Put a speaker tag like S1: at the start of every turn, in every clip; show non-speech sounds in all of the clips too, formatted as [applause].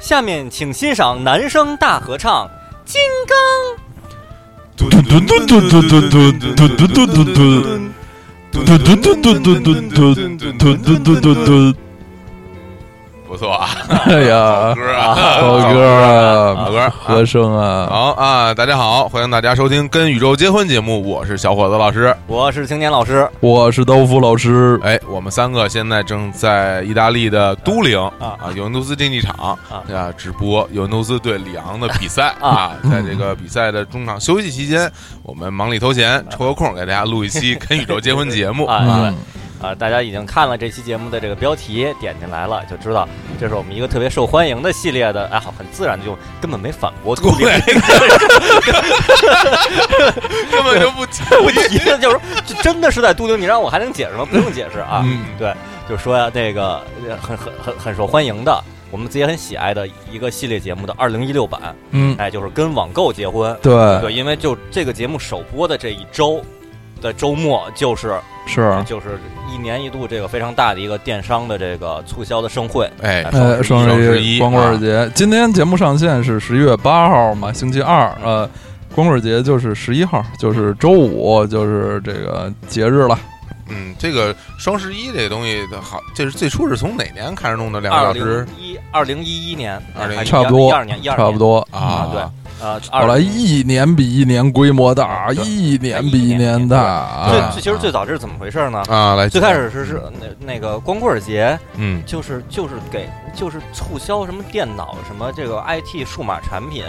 S1: 下面请欣赏男声大合唱《金刚》。
S2: 嘟嘟嘟嘟嘟嘟嘟嘟嘟嘟嘟嘟嘟嘟。嘟嘟嘟嘟嘟嘟嘟嘟嘟嘟嘟嘟嘟，
S3: 不错啊，
S2: 哎呀，
S3: 歌啊，
S2: 好歌啊，
S3: 好歌啊
S2: 和声啊，
S3: 好啊！大家好，欢迎大家收听《跟宇宙结婚》节目，我是小伙子老师。
S1: 我是青年老师，
S2: 我是刀夫老师，
S3: 哎，我们三个现在正在意大利的都灵啊尤文图斯竞技场
S1: 啊
S3: 啊直播尤文图斯对里昂的比赛
S1: 啊
S3: 啊，在这个比赛的中场休息期间，我们忙里偷闲，抽个空给大家录一
S1: [laughs]
S3: 期《跟宇宙结婚》节目。
S1: 啊，对
S2: 嗯，
S1: 啊，大家已经看了这期节目的这个标题，点进来了就知道，这是我们一个特别受欢迎的系列的，哎，好，很自然地就根本没反驳， [laughs]
S3: 对，根本就不提。
S1: 我提的就是说，这真的是在都灵，你让我还能解释吗？不用解释啊，
S3: 嗯
S1: 对，就说呀、那个呃很很很很受欢迎的，我们自己也很喜爱的一个系列节目的二零一六版，
S2: 嗯，
S1: 哎，就是跟网购结婚，
S2: 对，
S1: 对，因为就这个节目首播的这一周的周末，就是啊
S2: 是，
S1: 就是一年一度这个非常大的一个电商的这个促销的盛会，
S3: 哎，
S2: 呃，
S3: 双
S2: 双
S3: 十
S2: 十
S3: 一
S2: 光棍
S1: 啊
S2: 节，今天节目上线是十一月八号嘛，星期二，呃，光棍节就是十一号，就是周五，就是这个节日了，
S3: 嗯，这个双十一这东西的好，这是最初是从哪年开始弄的？两
S1: 二
S3: 个小时
S1: 零一二零一一年，哎
S3: 2011
S2: 差不多
S1: 一二年，一二
S2: 差不，多
S3: 啊，
S1: 对呃，
S2: 后来一年比一年规模大，
S1: 对
S2: 一年比一年大
S1: 最
S2: 啊
S1: 最其实最早这是怎么回事呢？
S3: 啊，来
S1: 最开，始是是那那个光棍节，
S3: 嗯
S1: 就是就是给就是促销什么电脑什么这个 IT 数码产品，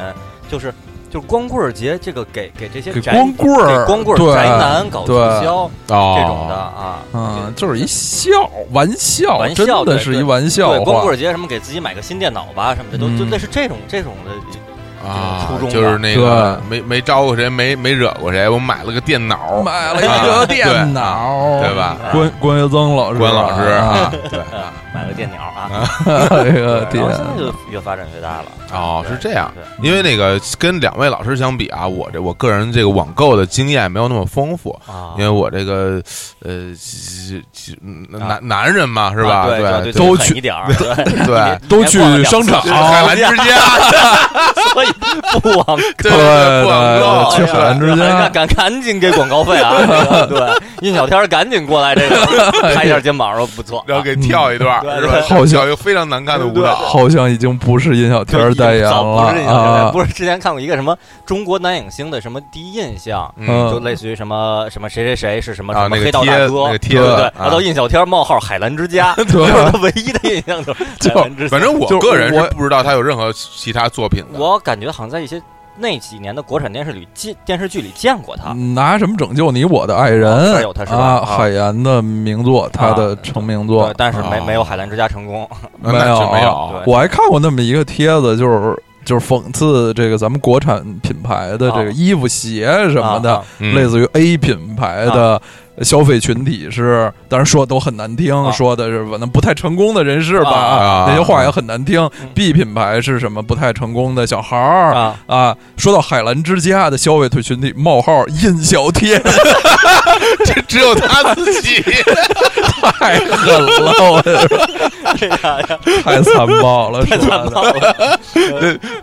S1: 就是就是光棍节这个给给这些
S2: 给
S1: 宅
S2: 光棍
S1: 给
S2: 儿，
S1: 光棍
S2: 对
S1: 宅男搞促
S2: 对
S1: 销
S3: 哦
S1: 这种的啊，
S2: 嗯，
S1: 这
S2: 就是一笑玩笑，
S1: 玩笑
S2: 真的是一玩笑
S1: 对光
S2: 话
S1: 棍节什么给自己买个新电脑吧什么的，都就
S2: 嗯
S1: 类似这种这种的，
S3: 啊，
S1: 初中的
S3: 就是那个没没招过谁，没没惹过谁，我买了个电脑，
S2: 买了一个电脑，
S3: 啊对吧？
S2: 关关学增老师，
S3: 关老师
S2: 啊，
S3: [laughs] 对
S1: 呃，买了电鸟啊，
S2: 哎呀
S1: 对
S2: 天
S1: 然后现在就越发展越大了。
S3: 哦，
S1: 对
S3: 是这样
S1: 对。
S3: 因为那个跟两位老师相比啊，我这我个人这个网购的经验没有那么丰富，
S1: 啊，
S3: 因为我这个呃其其嗯男男人嘛是吧？
S1: 啊啊对对，
S3: 对
S2: 都
S1: 狠
S2: 去
S1: 一点儿，对
S3: 对，
S2: 都去商场
S3: 就是海澜
S1: [laughs]
S3: 之家，
S1: 所以不网
S3: 对
S2: 对
S3: 不网购
S2: 对
S3: 对
S2: 去海澜之家
S1: 哎赶赶赶紧给广告费
S3: [laughs]
S1: 啊！这个对，印小天儿赶紧过来，这个拍一下肩膀说不错，
S3: 哎然后给跳一段
S1: 嗯
S3: 是吧？
S1: 对
S2: 好像
S3: 跳一个非常难看的舞蹈，
S2: 好像已经不是殷小天代言
S1: 早不是印
S2: 了
S1: 小天儿
S2: 啊，
S1: 哎不是之前看过一个什么中国男影星的什么第一印象，
S3: 嗯
S1: 就类似于什么什么谁谁谁是什么
S3: 啊
S1: 什么
S3: 那个
S1: 黑道
S3: 贴
S1: 大
S3: 那
S1: 哥
S3: 个，贴
S1: 对
S3: 子
S1: 不对？
S3: 啊
S1: 然后印小天儿冒号海澜之
S3: [laughs]
S1: 家，就是
S2: 对
S1: 他唯一的印象就是
S2: 就
S1: 海澜之家。
S3: 反正我
S2: 就
S3: 个人
S2: 我
S3: 是不知道他有任何其他作品的。
S1: 我感觉好像在一些那几年的国产电视里见电视剧里见过他，
S3: 嗯
S2: 拿什么拯救你我的爱
S1: 哦还
S2: 人
S1: 有他是吧
S2: 啊，
S1: 啊
S2: 海岩的名作，他的成名作
S1: 对，，但是没
S3: 哦
S1: 没有海澜之家成功。
S3: 那
S2: 没有
S3: 是没有
S1: 对
S2: 我还看过那么一个帖子，就是就是讽刺这个咱们国产品牌的这个
S1: 啊
S2: 衣服、鞋什么
S1: 啊
S2: 的
S1: 啊，
S3: 嗯
S2: 类似于 A 品牌的消费群体是，当然说都很难听，
S1: 啊
S2: 说的是可能不太成功的人士吧，
S1: 啊
S3: 啊
S2: 那些话也很难听
S1: 嗯。
S2: B 品牌是什么不太成功的小孩
S3: [laughs]
S2: 儿。
S1: 啊，
S2: 啊，说到海澜之家的消费群体，冒号印小天
S3: 这 [laughs] 只有他自己。
S2: 太狠了，我
S1: 哎呀，
S2: 太残暴了，
S1: 太
S2: 说
S1: 残
S3: [laughs]
S2: 的
S1: 暴了。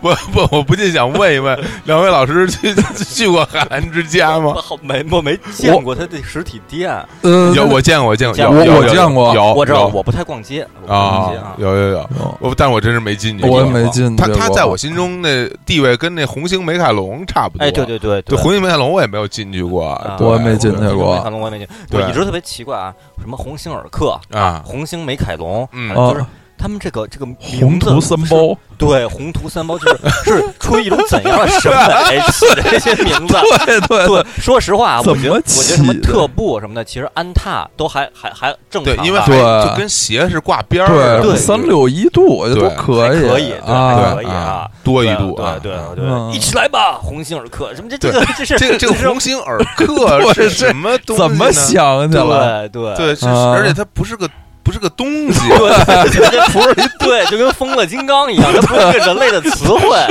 S3: 我我我不禁想问一问，两位老师去 [laughs] 去过海澜之家吗
S1: 我？好没哦我没见过他的实体店，
S2: 呃，
S3: 有，我见过，我见过，
S1: 见
S3: 有
S1: 过
S3: 有
S1: 我
S3: 有
S2: 见过
S3: 有
S1: 我知道
S3: 有
S1: 我不太逛街，我不逛街哦
S3: 啊
S1: 啊，。
S3: 有有有，我但我真是没进去。
S2: 我也没进去
S3: 他
S2: 过。
S3: 他在我心中那地位跟那红星美凯龙差不多。
S1: 哎，对对对
S3: 对，
S1: 对，
S3: 红星美凯龙我也没有进去过，对
S2: 我也没进去
S3: 对
S2: 过
S1: 看龙我也没进，我
S3: 对
S1: 一直特别奇怪啊，什么红星尔克、
S3: 啊。
S1: 红星美凯龙，
S3: 嗯
S1: 啊就是他们这个这个
S2: 宏
S1: 名字
S2: 图三
S1: 是，
S2: 包，
S1: 对，宏图三包就是 [laughs] 是出于一种怎样的审美起的这些名字？
S2: 对对
S1: [laughs] 对，说实话啊，我
S2: 怎
S1: 觉得
S2: 么
S1: 我觉得什么
S2: 起的
S1: 特步什么的，其实安踏都还还还正
S3: 对
S1: 常吧，，
S3: 因为
S1: 还
S2: 对
S3: 还就跟鞋是挂边儿的，
S2: 对
S1: 对
S2: 三六一度，我觉得
S3: 对
S2: 都可以，
S1: 可以，对，还
S2: 啊，
S1: 可以啊。
S3: 多一
S1: 对
S3: 度啊，
S1: 对
S3: 啊
S1: 对
S2: 嗯
S1: 对，一起来吧，鸿星尔克什么这这
S3: 对
S1: 个这是
S3: 这个这个
S1: 是
S3: 鸿星尔克
S2: 这
S3: 是什么东西呢？
S2: 怎么想起来？
S1: 对对
S3: 对，是
S2: 啊
S3: 而且它不是个不是个东西，
S1: 对，就跟不是对，就跟疯了金刚一样，它不是个人类的词汇。
S2: 哎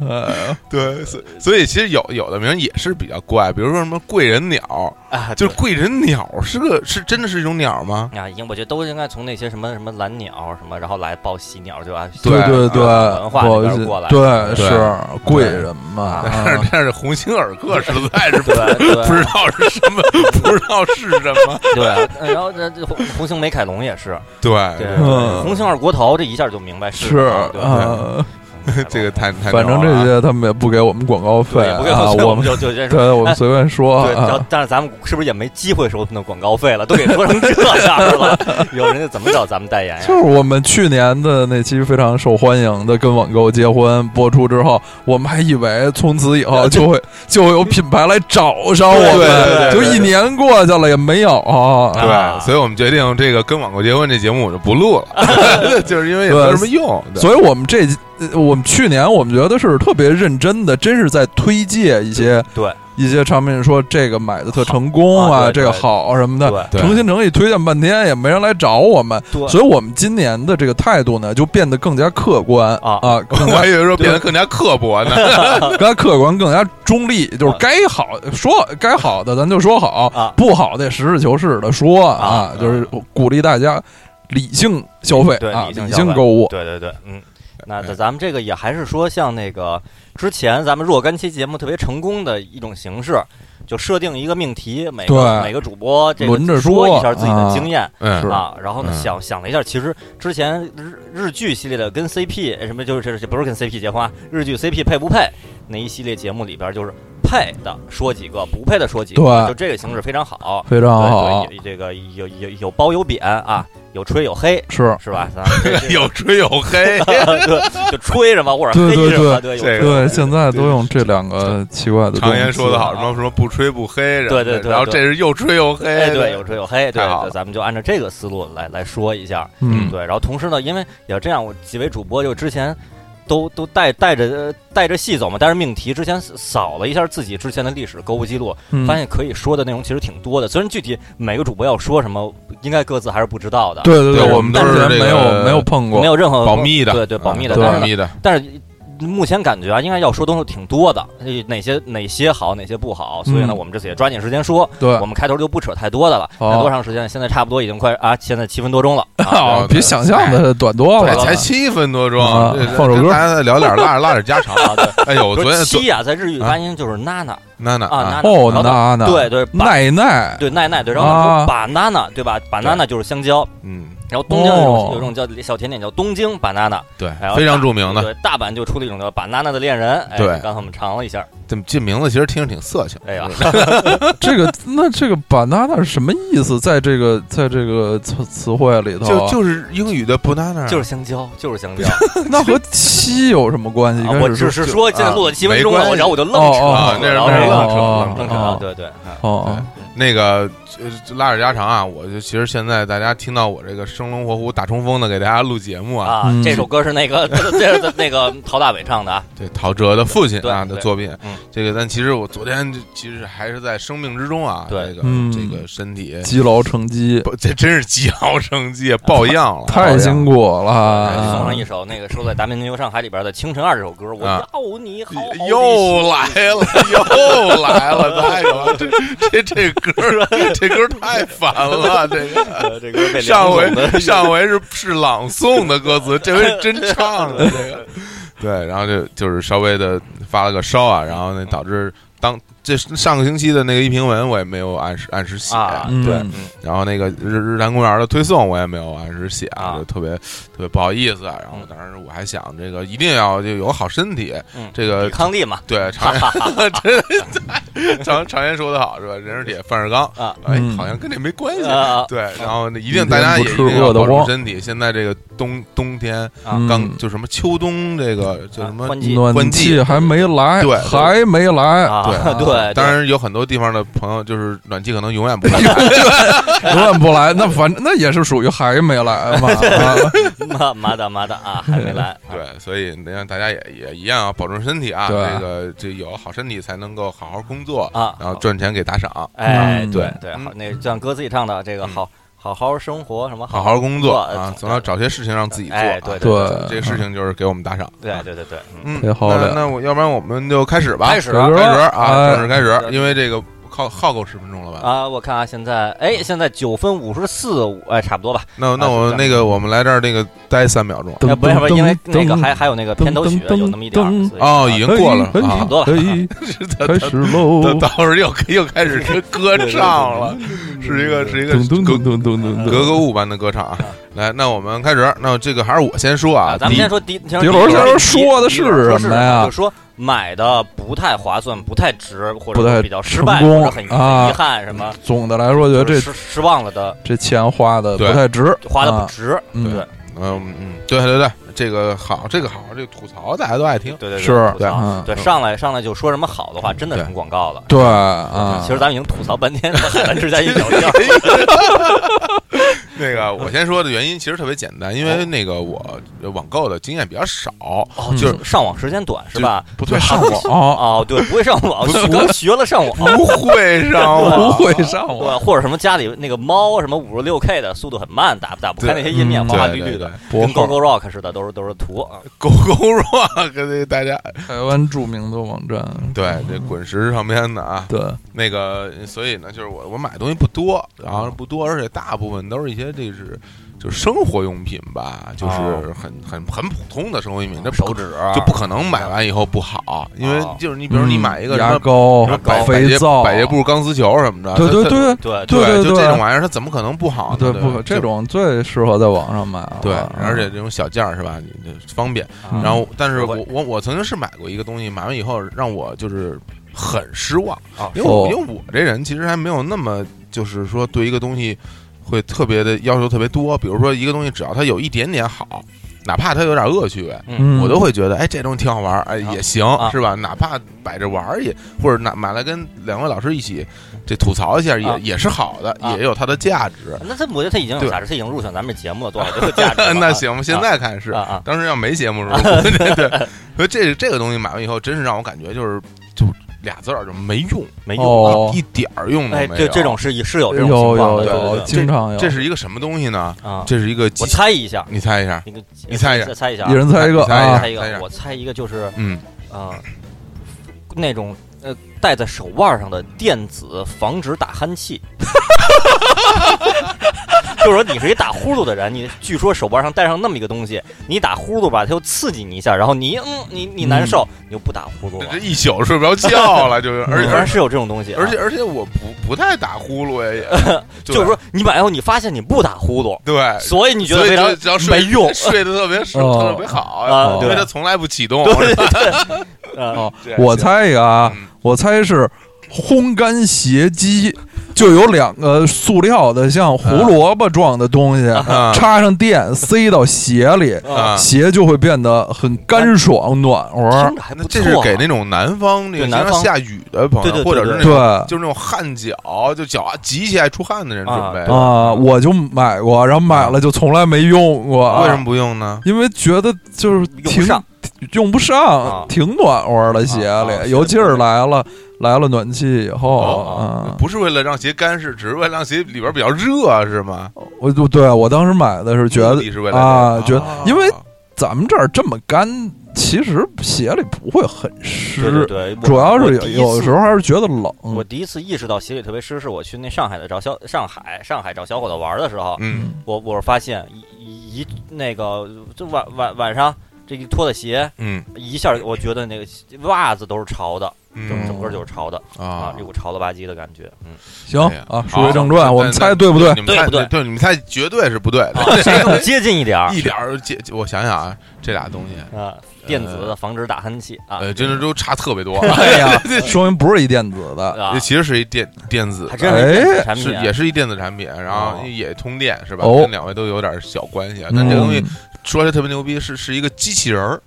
S2: 嗯
S3: 对，所所以其实有有的名儿也是比较怪，比如说什么贵人鸟，
S1: 啊，
S3: 就是贵人鸟是个是真的是一种鸟吗？
S1: 啊，应我觉得都应该从那些什么什么蓝鸟什么，然后来报喜鸟，就啊，
S3: 对
S2: 对对，
S1: 啊文化那
S2: 我
S1: 边过来
S2: 对
S1: 对
S2: 是贵人嘛，
S3: 但 [laughs]
S2: 啊
S3: 是但是鸿星尔克实在
S2: [laughs]
S3: 是不
S1: 对对
S3: 不知道是什么，不知道是什
S2: [laughs]
S3: 么。
S1: 对，呃然后这这红红星美凯龙也是，
S3: 对，
S1: 对，
S2: 嗯
S1: 红星二锅头这一下就明白
S2: 是
S1: 啊对
S2: 啊，
S1: 对
S3: [laughs] 这个太太
S2: 反正
S3: 鸟了
S2: 这
S3: 啊
S2: 些他们也不给我们广告费
S1: 对，不给
S2: 啊，
S1: [laughs] 我
S2: 我
S1: 们
S2: 们
S1: 就就先说。
S2: 对我们随便说
S1: 对，然后
S2: 啊，
S1: 但是咱们是不是也没机会收他们的广告费了？都给说成这样了，以后人家怎么找咱们代言
S2: [laughs] 就
S1: 呀？
S2: 是我们去年的那期非常受欢迎的《跟网购结婚》播出之后，我们还以为从此以后就会就会有品牌来找上我
S3: 对对对
S2: 们，就
S3: 对
S2: 一年过去了也没有啊。
S1: 啊
S3: 对，所以我们决定这个跟网购结婚这节目我就不录
S2: [laughs]
S3: 了，就是因为也没有什么用。对
S2: 所以我们这呃我们去年我们觉得是特别认真的，真是在推介一些
S1: 对
S2: 一些产品，说这个买的特成功
S1: 好啊对
S2: 这个
S1: 对
S2: 好什么的。
S1: 对
S3: 对
S2: 诚心诚意推荐半天也没人来找我们，
S1: 对
S2: 所以我们今年的这个态度呢就变得更加客观
S1: 啊
S2: 啊，更
S3: [laughs] 我
S1: [laughs]
S2: 加
S3: 还以为说变得更加刻薄
S2: [laughs]
S3: 呢。
S2: 更加客观，更加中立，就是该好说该好的咱就说好，
S1: 啊
S2: 不好的实事求是的说
S1: 啊
S2: 就是鼓励大家理性消费
S1: 对
S2: 啊，
S1: 理性
S2: 理
S1: 消费
S2: 性购物，
S1: 对对对，嗯，那
S3: 哎
S1: 咱们这个也还是说像那个之前咱们若干期节目特别成功的一种形式，就设定一个命题，每个
S2: 对
S1: 每个主播这个
S2: 轮着
S1: 说
S2: 说
S1: 一下自己的
S2: 啊
S1: 经验。
S3: 嗯
S2: 是
S1: 啊，然后呢，
S3: 嗯
S1: 想想了一下，其实之前日日剧系列的跟 CP 什么，就是这不是跟 CP 结婚，啊，日剧 CP 配不配那一系列节目里边，就是配的说几个，不配的说几个，
S2: 对
S1: 就这个形式非常好，
S2: 非常
S1: 对
S2: 好
S1: 对，，这个有有有褒有贬啊，有吹有黑，
S2: 是
S1: 是吧？咱们这
S3: 有吹有黑，
S1: 对， [laughs] 就吹什么或者
S2: 对
S1: 黑
S2: 对
S1: 什么，
S3: 这
S1: 对
S3: 个
S1: 有
S2: 对，现在都用这两个奇怪的东
S3: 常
S2: 西
S3: 言说
S2: 啊
S3: 的好，什么什么不吹不黑什么
S1: 对
S3: 的，
S1: 对对
S3: 然后
S1: 对
S3: 这是又吹又黑，
S1: 哎对有吹有黑，对
S3: 太好了
S1: 对，咱们就按照这个思路来来说一下，
S2: 嗯，
S1: 对，然后同时呢，因为也是这样，我几位主播就之前都都带带着呃带着戏走嘛，但是命题之前扫了一下自己之前的历史购物记录，
S2: 嗯
S1: 发现可以说的内容其实挺多的。虽然具体每个主播要说什么，应该各自还是不知道的，，
S2: 对对
S3: 对
S2: 我
S3: 我们都
S2: 之
S3: 是
S2: 前
S3: 这
S2: 没有
S3: 个
S2: 没有碰过
S1: 没，有任何
S3: 保密的，嗯
S1: 对对保密的，
S2: 啊对
S1: 但
S3: 保
S1: 是呢
S3: 密的，
S1: 但是。目前感觉啊，应该要说东西挺多的，呃哪些哪些好，哪些不好，所以呢，
S2: 嗯
S1: 我们这次也抓紧时间说，
S2: 对哦
S1: 我，们开头就不扯太多的了。
S2: 好
S1: 那多长时间？现在差不多已经快啊，现在七分多
S2: [laughs]
S1: 钟了。啊
S2: 哦，比想象的短多
S3: 哎
S2: 了，
S3: 才七分多钟
S2: 啊，
S3: 这这
S2: 放首
S3: 跟
S2: 歌
S3: 大家聊点拉拉点家常。
S1: 啊，对，
S3: 哎呦，
S1: 不
S3: 昨天
S1: 是
S3: 昨
S1: 七啊，在日语发音就是娜娜
S3: 娜娜
S1: 啊，娜娜。
S2: 哦，
S1: 然后
S2: 娜娜，
S1: 对对，把
S2: 奈奈，
S1: 对奈奈对，然后说
S2: 啊
S1: banana 对吧？banana 就是香蕉，
S3: 嗯，
S1: 然后东京有种
S2: 哦
S1: 有种叫小甜点叫东京 banana，
S3: 对
S1: 然，后
S3: 非常
S1: 大
S3: 著名的，
S1: 对，大阪就出了一种叫 banana 的恋人，哎
S3: 对
S1: 刚才我们尝了一下，
S3: 这这名字其实听着挺色情。
S1: 哎呀，
S2: 这个那这个 banana 是什么意思？在这个在这个词词汇里头，啊
S3: 就就是英语的 banana，
S1: [laughs] 就是香蕉，就是香蕉。
S2: 那和七有什么关系？
S1: 啊
S2: [laughs] 应该
S1: 我
S2: 是
S1: 只
S2: 说啊
S1: 是说现在录了七分钟
S3: 没关
S1: 了，我
S3: 系
S1: 然后我就愣扯
S2: 哦
S3: 啊
S1: 了，
S2: 哦，
S3: 那是
S1: 然后
S3: 那是
S1: 这
S3: 愣扯
S2: 哦
S1: 个愣扯啊，对对，啊
S2: 哦哦，
S3: 那个呃拉点家常啊，我就其实现在大家听到我这个生龙活虎打冲锋的给大家录节目啊，
S1: 啊
S2: 嗯，
S1: 这首歌是那
S3: [laughs]
S1: 个这是那个陶大伟唱的啊，
S3: 对陶喆的父亲啊
S1: 对
S3: 的
S1: 对
S3: 作品
S1: 嗯，
S3: 这个但其实我昨天就其实还是在生命之中啊，
S1: 对
S3: 这个
S2: 嗯
S3: 这个身体
S2: 积劳成疾，
S3: 不这真是桀骜成疾，抱恙了，
S2: 太辛苦
S3: 啊
S1: 哎
S2: 了，啊
S1: 送上一首那个收在《达芬奇游上海》里边的《清晨二》这首歌，我
S3: 啊
S1: 要你好好地
S3: 又来了，又来了！哎呦，这这这歌儿，这歌儿太烦了。这个
S1: 呃这歌被
S3: 上
S1: 梁总
S3: 回
S1: 的 [laughs]
S3: [laughs] 上回是是朗诵的歌词，这回是真唱
S1: [laughs]
S3: 的。这个对，然后就就是稍微的发了个烧啊，然后呢导致当这上个星期的那个一评文我也没有按时按时写，
S1: 啊，
S2: 嗯
S1: 对，
S2: 嗯
S3: 然后那个日日坛公园的推送我也没有按时写，
S1: 啊
S3: 就特别特别不好意思啊。然后当时我还想这个一定要就有个好身体，
S1: 嗯
S3: 这个
S1: 抵抗力嘛，
S3: 对，
S1: [laughs]
S3: 常言 [laughs] 真常常言说的好是吧？人是铁，饭是钢
S1: 啊，
S3: 哎，
S2: 嗯
S3: 好像跟这没关系。
S1: 啊
S3: 对，然后呢，一定大家也
S2: 一天
S3: 一
S2: 不吃
S3: 定要
S2: 饿得
S3: 保重
S2: 慌
S3: 身体。现在这个冬冬天
S2: 嗯
S3: 刚就什么秋冬这个就什么
S1: 啊关机
S2: 暖气还没来，
S3: 对
S2: 还没来
S1: 啊，
S2: 对
S1: 对，
S3: 当然有很多地方的朋友就是暖气可能永远不
S2: [laughs]
S3: 会来
S2: 永远不来，那反正那也是属于还没来嘛，啊
S1: 麻麻的麻的啊，还没来，
S3: [laughs] 对，所以让大家也也一样啊，保重身体啊。
S2: 对
S3: 这个这有好身体才能够好好工作，
S1: 啊，
S3: 然后赚钱给打赏，
S1: 哎，
S2: 嗯
S1: 对
S2: 嗯
S1: 对，
S3: 嗯
S1: 好，那就像歌自己唱的这个
S3: 嗯
S1: 好好好生活什么
S3: 好好工作啊，
S1: 对
S3: 总要找些事情让自己做啊。
S1: 哎对
S2: 对嗯
S3: 这个事情就是给我们打赏。
S1: 对对对对，嗯
S3: 嗯，
S2: 太好
S3: 那
S2: 了
S3: 那我要不然我们就开始吧，
S1: 开始
S2: 开
S3: 开始
S2: 始
S3: 啊，
S2: 哎
S3: 正式开始，
S1: 对
S3: 因为这个耗耗够十分钟了吧？
S1: 啊，我看啊，现在哎，现在九分五十四，哎，差不多吧。
S3: 那那我那个我们来这儿那个待三秒钟
S1: 呃要不要不然因为那个还还有那个片头曲有那么一点儿所以
S3: 哦，已经过了
S2: 哎
S1: 差
S3: 啊
S1: 不，多了
S2: 可以 [laughs] 开始喽，
S3: [laughs] 到到时候又又开始是歌唱了，是一个是一个
S2: 咚咚
S3: 格
S2: 咚咚咚咚
S3: 格格巫般的歌唱啊！来，那我们开始，那这个还是我先说啊，
S1: 啊，咱们
S3: 第一
S1: 先说第先第
S2: 迪罗
S1: 一轮
S2: 先
S1: 儿
S2: 说
S1: 第一
S2: 说的
S1: 第一
S2: 是
S1: 轮儿说
S2: 什
S1: 是
S2: 么呀
S1: 就说买的不太划算，不太值，或者
S2: 不太
S1: 说比较失败，
S2: 成功
S1: 或者很
S2: 啊
S1: 遗憾什么，
S2: 总的来说，觉得
S1: 就是
S2: 这
S1: 失失望了的，
S2: 这钱花的不
S3: 对
S2: 太值，
S1: 花的
S2: 啊
S1: 不值，
S2: 嗯
S1: 对
S3: 嗯嗯，对对对，这个好，这个好，这个吐槽大家都爱听。
S1: 对对，啊
S2: 是
S1: 吐槽
S2: 嗯
S1: 对，上来上来就说什么好的话，真的成广告了。
S2: 对啊，哎
S1: 其实咱们已经吐槽半天了，咱之
S2: [laughs]
S1: 间一聊天儿，
S3: 那个呃我先说的原因其实特别简单，因为那个我网购的经验比较少，
S1: 哦，
S3: 就是
S1: 是上网时间短是吧？
S3: 不
S2: 对
S3: 对，
S2: 上网
S1: 哦，对，不会上网，刚学了上网，
S3: 不会上
S2: 哦
S3: 啊
S2: 不
S3: 网，
S2: 会上网，
S1: 对，或者什么家里那个猫什么五十六 K 的速度很慢，打打不开那些页面，
S2: 嗯对
S1: 花花
S3: 对
S1: 绿绿
S3: 对
S1: 的
S3: 对，，
S2: 博
S1: 跟 Go
S2: 后
S1: Go Rock 似的，都是都是图啊。
S3: 狗狗 rock 这大家
S2: 台湾著名的网站，
S3: 对这滚石上边的啊，
S2: 对，
S3: 那个所以呢，就是我我买东西不多，然
S2: 哦
S3: 后不多，而且大部分都是一些这是就是生活用品吧，就是
S1: 哦
S3: 很很很普通的生活用品，这不
S1: 手指啊
S2: 啊
S3: 就不可能买完以后不好，因为
S1: 哦
S3: 就是你比如你买一个
S2: 嗯
S3: 什
S2: 牙
S3: 么
S2: 膏
S3: 什么百、百
S2: 肥
S3: 洁
S2: 皂、
S3: 百洁布、啊钢丝球什么的，
S2: 对对
S3: 它它
S2: 对
S1: 对
S2: 对对
S3: 就
S2: 对
S3: 这种玩意儿，它怎么可能不好呢？
S2: 对，
S3: 对
S2: 不可
S3: 吧，
S2: 这
S3: 就
S2: 种最适合在网上买了，
S3: 对，
S2: 嗯
S3: 而且这种小件儿是吧？你这方便。
S1: 啊
S2: 嗯
S3: 然后，但是
S1: 不
S3: 我
S1: 会
S3: 我我曾经是买过一个东西，买完以后让我就是很失望，
S1: 啊
S3: 因为我
S2: 哦
S3: 因为我这人其实还没有那么就是说对一个东西会特别的要求特别多，比如说一个东西只要它有一点点好，哪怕它有点恶趣味，
S2: 嗯
S3: 我都会觉得，哎，这东西挺好玩儿，哎，
S1: 啊
S3: 也行，
S1: 啊
S3: 是吧？哪怕摆着玩儿也，或者拿买来跟两位老师一起这吐槽一下，也、
S1: 啊
S3: 也是好的，
S1: 啊
S3: 也有它的价值。
S1: 那这我觉得他已经有
S3: 对
S1: 价值，他已经入选咱们这节目了，多少都有价
S3: [laughs]
S1: 值了啊。
S3: 那行吧，现在看是，
S1: 啊啊，
S3: 当时要没节目的时
S1: [laughs]
S3: 候，对对，所以这这个东西买完以后，真是让我感觉就是就俩字儿就没用，
S1: 没用啊。
S2: 哦
S3: 一，点儿用都
S1: 哎，
S3: 嗯没有。
S1: 对，这种是是有这
S2: 有
S1: 种情况
S2: 有
S1: 的，对对
S2: 有，
S1: 对
S2: 经常有，
S3: 这是一个什么东西呢？
S1: 啊。
S3: 这是一个
S1: 我
S3: 机，
S1: 猜一下，
S3: 你猜一下，
S1: 你个
S3: 你猜一下
S1: 猜一下啊，
S2: 一人猜一个
S3: 你猜一
S2: 啊
S1: 猜
S3: 下
S1: 一
S3: 猜一
S1: 个，
S3: 下
S1: 我猜一个就是
S3: 嗯，
S1: 啊、那种呃戴在手腕上的电子防止打鼾器。 [laughs] 就是说，你是一打呼噜的人，你据说手腕上戴上那么一个东西，你打呼噜吧，它又刺激你一下，然后你嗯，你你难受，你就不打呼噜
S3: 这
S1: 了
S3: 这。一宿睡不着觉
S1: [laughs]
S3: 了，就是，而
S1: 反
S3: 而
S1: 正是有这种东西啊、
S3: 而且而且我不不太打呼
S1: [laughs]
S3: 噜呀，也对
S1: 就是说，你买以后你发现你不打呼噜，
S3: 对，
S1: 所以你觉得
S3: 所以
S1: 非
S3: 就
S1: 常
S3: 只要睡
S1: 没用
S3: 睡得特别熟
S2: 哦
S3: 特别好
S1: 啊
S3: 因为
S1: 对
S3: 它从来不启
S1: [laughs]
S3: 动。
S1: 对啊
S2: 哦
S3: 这，样
S2: 我猜一个啊
S3: 嗯，
S2: 我猜是烘干鞋机，就有两个塑料的像胡
S1: 嗯
S2: 萝卜状的东西，
S3: 啊
S2: 插上电塞到鞋里，
S1: 啊哎
S3: 啊，
S2: 鞋就会变得很干爽暖和
S1: 听。着还
S3: 那
S1: 不错、
S3: 这
S1: 啊。
S3: 是给那种南方那个
S1: 对
S3: 经
S1: 南方
S3: 常下雨的朋
S1: 对
S3: 友，
S1: 对对
S3: 或者是那
S2: 对
S3: 种
S2: 啊
S3: 就是那种汗脚，就脚啊极其爱出汗的人准
S2: 啊
S3: 备的。
S2: 我就买过，然后买了就从来没用过。
S3: 为什么？不用呢？
S2: 因为觉得就是
S1: 啊用
S2: 挺
S1: 不上，
S2: 用不
S1: 啊
S2: 上，挺暖和的鞋
S1: 啊啊
S2: 里，尤其是来了来了暖气以后
S1: 哦
S2: 啊。
S3: 不是为了让鞋干是，只是为了让鞋里边比较热，啊是吗？
S2: 我就对我当时买的是觉
S3: 目
S2: 得
S3: 的是为了
S2: 啊，
S3: 这
S2: 觉
S3: 个
S2: 得
S3: 啊
S2: 因为咱们这儿这么干，其实鞋里不会很湿，
S1: 对对对，我
S2: 主要
S1: 我
S2: 是
S1: 第一
S2: 有有
S1: 次
S2: 时候嗯还是觉得冷。
S1: 我第一次意识到鞋里特别湿，是我去那上海的找小上海上海找小伙子玩的时候，
S3: 嗯，
S1: 我我发现一一那个就晚晚晚上这一脱的鞋，
S3: 嗯
S1: 一下我觉得那个袜子都是潮的，整
S3: 嗯
S1: 整个就是潮的、啊，有股潮了吧唧的感觉。
S2: [laughs]
S1: 嗯，
S2: 行
S3: 哎呀
S2: 啊，
S3: 好
S2: 书归正
S3: 那
S2: 传，我们
S3: 那
S2: 猜对不对？
S3: 你们
S1: 对
S3: 猜
S1: 不对
S3: 对，你们猜绝对是不对的，
S1: 啊， [laughs]
S3: [laughs]
S1: 这更接近一点儿
S3: 一点儿解。我想想啊，这俩东西，
S1: 啊，电子的防止打鼾器啊，
S3: 呃，真的都差特别
S1: [laughs]
S3: 多。
S2: 哎呀，说明不是一电子的，
S1: 啊
S3: 这，其实是一电电子
S1: 还真
S2: 哎
S1: 是电子产
S3: 是
S1: 品啊
S3: 也是一电子产品，然后
S1: 哦嗯
S3: 也通电是吧？
S2: 哦
S3: 跟两位都有点小关系啊。但这个东
S2: 嗯
S3: 西说起来特别牛逼，是是一个机器人儿，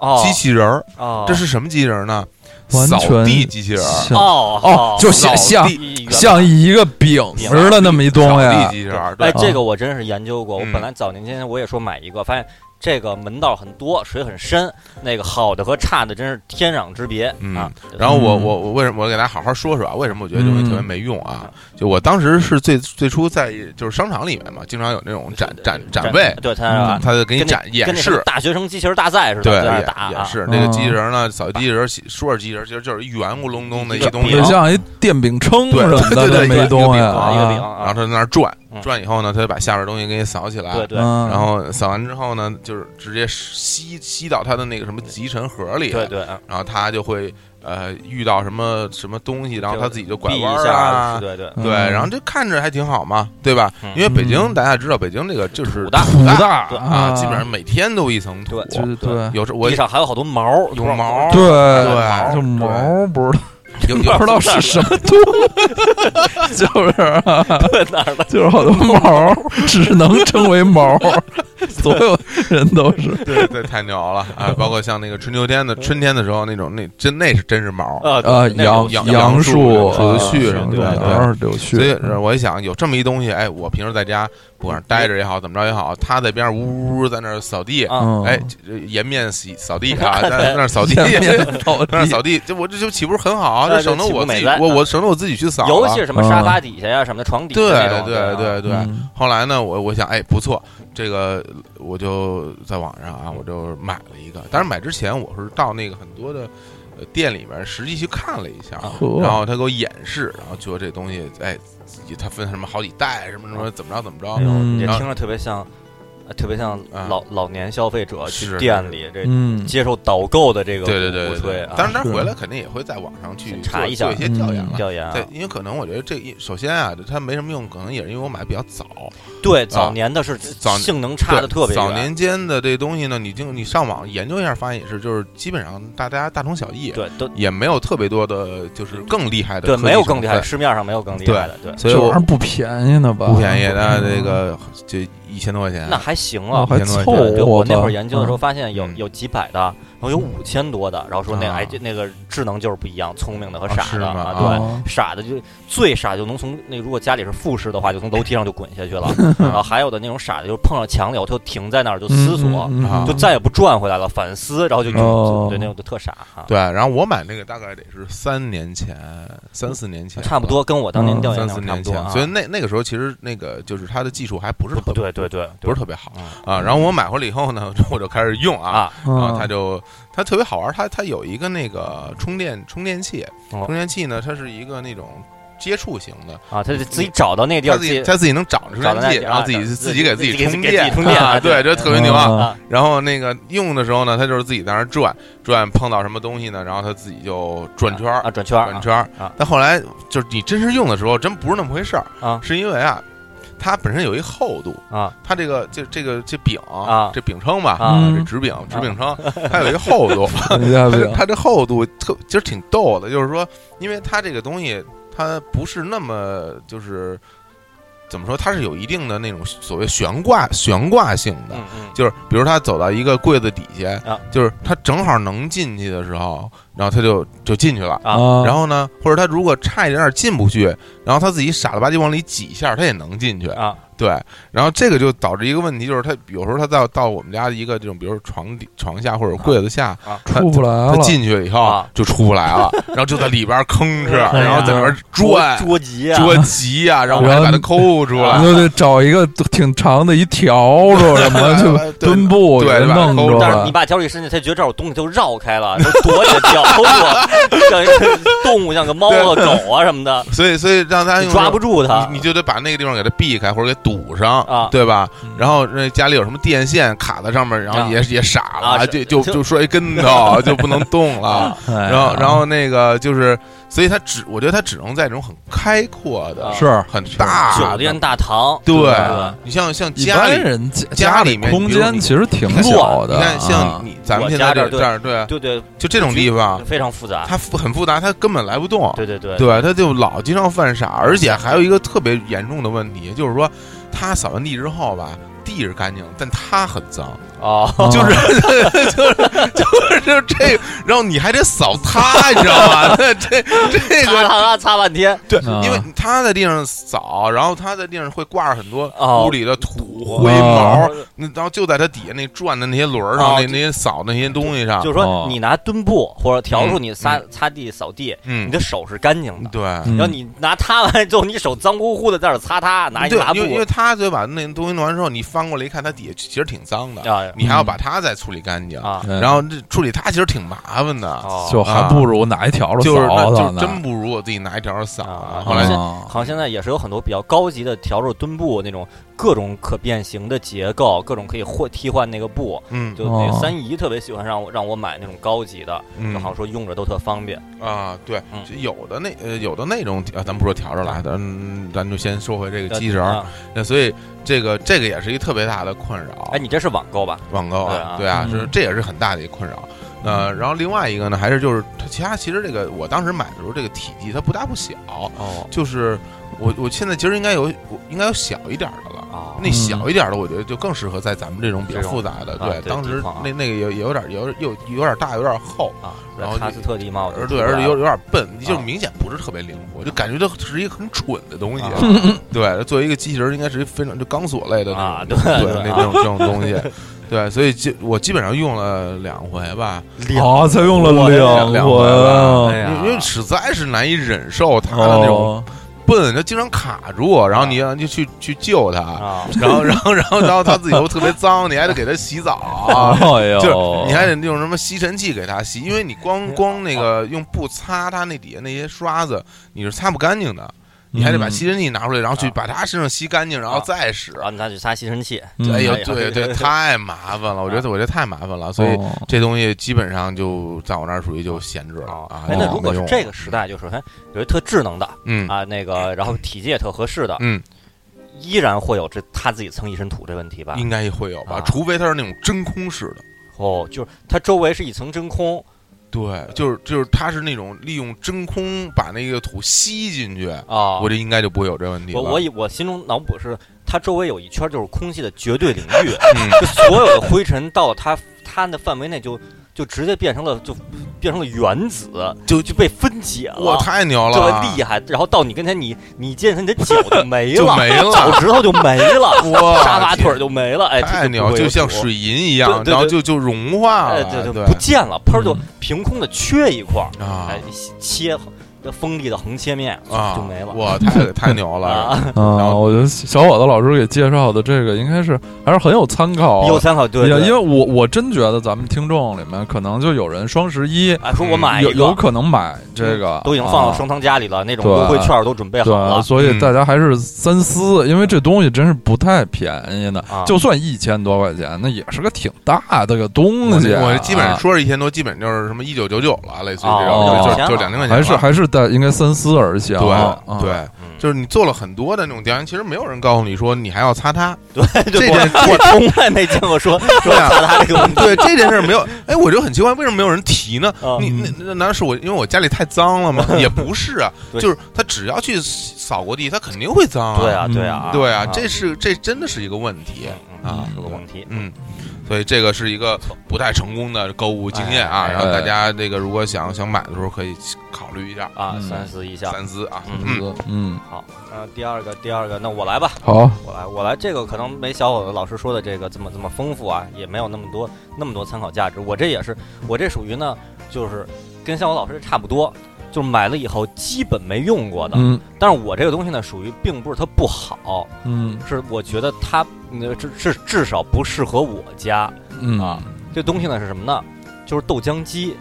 S1: 哦
S3: 机器人儿，
S1: 哦，
S3: 这是什么机器人儿呢？
S2: 完全
S3: 扫地机器人儿，
S2: 像
S1: 哦
S2: 哦，就
S3: 扫
S2: 像
S1: 一
S3: 地
S2: 像
S1: 元
S2: 像一个饼似的那么一东
S3: 扫地
S2: 西。啊
S3: 机器人儿，
S1: 哎，
S3: 对，
S1: 这个我真是研究过。我
S3: 嗯
S1: 本来早年间我也说买一个，发现这个门道很多，水很深，那个好的和差的真是天壤之别
S3: 嗯
S1: 啊。
S3: 然后我
S2: 嗯
S3: 我我为什么我给大家好好说说啊？为什么我觉得这东西特别
S2: 嗯
S3: 没用啊？就我当时是最最初在就是商场里面嘛，经常有那种展展展位，
S1: 对，他
S2: 嗯
S3: 他就给你
S1: 跟那
S3: 展演
S1: 跟那什
S3: 示
S1: 么，大学生机器人大赛似的，
S3: 对，
S1: 在那儿
S3: 演
S1: 打
S3: 演
S1: 啊。
S3: 示那个
S2: 嗯
S3: 机器人呢，扫地机器人、洗说是机器人，其实就是一圆咕隆咚的
S1: 一
S3: 一
S1: 个
S3: 东西啊
S2: 也，像一电饼铛
S3: 对
S2: 什么的
S3: 对对对
S2: 这么
S3: 一个
S2: 东西
S3: 饼
S1: 啊一个饼
S2: 啊，
S1: 啊
S3: 然后他在那儿转
S1: 嗯
S3: 转以后呢，他就把下边东西给你扫起来，
S1: 对对
S2: 嗯，
S3: 然后扫完之后呢，就是直接吸吸到他的那个什么集尘盒里，
S1: 对对，啊
S3: 然后他就会呃遇到什么什么东西，然后他自己就拐
S1: 避
S3: 弯
S1: 一
S3: 儿
S1: 下，
S3: 啊，
S1: 对对，
S2: 嗯
S3: 对，然后这看着还挺好嘛，对吧
S1: 嗯？
S3: 因为北京
S2: 嗯
S3: 大家知道，北京这个就是
S1: 土大
S3: 土
S2: 土
S3: 大
S2: 大
S3: 啊，基本上每天都一层土
S1: 对，
S2: 就是对
S3: 有时候我
S1: 地上还有好多毛，
S3: 有毛
S1: 对
S2: 对，
S3: 对
S2: 就毛儿不知道
S3: 有有
S2: 不知道是什
S1: [laughs]
S2: 么东西，就是啊
S1: 哪儿的？
S2: 就是好多毛儿，只能称为毛儿，所有人都是
S3: 对对，太牛了啊！包括像那个春秋天的
S1: 嗯
S3: 春天的时候，那种那真那是真是毛。
S1: 啊
S2: 啊，
S1: 那种
S2: 杨
S3: 杨
S2: 杨
S3: 树
S2: 树、
S3: 柳絮
S1: 什么
S2: 对
S1: 的
S3: 对
S2: 杨柳絮，
S3: 所以
S1: 嗯
S3: 我一想，有这么一东西，哎，我平时在家不管是待着也好，怎么着也好，他在边上呜呜在那儿扫地，
S1: 啊
S2: 嗯
S3: 哎，这颜面洗
S1: [laughs]
S3: 扫地啊，在在那儿扫地，
S2: 见
S3: [laughs]
S2: 面
S3: 在
S2: 扫
S3: 那儿
S2: 地
S3: 扫地，这我这就岂不是很好啊？
S1: 对
S3: 这省得
S1: 这岂不
S3: 我自己
S1: 美哉，
S3: 我
S1: 啊
S3: 我省得我自己去扫啊。
S1: 尤其是什么沙发底下呀、什么的，床底下
S3: 对
S1: 那种，
S3: 对
S1: 对啊
S3: 对对，
S2: 嗯
S3: 后来呢，我我想，哎，不错，这个我就在网上啊，我就买了一个。但是买之前，我是到那个很多的呃店里面实际去看了一下，啊
S2: 呵
S3: 然后他给我演示，然后觉得这东西，哎，他分什么好几代，什么什么，怎么着怎么
S1: 哎
S3: 着。
S1: 呦
S2: 嗯
S1: 也听着特别像，呃特别像
S3: 啊
S1: 老老年消费者去
S3: 是
S1: 店里这
S2: 嗯，
S1: 接受导购的这个
S3: 对对对
S1: 鼓
S3: 对
S1: 吹
S3: 对
S1: 啊，，
S3: 但是他
S2: 是
S3: 回来肯定也会在网上去
S1: 先
S3: 做
S1: 查一下
S3: 做一些调研
S2: 嗯
S3: 了。
S1: 调研啊
S3: 对，因为可能我觉得这一首先啊，它没什么用，可能也是因为我买的比较早，
S1: 对早年的是
S3: 啊早
S1: 性能差的特别
S3: 对早
S1: 远
S3: 年间的这东西呢，你就你上网研究一下，发现也是，就是基本上大家大同小异，
S1: 对都
S3: 也没有特别多的，就是更厉害的，
S1: 对没有更厉害的，，市面上没有更厉害的，对，
S3: 所以
S2: 这玩
S3: 我
S2: 意儿不便宜呢吧？
S3: 不便宜，那这个就一千多块钱，
S1: 嗯那还行
S2: 啊
S1: 了。
S2: 还
S3: 一千多块
S2: 凑
S3: 钱
S1: 对，我
S2: 合
S1: 那
S2: 吧
S1: 会儿研究的时候，
S2: 嗯
S1: 发现有
S3: 嗯
S1: 有几百的，然后有五千多的，然后说那
S3: 啊
S1: 哎这那个智能就是不一样，聪明的和
S3: 啊
S1: 傻
S3: 是
S1: 的
S3: 吗
S1: 啊，
S3: 啊
S1: 对，
S2: 哦
S1: 傻的就最傻就能从那如果家里是复式的话，就从楼梯上就滚下去
S3: [laughs]
S1: 了。然后还有的那种傻的，就碰上墙里头就停在那儿就思索，
S2: 嗯嗯嗯
S3: 啊
S1: 就再也不转回来了，反思，然后就就
S2: 哦
S1: 就对那种就特傻啊。
S3: 对。然后我买那个大概得是三年前，三四年前，
S1: 差不。多跟我当年
S2: 嗯
S1: 调研
S3: 三
S1: 那
S3: 四
S1: 会儿差不
S3: 年
S1: 多
S3: 前，
S1: 啊。
S3: 所以那那个时候其实那个就是它的技术还不是
S1: 不
S3: 特别
S1: 对对对，
S3: 不是特别好啊。然后我买回来以后呢， [laughs] 我就开始用啊，
S1: 啊，
S2: 嗯
S3: 然后它就它特别好玩，它它有一个那个充电充电器，
S1: 哦
S3: 充电器呢，它是一个那种接触型的，
S1: 啊，他就自己找到那地
S3: 他
S1: 儿
S3: 自己
S1: 去
S3: 他自己能找着充
S1: 找到
S3: 电
S1: 那
S3: 器，
S1: 地儿
S3: 然后
S1: 啊
S3: 自己
S1: 找
S3: 自己给自己
S1: 给
S3: 充
S1: 给自己
S3: 电，
S1: 充电
S3: 啊对，这特别牛啊。
S2: 嗯
S1: 啊
S3: 然后那个用的时候呢，他就是自己在那儿转转，碰到什么东西呢，然后他自己就转圈儿
S1: 啊，转圈儿
S3: 转圈儿
S1: 啊。
S3: 但后来就是你真实用的时候，真不是那么回事儿
S1: 啊
S3: 是因为啊，它本身有一厚度，
S1: 啊
S3: 它这个这这个这饼
S1: 啊
S3: 这饼铛吧，
S1: 啊
S3: 这直饼直饼铛，它有一个
S1: [laughs]
S3: 厚度，
S2: 人
S3: 它
S2: 家比
S3: 这
S2: 较
S3: 它这厚度特其实挺逗的，就是说，因为它这个东西它不是那么就是怎么说，它是有一定的那种所谓悬挂悬挂性的，
S1: 嗯嗯，
S3: 就是比如他走到一个柜子底下，
S1: 啊
S3: 就是他正好能进去的时候，然后他就就进去了。
S1: 啊
S2: 啊，
S3: 然后呢，或者他如果差一点点进不去，然后他自己傻了吧唧往里挤一下，他也能进去。
S1: 啊
S3: 对，然后这个就导致一个问题，就是他有时候他到到我们家的一个这种，比如说床底、床下或者柜子下，
S1: 啊
S3: 他
S2: 出不来了
S3: 他，进去了以后
S1: 啊
S3: 就出不来了，然后就在里边吭哧，
S1: [laughs] 哎呀
S3: 然后在里边转
S1: [laughs] 捉急啊，
S3: 捉急呀，然后我
S2: 然
S3: 还
S2: 后
S3: 把它抠出
S2: 你
S1: [laughs]
S3: 来，
S2: 就得找一个挺长的一条子什么
S3: [laughs] 对
S2: 去蹲步
S3: 对
S2: 给
S3: 把它
S2: 弄
S3: 抠
S2: 出
S1: 但是你
S2: 来。
S1: 把条一伸进，他觉得这儿有东西，就绕开了，就躲你的
S3: [laughs]
S1: 脚，躲啊像一个动物，像个猫啊、狗啊什
S3: [laughs]
S1: 么的，
S3: 所以所以让他
S1: 你
S3: 用
S1: 抓不住它。
S3: 你你就得把那个地方给它避开或者给堵上
S1: 啊
S3: 对吧？
S2: 嗯
S3: 然后那家里有什么电线卡在上面，然
S1: 啊
S3: 后也也傻了，
S1: 啊
S3: 就是就
S1: 就
S3: 就摔跟头就不能动了。
S2: 然
S3: 然后然后那个就是，所以他只我觉得他只能在这种很开阔的、
S1: 啊
S2: 是
S3: 很大的
S1: 酒店大堂，
S3: 对
S1: 吧
S3: 你像像
S2: 一
S3: 家
S2: 般
S3: 里。
S2: 人家
S3: 家里
S2: 里
S3: 面
S2: 空
S3: 比如你
S2: 间其实挺
S3: 你看
S2: 小的
S3: 你看，
S2: 啊
S3: 像你咱们现在
S1: 我家这儿
S3: 这
S1: 对
S3: 这儿对，
S1: 对对，
S3: 就这种地方，
S1: 非常复杂。
S3: 它复很复杂，它根本来不动。
S1: 对对对
S3: 啊对，他就老经常犯傻，而且还有一个特别严重的问题，就是说他扫完地之后吧，地是干净的，但它很脏，
S1: 哦，
S2: 啊
S3: 就是 [laughs] 就是就是就是这个，然后你还得扫它，你知道吗？ [laughs] 这这这
S1: 擦
S3: 个
S1: 擦擦擦半天，
S3: 对
S2: 啊，
S3: 因为
S1: 嗯
S3: 它在地上扫，然后它在地上会挂着很多
S1: 哦
S3: 屋里的土
S1: 土
S3: 灰毛
S1: 哦，
S3: 那然后就在它底下那转的那些轮儿
S1: 哦
S3: 上，那
S1: 就
S3: 那些扫那些东西上
S1: 就是，说
S2: 哦
S1: 你拿墩布或者笤帚，你擦擦地扫地，你
S3: 嗯，
S1: 的手是干净的。
S3: 对。
S2: 嗯
S1: 然后你拿它完了之后，你手脏乎乎的在那儿擦它，拿一
S3: 对
S1: 抹，布
S3: 因为因为它就把那东西弄完之后，你翻过来一看，它底下其实挺脏的，
S1: 啊
S3: 你还要把它再处理干净。
S1: 啊，
S2: 嗯
S3: 然后这处理它其实挺麻烦的，
S1: 哦
S2: 就还不如拿一条子
S3: 就是那
S2: 扫扫
S3: 就
S2: 呢。
S3: 真不如我自己拿一条扫
S1: 啊
S3: 呢。后来
S1: 啊
S2: 啊
S1: 好像现在也是有很多比较高级的笤帚、墩布那种各种可变形的结构，各种可以换替换那个布。
S3: 嗯
S1: 就那
S2: 哦
S1: 三姨特别喜欢让我让我买那种高级的，
S3: 嗯
S1: 就好像说用着都特方便。
S3: 啊，对
S1: 嗯，
S3: 就有的那呃有的那种啊，咱不说笤帚了，咱咱就先说回这个机绳儿。
S1: 啊
S3: 那所以这个这个也是一特别大的困扰
S1: 哎，，你这是网购吧？
S3: 网购啊，
S1: 对嗯
S3: 对啊，
S2: 嗯
S3: 是这也是很大的一个困扰。呃，然后另外一个呢，还是就是它其他其实这个我当时买的时候，这个体积它不大不小，
S1: 哦
S3: 就是我我现在其实应该有我应该有小一点儿的了。
S1: 啊，
S3: 那小一点儿的，我觉得就更适合在咱们这种比较
S1: 这种
S3: 复杂的。
S1: 啊对
S3: 当
S1: 地
S3: 时
S1: 矿啊
S3: 那那个也也有点儿有有有点儿大，有点儿厚，
S1: 啊，
S3: 然后就
S1: 喀斯特地貌，
S3: 而对，而且有有点笨，就
S1: 啊
S3: 明显不是特别灵活，就感觉它是一个很蠢的东西。
S1: 啊 [laughs]
S3: 对，作为一个机器人，应该是一非常就钢索类的
S1: 啊
S3: 那种
S1: 对
S3: 对
S1: 对
S3: 那
S1: 啊
S3: 那种这
S1: [laughs]
S3: 种东西。对，所以基我基本上用了两回吧，
S1: 啊
S2: 哦，才用
S3: [laughs]
S2: 了
S3: 两两回吧，
S2: 回
S1: 哎
S2: 啊，
S1: 呀
S3: 因为因为实在是难以忍受它的那种
S2: 哦
S3: 笨，它经常卡住，然后你让就去去救它， [laughs]
S1: 啊，
S3: 然后然后然后然后它自己又特别脏，你还得给它洗澡，啊
S2: 哎
S1: 哦
S2: 呦，
S3: [laughs] 就是你还得用什么吸尘器给它吸，因为你光光那个用布擦它那底下那些刷子，你是擦不干净的，你还得把吸尘器拿出来，然后去
S1: 嗯啊
S3: 把它身上吸干净，然后再使。
S1: 然后你再去擦吸尘器，
S2: 嗯
S3: 哎呦
S1: 哎，呀啊
S3: 对对，太麻烦了，我觉得我觉得太麻烦了，所以
S2: 哦
S3: 这东西基本上就在我那儿属于就闲置了啊
S1: 啊。哎，那如果
S3: 没
S1: 是
S3: 用
S1: 这个时，代，就首先有一特智能的
S3: 嗯
S1: 啊，那个然后体积也特合适的，
S3: 嗯，
S1: 依然会有这他自己蹭一身土这问题吧？
S3: 应该会有吧
S1: 啊，
S3: 除非它是那种真空式的。
S1: 哦，就是它周围是一层真空，
S3: 对，就是就是，它是那种利用真空把那个土吸进去，
S1: 啊，
S3: 我这应该就不会有这问题了。
S1: 我我以我心中脑补是，它周围有一圈就是空气的绝对领域，
S3: [laughs] 嗯
S1: 就所有的灰尘到它它的范围内就就直接变成了就变成了原子，
S3: 就
S1: 就被分解
S3: 哇，
S1: 了，
S3: 太牛
S1: 啊这
S3: 了，啊
S1: 厉害。然后到你跟前，你你见它，你的
S3: [laughs]
S1: 脚就没
S3: 就
S1: 了， [laughs]
S3: 没了，
S1: 脚趾头就没了，
S3: [laughs] 哇，
S1: 沙发腿儿就没了，哎，
S3: 太牛，就
S1: 就
S3: 像。水银
S1: 对
S3: 一样，
S1: 对对
S3: 然后就就融化
S1: 哎，
S3: 了，
S1: 对
S3: 对
S1: 对，不见了，喷儿就
S2: 嗯
S1: 凭空的缺一块儿，
S3: 啊
S1: 哎，切这锋利的横切面
S3: 啊，
S1: 就没了 [laughs]
S3: 哇，太太牛了，
S1: 啊，
S3: 然
S2: 啊，
S3: 后
S2: 我觉得小伙子老师给介绍的这个应该是还是很有参
S3: 哦
S2: 考。
S1: 有参考对，
S2: 呀
S1: 对
S2: 因为我我真觉得咱们听众里面可能就有人双十一
S1: 哎，说我买一
S2: 有
S1: 个，嗯
S2: 有可能买这个，
S1: 都已经放到
S2: 啊
S1: 升堂家里了，那种
S2: 对
S1: 优惠券儿都准备好
S2: 对，
S1: 了。
S2: 所以
S3: 嗯
S2: 大家还是三思，因为这东西真是不太便宜的，
S1: 啊
S2: 就算一千多块钱，那也是个挺大的个东西啊、
S3: 我基本上说是一千多，基本就是什么一九九九了，类似于这
S1: 哦
S3: 种，
S2: 哦
S3: 就就就两千块钱了，
S2: 还是还是在应该三思而行。
S3: 对
S2: 啊
S3: 对。
S1: 嗯
S3: 就是你做了很多的那种调研，其实没有人告诉你说你还要擦它。
S1: 对， [laughs] 对
S3: 这
S1: 我
S3: 件
S1: 我从来没见过说说
S3: [laughs] 对啊
S1: 擦他这个问题
S3: 对这件事儿没有，哎，我就很奇怪，为什么没有人提呢？
S1: 啊
S3: 你那那难道是我因为我家里太
S1: [laughs]
S3: 脏了吗？也不是啊，
S1: 对
S3: 就是他只要去扫过地，他肯定会脏
S1: 对啊，
S2: 嗯
S1: 对啊，
S3: 对啊，这是这真的是一个问题啊
S1: 啊，是个问题。
S3: 嗯，所以这个是一个不太成功的购物经验啊。
S1: 哎哎
S3: 然后大家这个如果想想买的时候，可以考虑一下，
S1: 啊，
S2: 嗯
S1: 三思一下。
S3: 三思啊。
S1: 嗯
S3: 嗯，
S2: 嗯，
S1: 好，那第二个，第二个，那我来吧，
S2: 好，
S1: 我来，我来。这个可能没小伙子老师说的这个这么这么丰富啊，也没有那么多那么多参考价值。我这也是，我这属于呢，就是跟小伙老师差不多，就是买了以后基本没用过的。
S2: 嗯
S1: 但是我这个东西呢，属于并不是它不好，
S2: 嗯
S1: 是我觉得它呃至至至少不适合我家。
S2: 嗯
S1: 啊，这东西呢是什么呢？就是豆浆机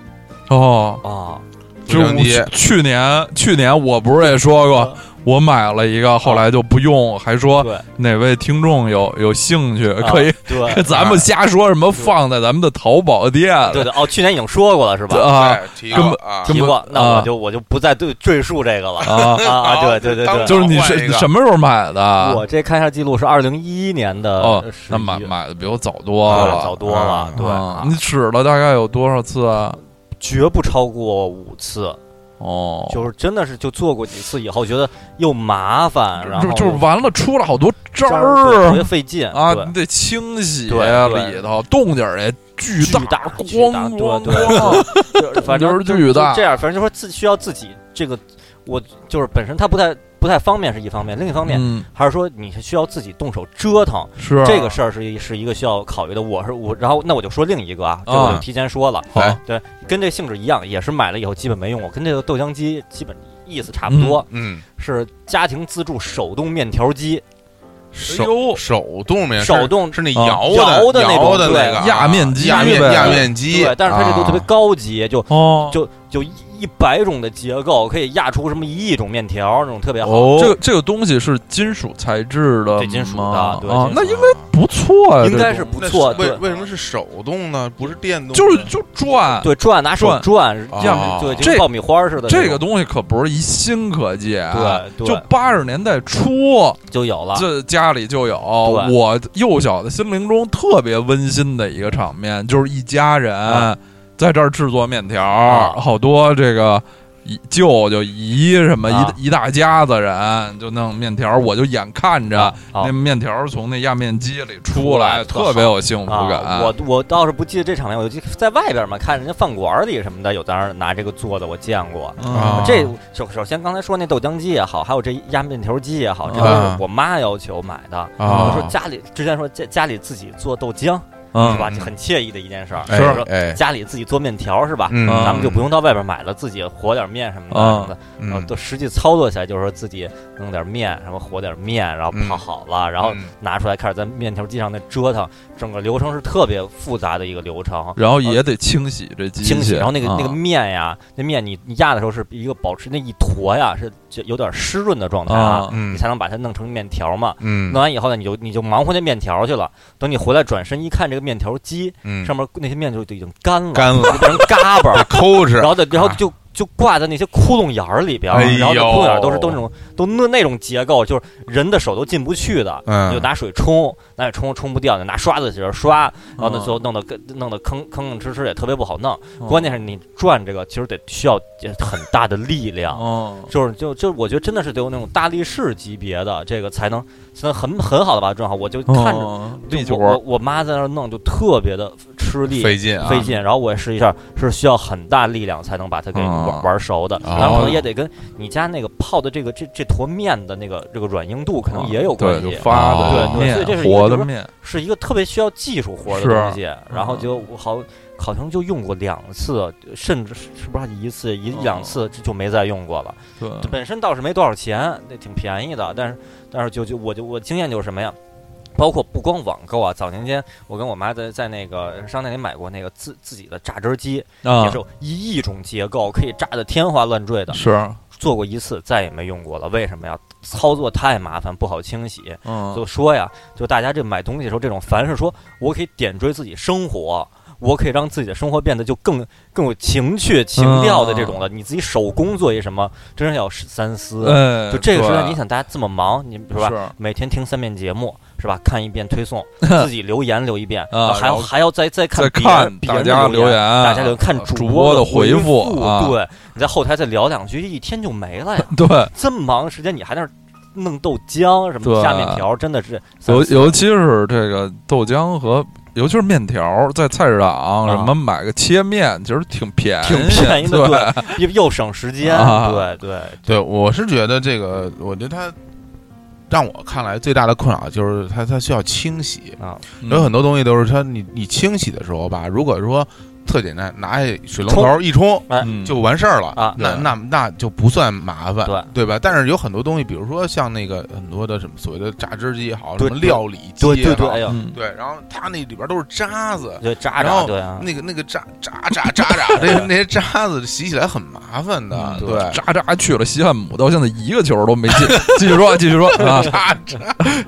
S2: 哦，
S1: 啊，
S2: 这
S3: 豆浆
S2: 我
S3: 机
S2: 去年去年我不是也说过，我买了一个，后来就不用，还说
S1: 嗯对，
S2: 哪位听众有有兴趣
S1: 啊
S2: [laughs] 可以，
S1: 对
S2: 咱们瞎说什么放在咱们的淘宝店
S1: 对对哦，去年已经说过了是吧？
S2: [laughs] 啊，
S3: 哎，提一个啊，
S1: 提
S2: 根
S1: 过，
S2: 本
S1: 那我
S2: 啊
S1: 就我就不再对赘述这个了
S2: 啊
S1: 啊啊！对对对
S3: 当
S1: 对，
S2: 就是
S1: [laughs]
S2: 你
S3: 换一
S2: 是
S3: 个
S2: 什么时候买的？
S1: 我这看一下记录是二零一一年的
S2: 哦
S1: 11，
S2: 那买
S1: 月
S2: 买的比我早多
S1: 啊
S2: 了，
S1: 早多了
S3: 啊，
S1: 对，
S2: 啊
S1: 啊
S2: 你使了大概有多少次啊？
S1: 绝不超过五次，
S2: 哦，
S1: 就是真的是就做过几次以后觉得又麻烦，然后
S2: 就就是完了，出了好多汁
S1: 儿特
S2: 儿
S1: 别费劲
S2: 啊，
S1: 对
S2: 你得清洗啊
S1: 对对
S2: 里头，动静儿也巨
S1: 巨
S2: 大，啊
S1: 大巨
S2: 咣
S1: 大对
S2: 咣
S1: 对
S2: 咣， [laughs]
S1: 就反正
S2: 就是巨大
S1: 就这样，反正就说自需要自己这个，我就是本身它不太不太方便是一方面，另一方面、
S2: 嗯，
S1: 还是说你是需要自己动手折腾，
S2: 是啊
S1: 这个事儿是一是一个需要考虑的。我是我，然后那我就说另一个啊，这我
S2: 啊
S1: 就提前说了，
S2: 好
S3: 哎
S1: 对，跟这性质一样，也是买了以后基本没用过，跟这个豆浆机基本意思差不多，
S3: 嗯，
S1: 是家庭自助手动面条机，
S2: 哎
S3: 手哦
S2: 呦，
S3: 手动面
S1: 手动
S3: 是那
S2: 啊
S3: 摇
S1: 摇
S3: 的
S1: 的那
S3: 摇
S1: 种
S3: 的
S1: 对
S3: 那个啊
S2: 压面机
S3: 压面
S2: 呗
S3: 压面机啊
S1: 对，，但是它这都特别高级，就
S2: 哎啊哦，
S1: 就就一一百种的结构，可以压出什么一亿种面条，那种特别好。
S3: 哦
S2: 这个这个东西是金属材质的吗，
S1: 对金属的对金
S2: 啊
S1: 属，
S2: 那
S1: 的
S2: 应该不错啊呀，
S1: 应该
S2: 这
S1: 是
S2: 种
S1: 不错
S3: 为
S1: 对
S3: 为什么是手动呢？不是电动？
S2: 就是就转。
S1: 对，转拿手
S2: 啊转哦
S1: 转，
S3: 啊
S1: 样对，就
S2: 这
S1: 跟爆米花似的那种。
S2: 这个东西可不是一新科技啊，
S1: 对对
S2: 就八十年代初，
S1: 就有了，
S2: 这家里就有。
S1: 对
S2: 我幼小的心灵中特别温馨的一个场面，就是一家人
S1: 啊
S2: 在这儿制作面条，
S1: 啊
S2: 好多这个姨舅舅姨什么一、
S1: 啊
S2: 一大家子人就弄面条，我就眼看着
S1: 啊
S2: 那
S1: 啊
S2: 面条从那压面机里出来，
S1: 出来
S2: 特别有幸福感。
S1: 啊我我倒是不记得这场面，我就在外边嘛，看人家饭馆里什么的有在那儿拿这个做的，我见过。
S2: 啊
S3: 啊
S1: 这首首先刚才说那豆浆机也好，还有这压面条机也好，这都
S3: 啊
S1: 是我妈要求买的。我说
S3: 啊，
S1: 家里之前说家家里自己做豆浆
S2: 嗯
S1: 是吧，就很惬意的一件事儿。
S3: 哎
S1: 我说
S3: 哎，
S1: 家里自己做面条是吧？
S3: 嗯，
S1: 咱们就不用到外边买了，自己和点面什么的
S2: 啊
S1: 什么的，
S3: 嗯，
S1: 然后都实际操作起来就是说自己弄点面，什么和点面，然后泡
S3: 嗯
S1: 好了，然后
S3: 嗯
S1: 拿出来开始在面条机上那折腾，整个流程是特别复杂的一个流程。
S2: 然后也得清洗这机器，
S1: 清洗，然后那个、
S3: 嗯
S2: 啊
S1: 那个面呀，那面你你压的时候是一个保持那一坨呀是就有点湿润的状态
S2: 啊，
S3: 嗯
S1: 你才能把它弄成面条嘛。
S3: 嗯
S1: 弄完以后呢，你就你就忙活那面条去了。等你回来转身一看，这个面条机
S3: 嗯
S1: 上面那些面就已经干了，
S3: 干了，
S1: 就变成嘎巴儿，
S3: 抠着
S1: 然，后的
S2: 啊
S1: 然后就就挂在那些窟窿眼儿里边儿，
S3: 哎呦
S1: 然后那窟窿眼儿都是都那种都那那种结构，就是人的手都进不去的。
S3: 嗯，
S1: 你就拿水冲，拿水冲冲不掉，你拿刷子在这刷，然后呢，
S2: 嗯
S1: 最后弄得跟弄得坑坑坑哧哧也特别不好弄。[laughs]
S2: 嗯
S1: 关键是你转这个，其实得需要很大的力量，
S2: 哦，
S1: [laughs] 就是就就我觉得真的是得有那种大力士级别的这个才能才能很很好的把它转好。我就
S2: 哦
S1: 看着
S2: 着
S1: 就
S2: 力气
S1: 我
S2: 活
S1: 我
S2: 儿，
S1: 我妈在那儿弄就特别的吃力，
S3: 费劲啊，
S1: 费劲，然后我也试一下，是需要很大力量才能把它给
S2: 哦
S1: 玩玩熟的，
S3: 哦
S1: 然后可能也得跟你家那个泡的这个这这坨面的那个这个软硬度可能也有关
S2: 哦对，就
S1: 系，
S2: 发的
S3: 哦
S1: 对对所以这
S2: 面
S1: 是一个
S2: 活的
S1: 就是
S2: 面，
S1: 是一个特别需要技术活的东西。然
S2: 嗯
S1: 后就我好好像就用过两次，甚至是不是一次一
S2: 哦嗯
S1: 两次就没再用过了。
S2: 对，
S1: 本身倒是没多少钱，那挺便宜的，但是但是就就我就我经验就是什么呀？包括不光网购啊，早年间我跟我妈在在那个商店里买过那个自自己的榨汁机，也
S2: 啊
S1: 是，有一亿种结构，可以炸得天花乱坠的。
S2: 是，
S1: 做过一次，再也没用过了。为什么呀？操作太麻烦，不好清洗。
S2: 嗯
S1: 就说呀，就大家这买东西的时候，这种凡是说我可以点缀自己生活，我可以让自己的生活变得就更更有情趣、情调的这种了。
S2: 嗯
S1: 你自己手工做一什么，真是要三思。
S2: 哎，
S1: 就这个时代，
S2: 对
S1: 你想大家这么忙，你是吧？
S2: 是
S1: 每天听三遍节目是吧？看一遍推
S2: [laughs]
S1: 送，自己留言留一遍，
S2: 啊
S1: 还
S2: 然
S1: 要
S2: 后
S1: 还要再再看
S2: 再
S1: 别人
S2: 看
S1: 别人的
S2: 大家
S1: 留
S2: 留言，
S3: 啊
S2: 啊
S1: 大家就看
S2: 主
S1: 播
S2: 播的
S1: 回
S2: 复啊，
S1: 对，你在后台再聊两句，一天就没
S3: [laughs]
S1: 了呀。
S2: [laughs]
S1: [laughs]
S2: 对，
S1: 这么忙的时间，你还在那儿弄豆浆什
S2: 对
S1: 么下面条，真的是
S2: 尤尤其是这个豆浆和。尤其是面条儿，在菜市场
S1: 啊
S2: 什么买个切面，其实挺便宜，
S1: 挺便宜的，
S2: [laughs] 对，
S1: 对，又又省时间，
S2: 啊
S1: 对对
S3: 对，我是觉得这个，我觉得它让我看来最大的困扰就是它它需要清洗，
S1: 啊，
S3: 有很多东西都是它你你清洗的时候吧，如果说特简单，拿起水龙
S1: 冲
S3: 头一冲。
S1: 哎
S2: 嗯
S3: 就完事儿了
S1: 啊
S3: 那
S2: 对
S3: 那那就不算麻烦，
S1: 对
S3: 吧？但是有很多东西，比如说像那个很多的什么所谓的榨汁机也好，什
S1: 对
S3: 么料理机
S1: 对对
S3: 也
S1: 对，
S3: 好
S1: 哎，呦，
S2: 嗯
S3: 对，然后它那里边都是渣子，
S1: 对渣
S3: 然
S1: 渣，
S3: 后
S1: 对啊，
S3: 那个那个渣渣渣
S1: [laughs]
S3: 渣渣，那那些渣子洗起来很麻烦的，
S2: 嗯
S3: 对，
S2: 渣渣去了西汉姆，到现在一个球都没进。继续说，继续
S1: [laughs]
S2: 说啊，
S3: 渣渣，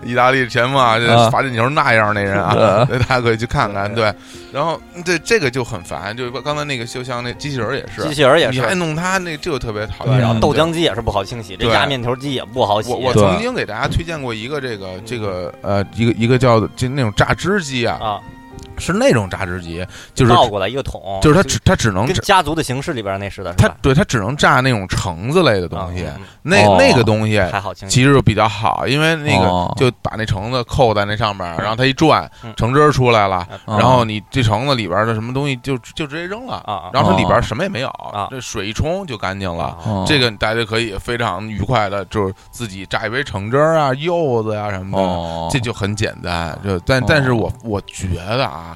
S3: 意大利前锋啊，
S1: 嗯
S2: 啊
S3: 这罚进球那样那人啊
S2: 啊，
S3: [laughs] 对，大家可以去看看。
S1: 对
S3: 对，然后对这个就很烦，就刚才那个就像那机器人也是
S1: 机，器人也
S3: 你
S1: 是，嗯
S3: 还弄它，那这就特别讨
S2: 对
S3: 厌。
S2: 然后
S1: 豆浆机也是不好清洗，这
S3: 对
S1: 压面条机也不好洗
S3: 我，我
S2: 对
S3: 曾经给大家推荐过一个这个这个呃一个一个叫这那种榨汁机啊，
S1: 啊
S3: 是那种榨汁机，就是
S1: 倒过来一个桶，
S3: 就是它只它只能
S1: 跟
S3: 榨，
S1: 家族的形式里边那似的，是
S3: 它
S1: 吧？
S3: 对它只能榨那种橙子类的东西，哎
S1: 啊嗯
S3: 那
S2: 哦
S3: 那个东西
S1: 还好清洗，
S3: 其实就比较好，因为那
S2: 哦
S3: 个就把那橙子扣在那上面，然后它一转
S1: 嗯，
S3: 橙汁儿出来了，
S1: 啊
S2: 哦
S3: 然后你这橙子里边的什么东西就就直接扔了，
S1: 啊，
S3: 然后它里嗯边
S2: 哦
S3: 什么也没有，这水一冲就干净了。
S1: 啊
S3: 这个大家可以非常愉快的，就是自己榨一杯橙汁儿啊、柚子呀、什么的，
S2: 哦，
S3: 这就很简单。就但
S2: 哦
S3: 但是我我觉得啊，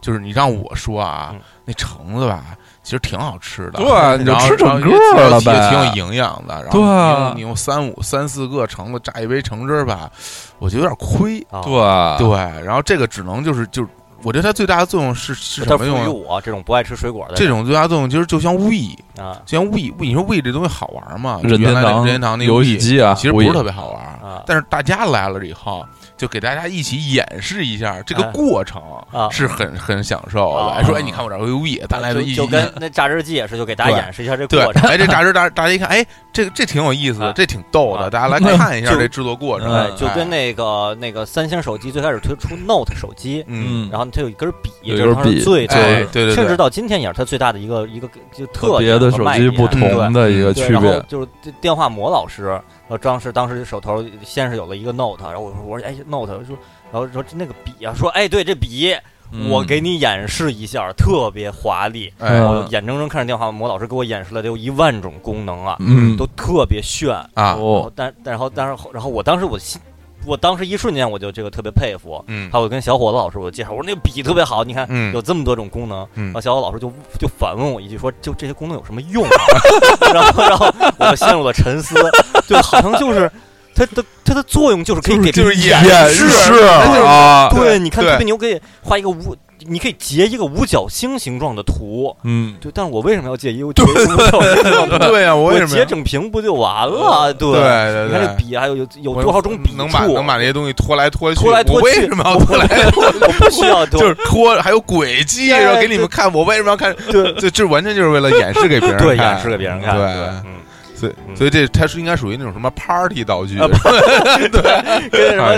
S3: 就是你让我说啊，
S1: 嗯
S3: 那橙子吧，其实挺好吃的。
S2: 对，啊你就
S3: 然后
S2: 吃整
S3: 然
S2: 个
S3: 后也
S2: 儿了
S3: 挺也挺有
S2: 呗。
S3: 营养的。然后
S2: 对
S3: 你
S2: 啊
S3: 用你用三五三四个橙子榨一杯橙汁儿吧，我觉得有点亏。
S1: 啊，
S2: 对
S3: 对，然后这个只能就是就是，我觉得它最大的作用是是
S1: 它
S3: 什
S1: 赋
S3: 么用啊
S1: 予
S3: 呢？
S1: 我这种不爱吃水果的
S3: 这
S1: 人
S3: 种最大作用其实就像 we，
S1: 啊
S3: 就像 we we，你说 we 这东西好玩吗？
S2: 任
S3: 原
S2: 天
S3: 来那
S2: 堂
S3: 任天堂那个
S2: 游戏
S3: Wii
S2: 机啊，
S3: 其实不是特别好玩。
S1: 啊
S3: 但是大家来了以后，就给大家一起演示一下这个
S1: 哎
S3: 过程，
S1: 啊，
S3: 是很很享受的。
S1: 啊
S3: 说，哎，你看我这儿有 we，大家
S1: 就
S3: 一起
S1: 就跟那榨汁机也是，就给大家
S3: 对
S1: 演示一下这
S3: 对
S1: 过，程。
S3: 哎，这大家大大家一看，哎，这个这挺有意思的，
S1: 啊
S3: 这挺逗的，
S1: 啊
S3: 大家来看一下
S1: 就
S3: 这制作过程，
S1: 哎
S2: 嗯，
S1: 就跟
S3: 哎
S1: 那个那个三星手机最开始推出 Note 手机，
S3: 嗯，
S1: 然后它有一根笔，
S2: 有一
S1: 这
S2: 根
S1: 是当时
S2: 笔
S1: 最大
S3: 哎
S1: 的，
S3: 对对
S1: 甚至
S3: 对，
S1: 到今天也是它最大的一个一个就特
S2: 和别
S1: 点
S2: 的
S1: 和
S2: 手
S1: 卖
S2: 机
S1: 点
S2: 不
S1: 对
S2: 同的一个
S1: 对，
S2: 区
S1: 然后
S2: 别。
S1: 就是这电话魔老师，呃，当时当时手头先是有了一个 Note，然后我说我说哎 Note，我说然后说那个笔啊，说哎对这笔
S2: 嗯
S1: 啊我给你演示一下，特别华丽，
S3: 哎
S1: 我眼睁睁看着电话魔老师给我演示了得有一万种功能啊，
S2: 嗯
S1: 都特别炫。
S3: 啊，
S1: 然后
S2: 哦，
S1: 但但然后但是然后我当时我心，我当时一瞬间我就这个特别佩服。
S3: 嗯
S1: 还有我跟小伙子老师我介绍，我说那个笔特别好，你看
S3: 嗯
S1: 有哦这么多种功能。
S3: 嗯
S1: 然后小伙老师就就反问我一句说，就这些功能有什么用、啊？ [laughs] 然后然后我就陷入了沉思，就好像就是它的它的作用就是可以给
S3: 就是
S1: 别人
S3: 演
S2: 示
S3: 示
S2: 啊，
S1: 对，你看
S3: 对
S1: 特别牛，可以画一个五，你可以截一个五角星形状的图。
S2: 嗯，
S1: 对，但是我为什么要截一个五角星形状的图？
S3: 对啊呀，我为
S1: 我
S3: 什么
S1: 截
S3: 呀？
S1: 整屏不就完了？对
S3: 对对
S1: 你看这
S3: 对。
S1: 笔还有有有
S3: 我
S1: 多少种笔
S3: 能把
S1: 触啊
S3: 能把这些东西拖来拖去，
S1: 拖来拖去
S3: 我为什么要拖来拖去？
S1: 我不需要多，
S3: 就是拖，还有轨迹，
S1: 对
S3: 然后给你们看，我为什么要看？
S1: 对
S3: 这这完全就是为了演示给别人看，
S1: 对演示给别人看，
S3: 对，
S1: 嗯，
S3: 所以
S1: 嗯
S3: 所以这它是应该属于那种什么 party 道具，
S1: 啊 [laughs] 跟什么
S2: 太牛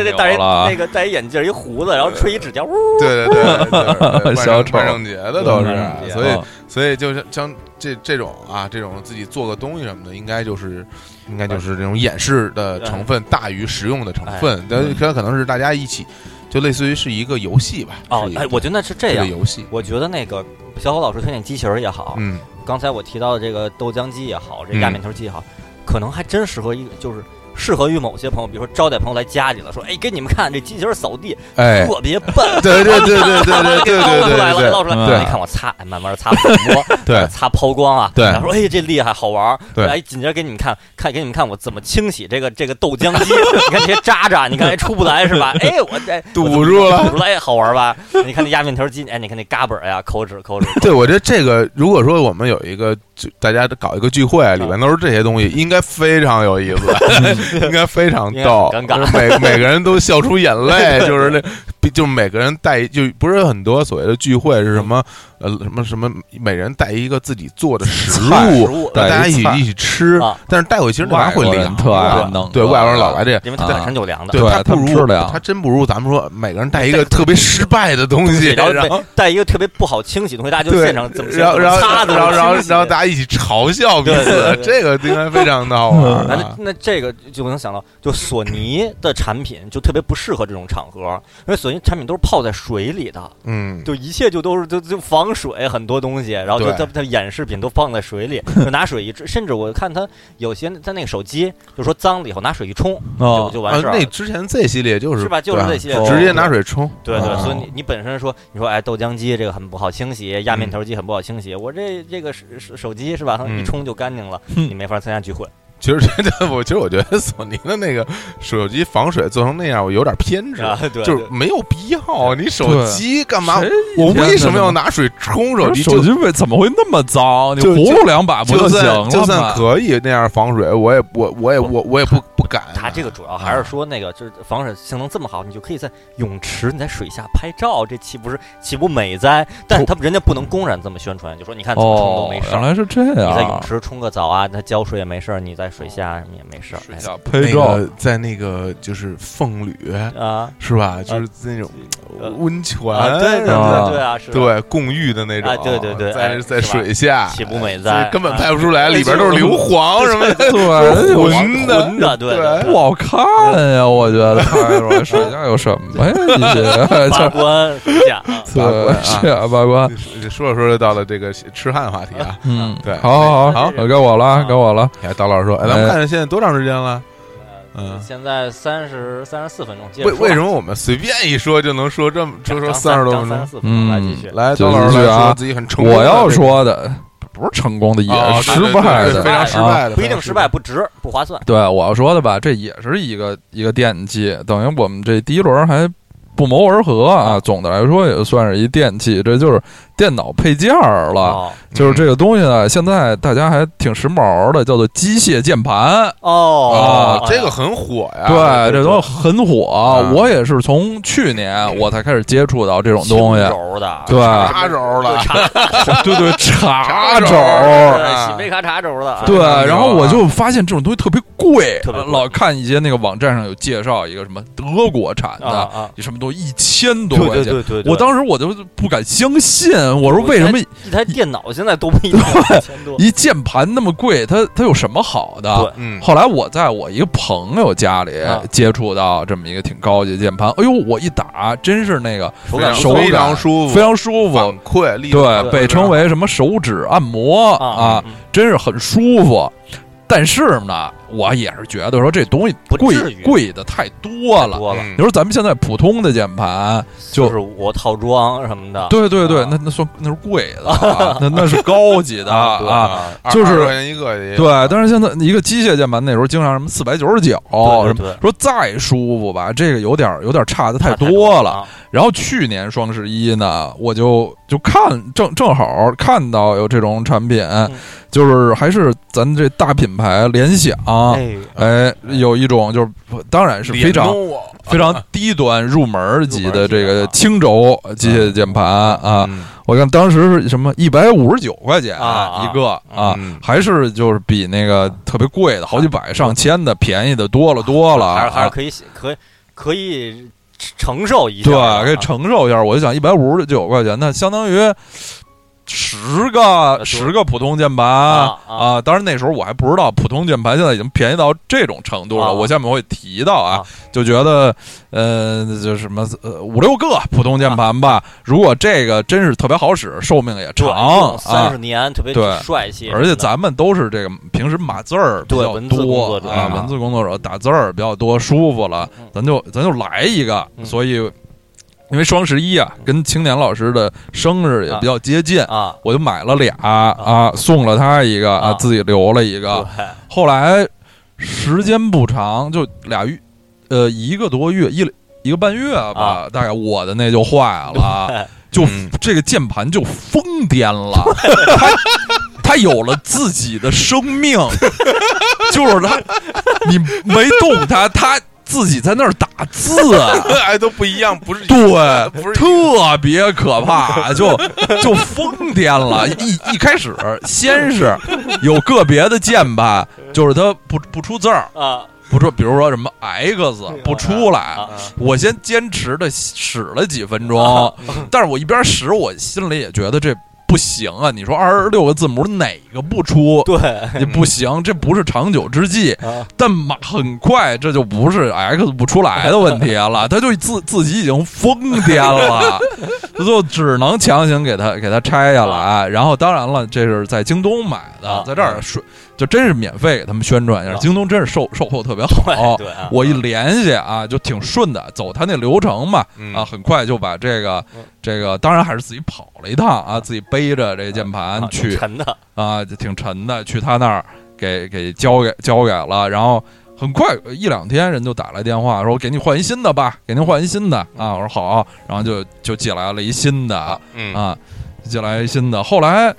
S1: 这戴一
S2: 了
S1: 那个戴一眼镜一胡子，然后吹一指甲，呜，
S3: 对对对对，对
S2: 小丑
S3: 万圣节的都
S1: 嗯万
S3: 是啊
S1: 圣，节哦
S3: 所以所以就是像这这种啊，这种自己做个东西什么的，应该就是应该就是这种演示的成分大于实用的成
S1: 哎
S3: 分，但
S1: 嗯
S3: 是它可能是大家一起，就类似于是一个游戏吧。
S1: 哦
S3: 是，一个
S1: 哎，我觉得那是这
S3: 是个
S1: 样。哦
S3: 游戏，
S1: 我觉得那个小伙老师推荐机器人也好，
S3: 嗯
S1: 刚才我提到的这个豆浆机也好，这
S3: 嗯
S1: 压面条机也好，可能还真适合一个就是。适合于某些朋友，比如说招待朋友来家里了，说：“哎，给你们看，这机器人扫地
S3: 哎，
S1: 特别笨，
S3: 对对对对对对
S1: 给
S3: 对
S1: 捞出来了，
S3: 对
S1: 捞出来。
S2: 对
S1: 然后一看我擦，哎 [laughs] 慢慢擦，摸，
S3: 对
S1: 擦抛光啊，
S3: 对
S1: 然后说哎这厉害好玩儿，
S3: 对
S1: 哎紧接着给你们看看给你们看我怎么清洗这个这个豆浆机， [laughs] 你看这些渣渣，你看哎出不来
S3: [laughs]
S1: 是吧？哎我这
S3: 堵住了
S1: 堵。出来哎好玩吧？你看那压面条机，哎你看那嘎巴儿呀，口指口指，
S3: 对，我觉得这个，如果说我们有一个，就大家搞一个聚会，里面都是这些东西，应该非常有意思，应该非常逗，
S1: 应该很尴尬
S3: 就是每每个人都笑出眼泪，就是那，比就是每个人带一，就不是很多所谓的聚会是什么，呃，什么什么，每人带一个自己做的食
S1: 菜食
S3: 物
S1: 物，
S3: 让大家
S2: 带
S3: 一
S2: 一
S3: 起
S2: 菜
S3: 一起吃
S1: 啊，
S3: 但是带回去其实那玩意儿会
S2: 外国
S3: 凉
S2: 人特爱
S3: 的，
S2: 弄
S3: 对，外国人老来这。
S1: 因为它本身就凉的，
S2: 对
S3: 他
S2: 他
S3: 不
S2: 们
S3: 如
S2: 吃的呀
S3: 他真不如咱们说每个人带一个特别失败的东
S1: [laughs]
S3: 西，
S1: 然后
S3: 然后
S1: 带带一个特别不好清洗的东西，大家就
S3: 对
S1: 现场怎么
S3: 然后
S1: 怎
S3: 然
S1: 么
S3: 后
S1: 擦，怎么
S3: 然后然后
S1: 清洗
S3: 然后大家一起嘲笑彼
S1: 对对
S3: 此
S1: 对，对
S3: 这个应该非常的好
S2: 嗯
S3: 玩
S1: 那
S3: 啊。
S1: 那这个就能想到，就索尼的产品就特别不适合这种场合，因为索尼产品都是泡在水里的，
S3: 嗯，
S1: 就一切就都是就就防水很多东西，然后就
S3: 对
S1: 它它演示品都放在水里，就拿水一冲，甚至我看它有些它那个手机就说脏了以后拿水一冲就
S2: 哦，
S1: 就
S3: 啊
S1: 完事，儿
S3: 那
S1: 了。
S3: 之前 Z 系列就是
S1: 是吧就是
S3: 对啊
S1: Z 系列
S3: 直接拿啊水冲。
S1: 对对，
S2: 哦
S1: 所以你你本身说你说哎豆浆机这个很不好清洗，压面条机很不好清洗，我这这个手手手机是吧，
S3: 嗯
S1: 一冲就干净了，
S2: 嗯
S1: 你没法参加聚会。
S3: 其实真的，我其实我觉得索尼的那个手机防水做成那样，我有点偏执
S1: 啊，对，
S3: 就是
S1: 对
S3: 没有必要。啊你手机干嘛？
S2: 谁
S3: 我
S2: 一天
S3: 为什么
S2: 的
S3: 要拿水冲手
S2: 手
S3: 机？
S2: 机？
S3: 就
S2: 为怎么会那么脏？你
S3: 就
S2: 葫芦两把不
S3: 就
S2: 行了
S3: 算
S2: 吗？
S3: 就算可以那样防水，我也我我也我我也不不敢。
S1: 它这个主要还是说那个，就是防水性能这么好，你就可以在泳池、你在水下拍照，这岂不是岂不美哉？但是他们人家不能公然这么宣传，就说你看怎么冲都
S2: 哦
S1: 没，事
S2: 原
S1: 儿，
S2: 来是这
S1: 你在泳
S2: 样。
S1: 池冲个澡啊，那浇水也没事儿，你在水下什么也没事儿。
S3: 水下
S2: 哎
S1: 哦
S2: 拍
S3: 呃
S2: 照
S3: 那个在那个就是凤旅，
S1: 哎啊，
S3: 是吧？就是那种温泉，
S1: 啊，对对
S2: 啊
S1: 对对啊，是吧
S3: 对共浴的那
S1: 哎
S3: 种，
S1: 对对对
S3: 在
S1: 哎
S3: 在
S1: 是吧
S3: 水下，
S1: 岂不美哉？
S3: 哎根本
S1: 啊
S3: 拍不出来，里边都是硫
S1: [laughs]
S3: 磺什么的， [laughs]
S2: 对，
S3: 浑
S1: 浑
S3: 的
S1: 的，对对
S2: 不好看呀，
S3: 嗯
S2: 我
S3: [laughs]
S2: 觉得哎拍出来水下有什么呀？你这
S1: 法
S2: 这
S1: 官假啊，
S2: [laughs]
S3: 八卦啊
S2: 对是啊，八卦，
S3: 说着说着到了这个吃汉话题啊，
S2: 嗯，
S3: 对
S2: 好好好，
S1: 好
S2: 该我了，啊该我了，呃
S3: 哎，刀老师说，哎，咱们看看现在多长时间了？嗯
S1: 呃现在三十三十四分钟，接着
S3: 为
S1: 说
S3: 为什么我们随便一说就能说这么说说三十多分
S1: 三十
S3: 钟？
S1: 四分钟，来继续。
S3: 来，
S2: 就
S3: 刀老
S2: 是
S3: 师
S2: 一句
S3: 来
S2: 啊
S3: 说自己很成功的
S2: 我
S3: 这个，
S2: 要说的不是成功的，也
S3: 哦
S2: 是失败
S3: 对对对
S2: 的，
S3: 非常失
S2: 啊。
S3: 败的，
S1: 不一定失败，不值，不划算。
S2: 对我要说的吧，这也是一个一个惦记，等于我们这第一轮还不谋而合啊。总的来说也算是一惦记，这就是电脑配件儿了。
S1: 哦
S2: 就是这个东西呢，现在大家还挺时髦的，叫做机械键盘。
S1: 哦
S3: 啊，，这个很火呀，
S2: 啊对，嗯这东
S3: 西
S2: 西很火
S3: 啊，
S2: 我也是从去年我才开始接触到这种
S1: 轻
S2: 东西。
S1: 轴的，
S2: 对
S3: 插轴了，
S2: 对对， [laughs]
S3: 插
S2: 插
S3: 轴
S2: 轴。
S3: 啊
S1: 对，洗杯卡插轴的，哎
S2: 对，
S3: 插轴
S2: 然后我
S3: 啊
S2: 就发现这种东西特别贵，
S1: 特别贵
S2: 老看一些那个网站上有介绍一个什么德国产
S1: 啊
S2: 的，
S1: 啊，
S2: 什么都一千多
S1: 对
S2: 块
S1: 对
S2: 钱。
S1: 对对，对
S2: 我当时我就不敢相信，我说为什么
S1: 一台电脑现在都不一定一千多，
S2: 一键盘那么贵？它它有什么好的？
S1: 对
S3: 嗯，
S2: 后来我在我一个朋友家里
S1: 啊
S2: 接触到这么一个挺高级的键盘，哎呦，我一打真是那个
S1: 手感
S2: 手
S3: 非常
S2: 感
S3: 舒服，
S2: 非常舒
S3: 反
S2: 服，
S3: 馈力道
S2: 对，被
S1: 啊
S2: 称为什么手指按摩啊，，
S1: 嗯
S2: 真是很舒服。但是呢，我也是觉得说这东西
S1: 不
S2: 贵
S1: 至于
S2: 贵的太多了。
S1: 多了，
S3: 嗯
S2: 你说咱们现在普通的键盘，就是
S1: 我套装什么的，
S2: 对对对，
S1: 啊
S2: 那那算那是贵
S1: [laughs]
S2: 的啊，那那是高级的
S1: 对
S2: 啊。
S3: 二
S2: 就是
S3: 二十块钱一个也有，
S2: 对，但是现在一个机械键盘那时候经常什么四百九十九，
S1: 对
S2: 什
S1: 对
S2: 么说再舒服吧，这个有点有点差的太
S1: 差
S2: 多
S1: 了
S2: 了。
S1: 啊，
S2: 然后去年双十一呢，我就就看正正好看到有这种产品，
S1: 嗯
S2: 就是还是咱这大品牌联想，
S1: 哎，
S2: 哎，有一种就是当然是非
S3: 脸
S2: 常
S3: 弄我
S2: 非常低端入门级的这
S1: 入门
S2: 个
S1: 级的啊
S2: 轻轴机械键盘啊，
S3: 嗯
S2: 我看当时是什么一百五十九块钱
S1: 啊
S2: 一个啊 [laughs]
S3: 嗯，
S2: 还是就是比那个特别贵的好几百上千的便宜的多了多了啊，
S1: 还是还是可以可以可以承受一下啊的，
S2: 对，可以承受一下。我就想一百五十九块钱，那相当于十个
S1: 多
S2: 十个普通键盘
S1: 啊啊
S2: 啊。当然那时候我还不知道普通键盘现在已经便宜到这种程度了。
S1: 啊
S2: 我下面会提到啊，
S1: 啊
S2: 就觉得呃，就什么呃五六个普通键盘
S1: 啊
S2: 吧。如果这个真是特别好使，寿命也长
S1: 三
S2: 啊
S1: 十。年特别
S2: 对
S1: 帅气，
S2: 而且咱们都是这个平时码字儿比
S1: 对
S2: 较
S1: 文字工
S2: 多
S1: 作者
S2: 啊，
S1: 嘛
S2: 文字工作者打字儿比较多，舒服了
S1: 嗯，
S2: 咱就咱就来一个。
S1: 嗯
S2: 所以，因为双十一啊，跟青年老师的生日也比较接近，
S1: 啊，
S2: 我就买了俩啊，送了他一个啊，
S1: 啊
S2: 自己留了一
S1: 对
S2: 个。后来时间不长，就俩月，呃，一个多月，一一个半月吧，大概我的那就坏了。就、
S3: 嗯
S2: 这个键盘就疯癫了，它它有了自己的生命， [laughs] 就是它，你没动它，它自己在那儿打字，啊
S3: 哎都不一样，不是一
S2: [laughs] 对
S3: 不是，
S2: 特别
S3: [laughs]
S2: 可怕，就就疯癫了。一一开始先是有个别的键盘，就是它不不出字儿，
S1: 啊
S2: 不出，比如说什么 X 不出来。
S1: 啊
S2: 我先坚持的使了几分钟， [laughs] 但是我一边使，我心里也觉得这不行啊！你说二十六个字母哪个
S1: [laughs]
S2: 不出？
S1: 对
S2: 也不行，这不是长久之计。
S1: 啊
S2: 但马很快，这就不是 X 不出来的问题
S1: [laughs]
S2: 了，他就自自己已经疯癫了，就只能强行给他给他拆下来。然后当然了，这是在京东买的
S1: 啊，
S2: 在这儿说就真是免费给他们宣传一下，
S1: 啊
S2: 京东真是售售后特别好。
S1: 对啊
S2: 哦我一联系啊，就挺顺的，走他那流程嘛，
S3: 嗯
S2: 啊，很快就把这个
S1: 嗯
S2: 这个，当然还是自己跑了一趟啊，自己背着这键
S1: 啊
S2: 盘去
S1: 沉的
S2: 啊，就挺沉的，去他那儿给给交给交给了，然后很快一两天人就打来电话说，我给你换一新的吧，给您换一新的啊，我说好，然后就就寄来了一新的啊，
S3: 嗯
S2: 寄来一新的，后来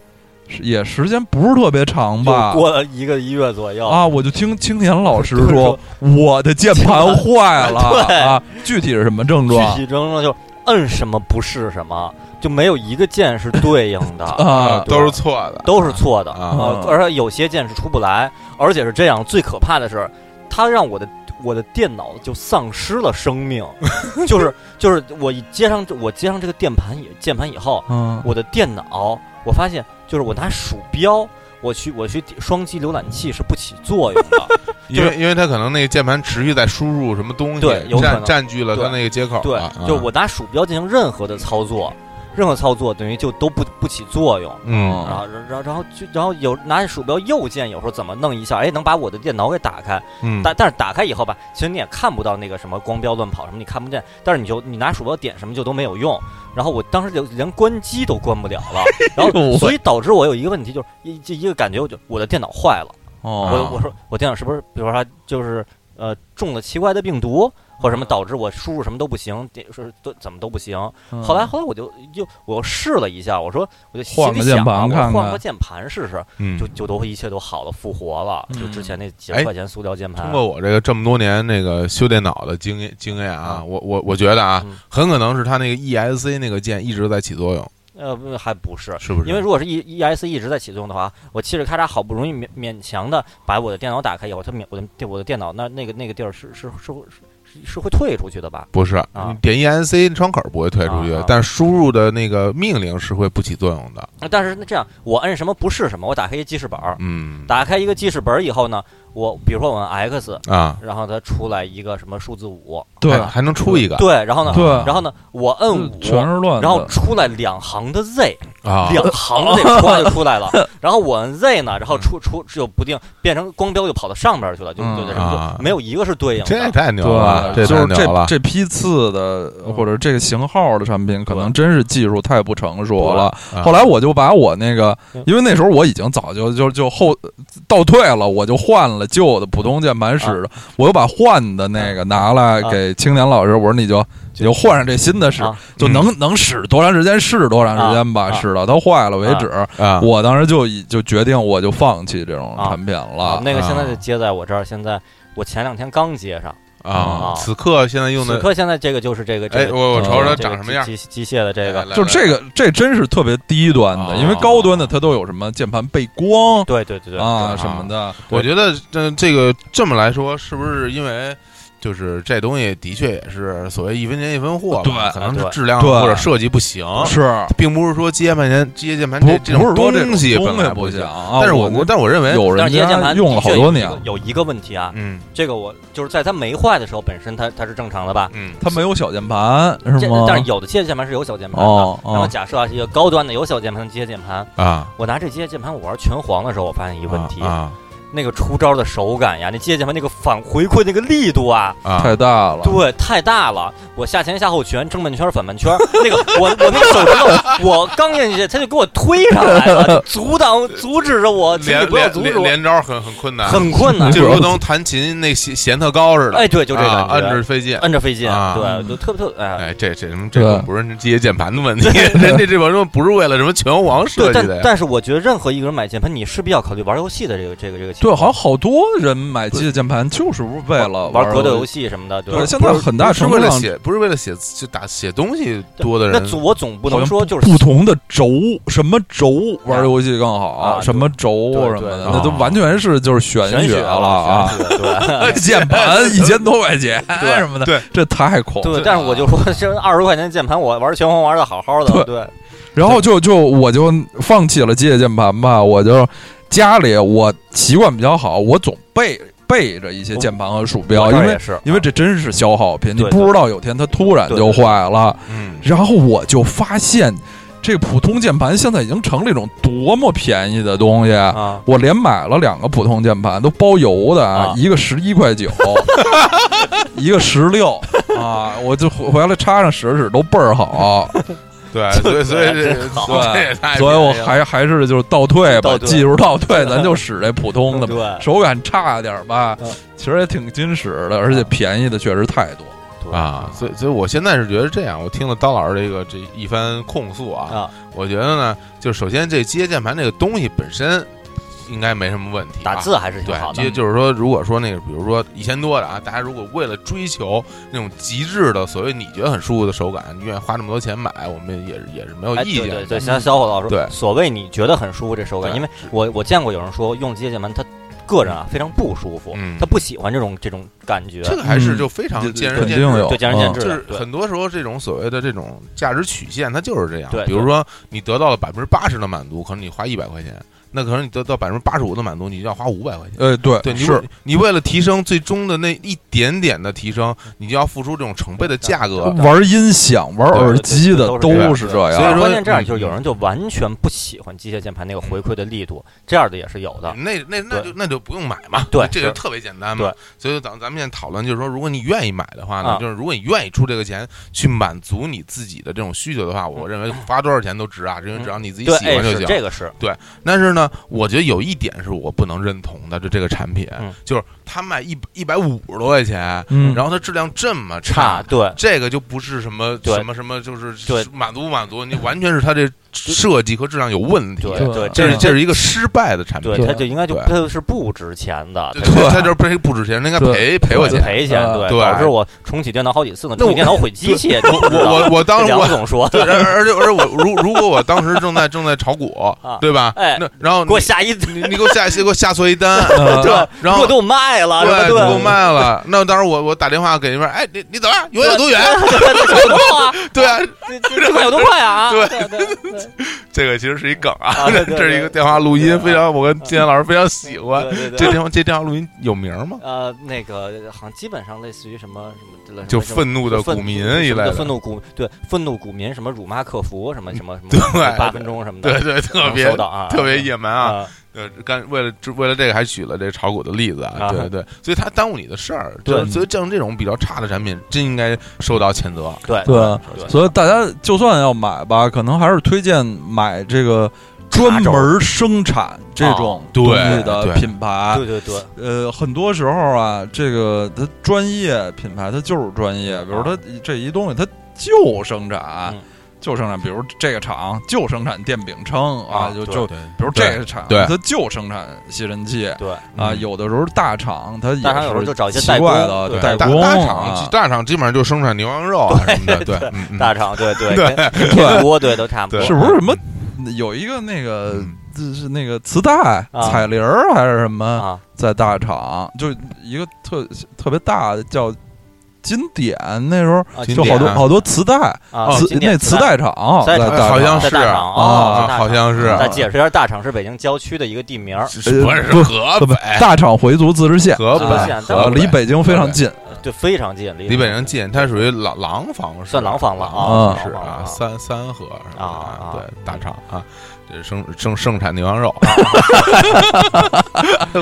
S2: 是也时间不是特别长吧
S1: 又。过了一个一月左右，
S2: 啊！我就听青年老师
S1: 就是
S2: 说
S1: [laughs] 说，
S2: 我的键盘坏了
S1: 对
S2: 啊！具体是什么症
S1: 具
S2: 状？
S1: 体症状就摁什么不是什么，就没有一个键是对应的，
S2: [laughs] 啊，
S3: 都是错的，
S1: 都是错的
S3: 啊
S1: 而且有些键是出不来，而且是这样。最可怕的是，它让我的我的电脑就丧失了生
S2: [laughs]
S1: 命，就是就是我一接上这我接上这个键盘以键盘以后，
S2: 嗯
S1: 我的电脑我发现就是我拿鼠标。我去，我去双击浏览器是不起作用的，
S3: 因为因为它可能那个键盘持续在输入什么东西，
S1: 对有可
S3: 占
S1: 能
S3: 占据了它
S1: 对
S3: 那个接口
S1: 对
S3: 了。，
S1: 就
S3: 啊
S1: 我拿鼠标进行任何的操作，任何操作等于就都不不起作用。
S3: 嗯
S1: 然后，然后，然后就，然后有拿着鼠标右键，有时候怎么弄一下，哎，能把我的电脑给打开。
S3: 嗯
S1: 但但是打开以后吧，其实你也看不到那个什么光标乱跑什么，你看不见。但是你就你拿鼠标点什么就都没有用。然后我当时就连关机都关不了
S3: [laughs]
S1: 了。
S3: 哎
S1: 然后所以导致我有一个问题，就是一就一个感觉，我就我的电脑坏了。我
S2: 哦，
S1: 我说我电脑是不是，比如说它就是呃中了奇怪的病毒，或者
S2: 啊
S1: 什么导致我输入什么都不行，电是都怎么都不行。
S2: 嗯
S1: 后来后来我就又我又试了一下，我说我就心
S2: 换
S1: 里
S2: 个键
S1: 想啊
S2: 盘
S1: 我
S2: 看
S1: 换
S2: 看
S1: 个键盘试试，
S3: 嗯
S1: 就就都一切都好了，复活了，
S2: 嗯
S1: 就之前那几十
S3: 哎
S1: 块钱塑料键盘
S3: 通。过我这个这么多年那个修电脑的经验经验啊，
S1: 啊
S3: 我我我觉得啊，
S1: 嗯
S3: 很可能是它那个 ESC 那个键一直在起作用，
S1: 呃，不还不是。
S3: 是不是？
S1: 因为如果是 E E S 一直在启动的话，我嘁哩咔嚓好不容易勉勉强的把我的电脑打开以后，它免我的我的电脑那那个那个地儿是是是是是会退出去的吧？
S3: 不是，
S1: 啊
S3: 你点 ESC 窗口不会退出去，
S1: 啊啊
S3: 但输入的那个命令是会不起作用的。
S1: 啊但是那这样，我摁什么不是什么，我打开一记事本儿，
S3: 嗯
S1: 打开一个记事本儿以后呢，我比如说我按 X，
S3: 啊，
S1: 然后它出来一个什么数字五，
S2: 对
S3: 还还能出一个
S1: 对，然后呢，
S2: 对
S1: 然后呢，我摁五，
S2: 全是乱的，
S1: 然后出来两行的 Z，
S3: 啊，嗯
S1: 两行的 Z 唰就出
S3: [laughs]
S1: 来了，然后我摁 Z 呢，然后出出就不定变成光标就跑到上边去了，就
S2: 嗯
S1: 就就
S3: 啊
S1: 就没有一个是对应
S3: 这也
S1: 的。啊
S3: 太牛了，
S2: 对，
S3: 这
S2: 啊就是
S3: 太牛
S2: 这
S3: 了。
S2: 这批次的
S1: 嗯
S2: 或者这个型号的产品，可能真是技术太不成熟了。
S3: 对啊
S2: 后来我就把我那个
S1: 嗯，
S2: 因为那时候我已经早就就就后倒退了，我就换了旧的普通键盘使的，我又把换的那个拿来
S1: 啊
S2: 给青年老师，我说你就你就换上这新的使
S1: 啊，
S2: 就能能使多长时间是多长时间吧，
S1: 啊
S2: 使到它坏了为止。
S3: 啊，
S2: 我当时就已就决定我就放弃这种产品了。
S1: 那个现在
S3: 啊
S1: 就接在我这儿，现在我前两天刚接上，
S3: 啊
S1: 啊，
S3: 此刻现在用
S1: 此
S3: 的，
S1: 刻现在这个就是这个这
S3: 哎，
S1: 个
S3: 我我
S2: 这
S3: 瞅瞅
S2: 个
S3: 它
S1: 这个
S3: 长什么样，哎
S1: 机机机械的这
S3: 来
S1: 个，
S3: 来
S2: 就这个，这真是特别低端
S3: 啊
S2: 的，因为高端的它都有什么键盘背光
S1: 对对对对
S2: 啊
S3: 对
S2: 什么的。
S3: 我觉得这这个这么来说，是不是因为就是这东西的确也是所谓一分钱一分货吧，
S2: 对
S3: 可能是
S1: 对
S3: 质量
S2: 对
S3: 或者设计不行，
S1: 啊
S2: 是
S3: 并不是说接键盘接键盘
S2: 不
S3: 这
S2: 不
S3: 种
S2: 是说这
S3: 东西
S2: 东
S3: 本来
S2: 西
S3: 不
S2: 行
S3: 行，
S2: 啊？
S3: 但是我
S2: 我
S3: 我但我认为，
S2: 有
S1: 但
S2: 人
S1: 是接键
S2: 家
S1: 盘
S2: 用了好多年
S1: 的确，有一个有一个问题啊，
S3: 嗯
S1: 这个我就是在它没坏的时候，本身它它是正常的吧？
S3: 嗯，
S2: 它没有小键盘是
S1: 这
S2: 吗？
S1: 但是有的机械键盘是有小键盘的。
S2: 哦
S1: 然后
S2: 哦
S1: 假设啊，是一个高端的有小键盘的机械键盘，
S3: 啊，
S1: 我拿这机械键盘我玩拳皇的时候，我发现一个问题，
S3: 啊
S1: 那个出招的手感呀，那机械键盘那个反回馈那个力度啊，
S3: 啊，
S2: 太大了，
S1: 对，太大了。我下前下后拳，正半圈反半圈，那个我我那个手指头，我刚进去，他就给我推上来了，阻挡阻止着我，请你
S3: 连
S1: 不要
S3: 连
S1: 阻止
S3: 连
S1: 我，
S3: 连招很很困难，
S1: 很困难。
S3: 就如同弹琴那弦弦特高似的，
S1: 哎，对，就这
S3: 啊
S1: 感觉，
S3: 摁着费劲。
S1: 摁着费劲，
S3: 啊
S1: 对，就特别特哎。
S3: 哎，这这什么？这
S2: 对
S3: 个不是机械键盘的问题，人家这帮人不是为了什么拳王设
S1: 对，
S3: 计
S1: 但
S3: 的呀。
S1: 但是我觉得任何一个人买键盘，你势必要考虑玩游戏的这个这个这个情
S2: 对，好
S1: 况。
S2: 像好多人买机械键盘就是为了
S1: 玩格斗
S2: 游
S1: 游。戏什么的，
S2: 对，
S1: 吧？
S2: 现在很大
S3: 不是
S2: 程度
S3: 为了
S2: 上，
S3: 写，不是为了写就打写东西多的
S1: 那
S3: 人，
S1: 总我总不
S2: 好
S1: 能
S2: 像
S1: 说就是
S2: 不同的轴，什么轴玩游戏更好，
S1: 啊
S2: 什么轴
S1: 对
S2: 什么的，
S1: 对
S2: 那都
S3: 啊
S2: 完全是就是玄
S1: 玄
S2: 学
S1: 学
S2: 了啊！
S1: 玄学对
S2: 键盘一千多块钱
S1: 对
S2: 什么的，
S3: 对，
S2: 这太恐怖了。
S1: 对，但是我就说这二十块钱键盘，我玩拳皇玩的好好的，对，
S2: 然后就就我就放弃了机械键盘吧，我就家里我习惯比较好，我总备备着一些键盘和鼠标，
S1: 我这
S2: 因
S1: 儿
S2: 为
S1: 也是，
S2: 因为这真是消耗品，你
S1: 对对
S2: 不知道有天它突然就坏了。
S3: 嗯，
S2: 然后我就发现，这普通键盘现在已经成了一种多么便宜的东西。
S1: 啊，
S2: 我连买了两个普通键盘，都包邮的
S1: 啊
S2: 一个十一块九，一个十六啊，我就回回来插上使使都倍儿好，
S3: 对，所以所以这
S1: 真好
S3: 所以这也太
S2: 所以我
S3: 便宜了
S2: 还还是就是倒退吧
S1: 倒，退
S2: 技术倒退，咱就使这普通的吧，
S1: 对。
S2: 手感差点吧
S1: 嗯，
S2: 其实也挺矜持的，而且便宜的确实太多。
S3: 啊，所以所以我现在是觉得这样，我听了刀老师这个这一番控诉啊，
S1: 啊
S3: 我觉得呢，就首先这机械键盘这个东西本身应该没什么问题、啊，
S1: 打字还是挺
S3: 对
S1: 好，的嗯
S3: 就，就是说，如果说那个，比如说一千多的啊，大家如果为了追求那种极致的所谓你觉得很舒服的手感，你愿意花这么多钱买，我们也是也是没有
S1: 哎，
S3: 意见
S1: 对
S3: 的。
S1: 对对，像小伙子老师，
S3: 对
S1: 所谓你觉得很舒服这手感，
S3: 对
S1: 因为我我见过有人说用机械键盘，他个人啊非常不舒服
S3: 嗯，
S1: 他不喜欢这种这种感觉，
S3: 这个还是
S2: 嗯
S3: 就非常
S2: 这
S3: 见仁
S2: 肯
S3: 见
S2: 定
S3: 智
S2: 有，
S3: 了
S1: 对见仁见智
S3: 就
S1: 的
S3: 是
S1: 对
S3: 很多时候，这种所谓的这种价值曲线，它就是这样
S1: 对。
S3: 比如
S1: 对
S3: 说，你得到了百分之八十的满足，可能你花一百块钱，那可能你得到百分之八十五的满足，你就要花五百块钱。
S2: 呃，对，
S3: 对你
S2: 是
S3: 为，你为了提升最终的那一点点的提升，你就要付出这种成倍的价格。
S2: 玩音响、玩
S3: 对对
S2: 耳
S1: 对
S2: 机的
S1: 都是
S2: 都是这
S3: 所以
S2: 样
S3: 说。
S1: 关键这样
S3: 嗯
S1: 就是有人就完全不喜欢机械键盘那个回馈的力度，这样的也是有的。
S3: 哎那那那就那就不用买嘛，
S1: 对
S3: [laughs] 这个
S1: 是
S3: 特别简单嘛。所以咱咱们现在讨论就是说，如果你愿意买的话呢
S1: 啊，
S3: 就是如果你愿意出这个钱去满足你自己的这种需求的话，我认为花多少钱都值啊，因为只要你自己
S1: 嗯对，
S3: 喜
S1: 哎，
S3: 欢就是行。
S1: 这个是，
S3: 但是呢，我觉得有一点是我不能认同的，就这个产品，
S1: 嗯
S3: 就是它卖一一百五十多块钱， [laughs]
S2: 嗯
S3: 然后它质量这么
S1: 差
S3: 差，
S1: 对
S3: 这个就不是什么
S1: 对
S3: 什么什么，就是
S1: 对
S3: 满足不满足，你完全是它这设计和质量有问题，
S1: 对
S2: 对
S1: 对，
S3: 这
S1: 这
S3: 是这是一个失败的产品，
S1: 对，它就应该就
S3: 对
S1: 它是不值钱的，
S3: 对
S1: 它
S2: 对
S3: 它就是被不值钱，那应该赔赔我
S1: 就
S3: 钱。
S1: 赔钱，
S2: 呃
S1: 对，
S3: 对
S1: 导致我重启电脑好几次呢，
S3: 那
S1: 重启
S3: 我
S1: 电脑毁机
S3: [laughs]
S1: 器，
S3: 我我我我当时
S1: 梁
S3: 我
S1: 总说
S3: [laughs] 对，而而且而且我如如果我当时正在正在炒股
S1: 啊，
S3: 对吧？
S1: 哎
S3: 那然后
S1: 给我
S3: 你
S1: 下一，
S3: 你你给我下给我下错一单，
S2: 呃
S3: 然后
S1: 然
S3: 然
S1: 后
S3: 后
S1: 嗯给我卖了，什么
S3: 对，
S1: 对
S3: 给我卖了。那当时我我打电话给那边，哎，你你走啊，永远有多远？
S1: 有多啊？
S3: 对啊，
S1: 这这这款有多快啊？
S3: 对
S1: 对对
S3: 这个其实是一梗啊， [laughs]
S1: 啊对对
S3: 这是一个电话录音，非常我跟金岩老师非常喜欢。
S1: 对对
S3: 这
S1: 对。
S3: 电话这电话录音有名吗？
S1: 呃，那个好像基本上类似于什么什么之类的，
S3: 就
S1: 什么
S3: 愤怒的股民
S1: 愤
S3: 一
S1: 什
S3: 类
S1: 么
S3: 的，
S1: 愤怒股对愤怒股民什么辱骂客服什么什么什么
S3: 对
S1: 八分钟什么的，
S3: 对对，特
S1: 能
S3: 别
S1: 收到啊，
S3: 特别野蛮啊。
S1: 啊，
S3: 呃，干为了这为了这个还举了这炒股的例子啊，
S1: 啊
S3: 对对，所以他耽误你的事儿，
S2: 对
S3: 就是所以像这种比较差的产品，真应该受到谴责。
S1: 对
S2: 对
S1: 对
S2: 所以大家就算要买吧，可能还是推荐买这个专门生产这种
S3: 对
S2: 东西的
S3: 对
S2: 品牌。
S1: 啊对对对，
S2: 呃，很多时候啊，这个它专业品牌它就是专业，比如它这一东西它就生产
S1: 啊嗯，
S2: 就生产，比如这个厂就生产电饼铛啊
S1: 啊，
S2: 就
S1: 对
S2: 就。
S3: 对
S2: 比如这个厂，
S3: 对
S2: 它就生产吸尘器
S1: 对
S2: 啊，
S3: 嗯
S2: 有的时候大厂它也
S1: 大厂有时候
S2: 是
S1: 就找一些
S2: 奇
S1: 代工
S2: 怪的
S1: 对
S3: 大
S2: 代
S3: 大
S2: 工
S3: 厂
S2: 啊，
S3: 大厂基本上就生产牛羊肉啊什么的，对，嗯嗯
S1: 大厂对对对，跟天国对都差不多，
S3: 对
S2: 是不是什么有一个那个
S3: 嗯
S2: 就是那个磁带
S1: 啊
S2: 彩铃儿还是什么，
S1: 啊？
S2: 在大厂就一个特特别大的叫金典，那时候
S1: 啊
S3: 经
S2: 就
S3: 典
S2: 好多
S3: 啊
S2: 好多磁带
S1: 啊，
S2: 磁
S1: 今
S2: 那
S1: 年
S2: 磁带厂在
S1: 带厂
S2: 大厂
S3: 好像
S1: 在
S3: 是
S1: 大厂
S2: 啊
S1: 哦，在大厂
S3: 好像是
S1: 再解释一下，大厂是北京郊区的一个地名儿，
S3: 是不是
S2: 不
S3: 河北
S2: 不大厂回族自治县，
S3: 河
S1: 自治
S3: 北
S1: 县
S2: 啊
S3: 河
S1: 但
S2: 离北京非常
S3: 对
S2: 近，
S1: 就非常近，离
S3: 离北京近，它属于廊廊坊市，
S1: 算廊坊了
S2: 啊
S3: 是
S1: 廊坊
S3: 啊，
S1: 了
S3: 三三河是吧
S1: 啊啊
S3: 对，大厂啊，这生生盛产牛羊肉，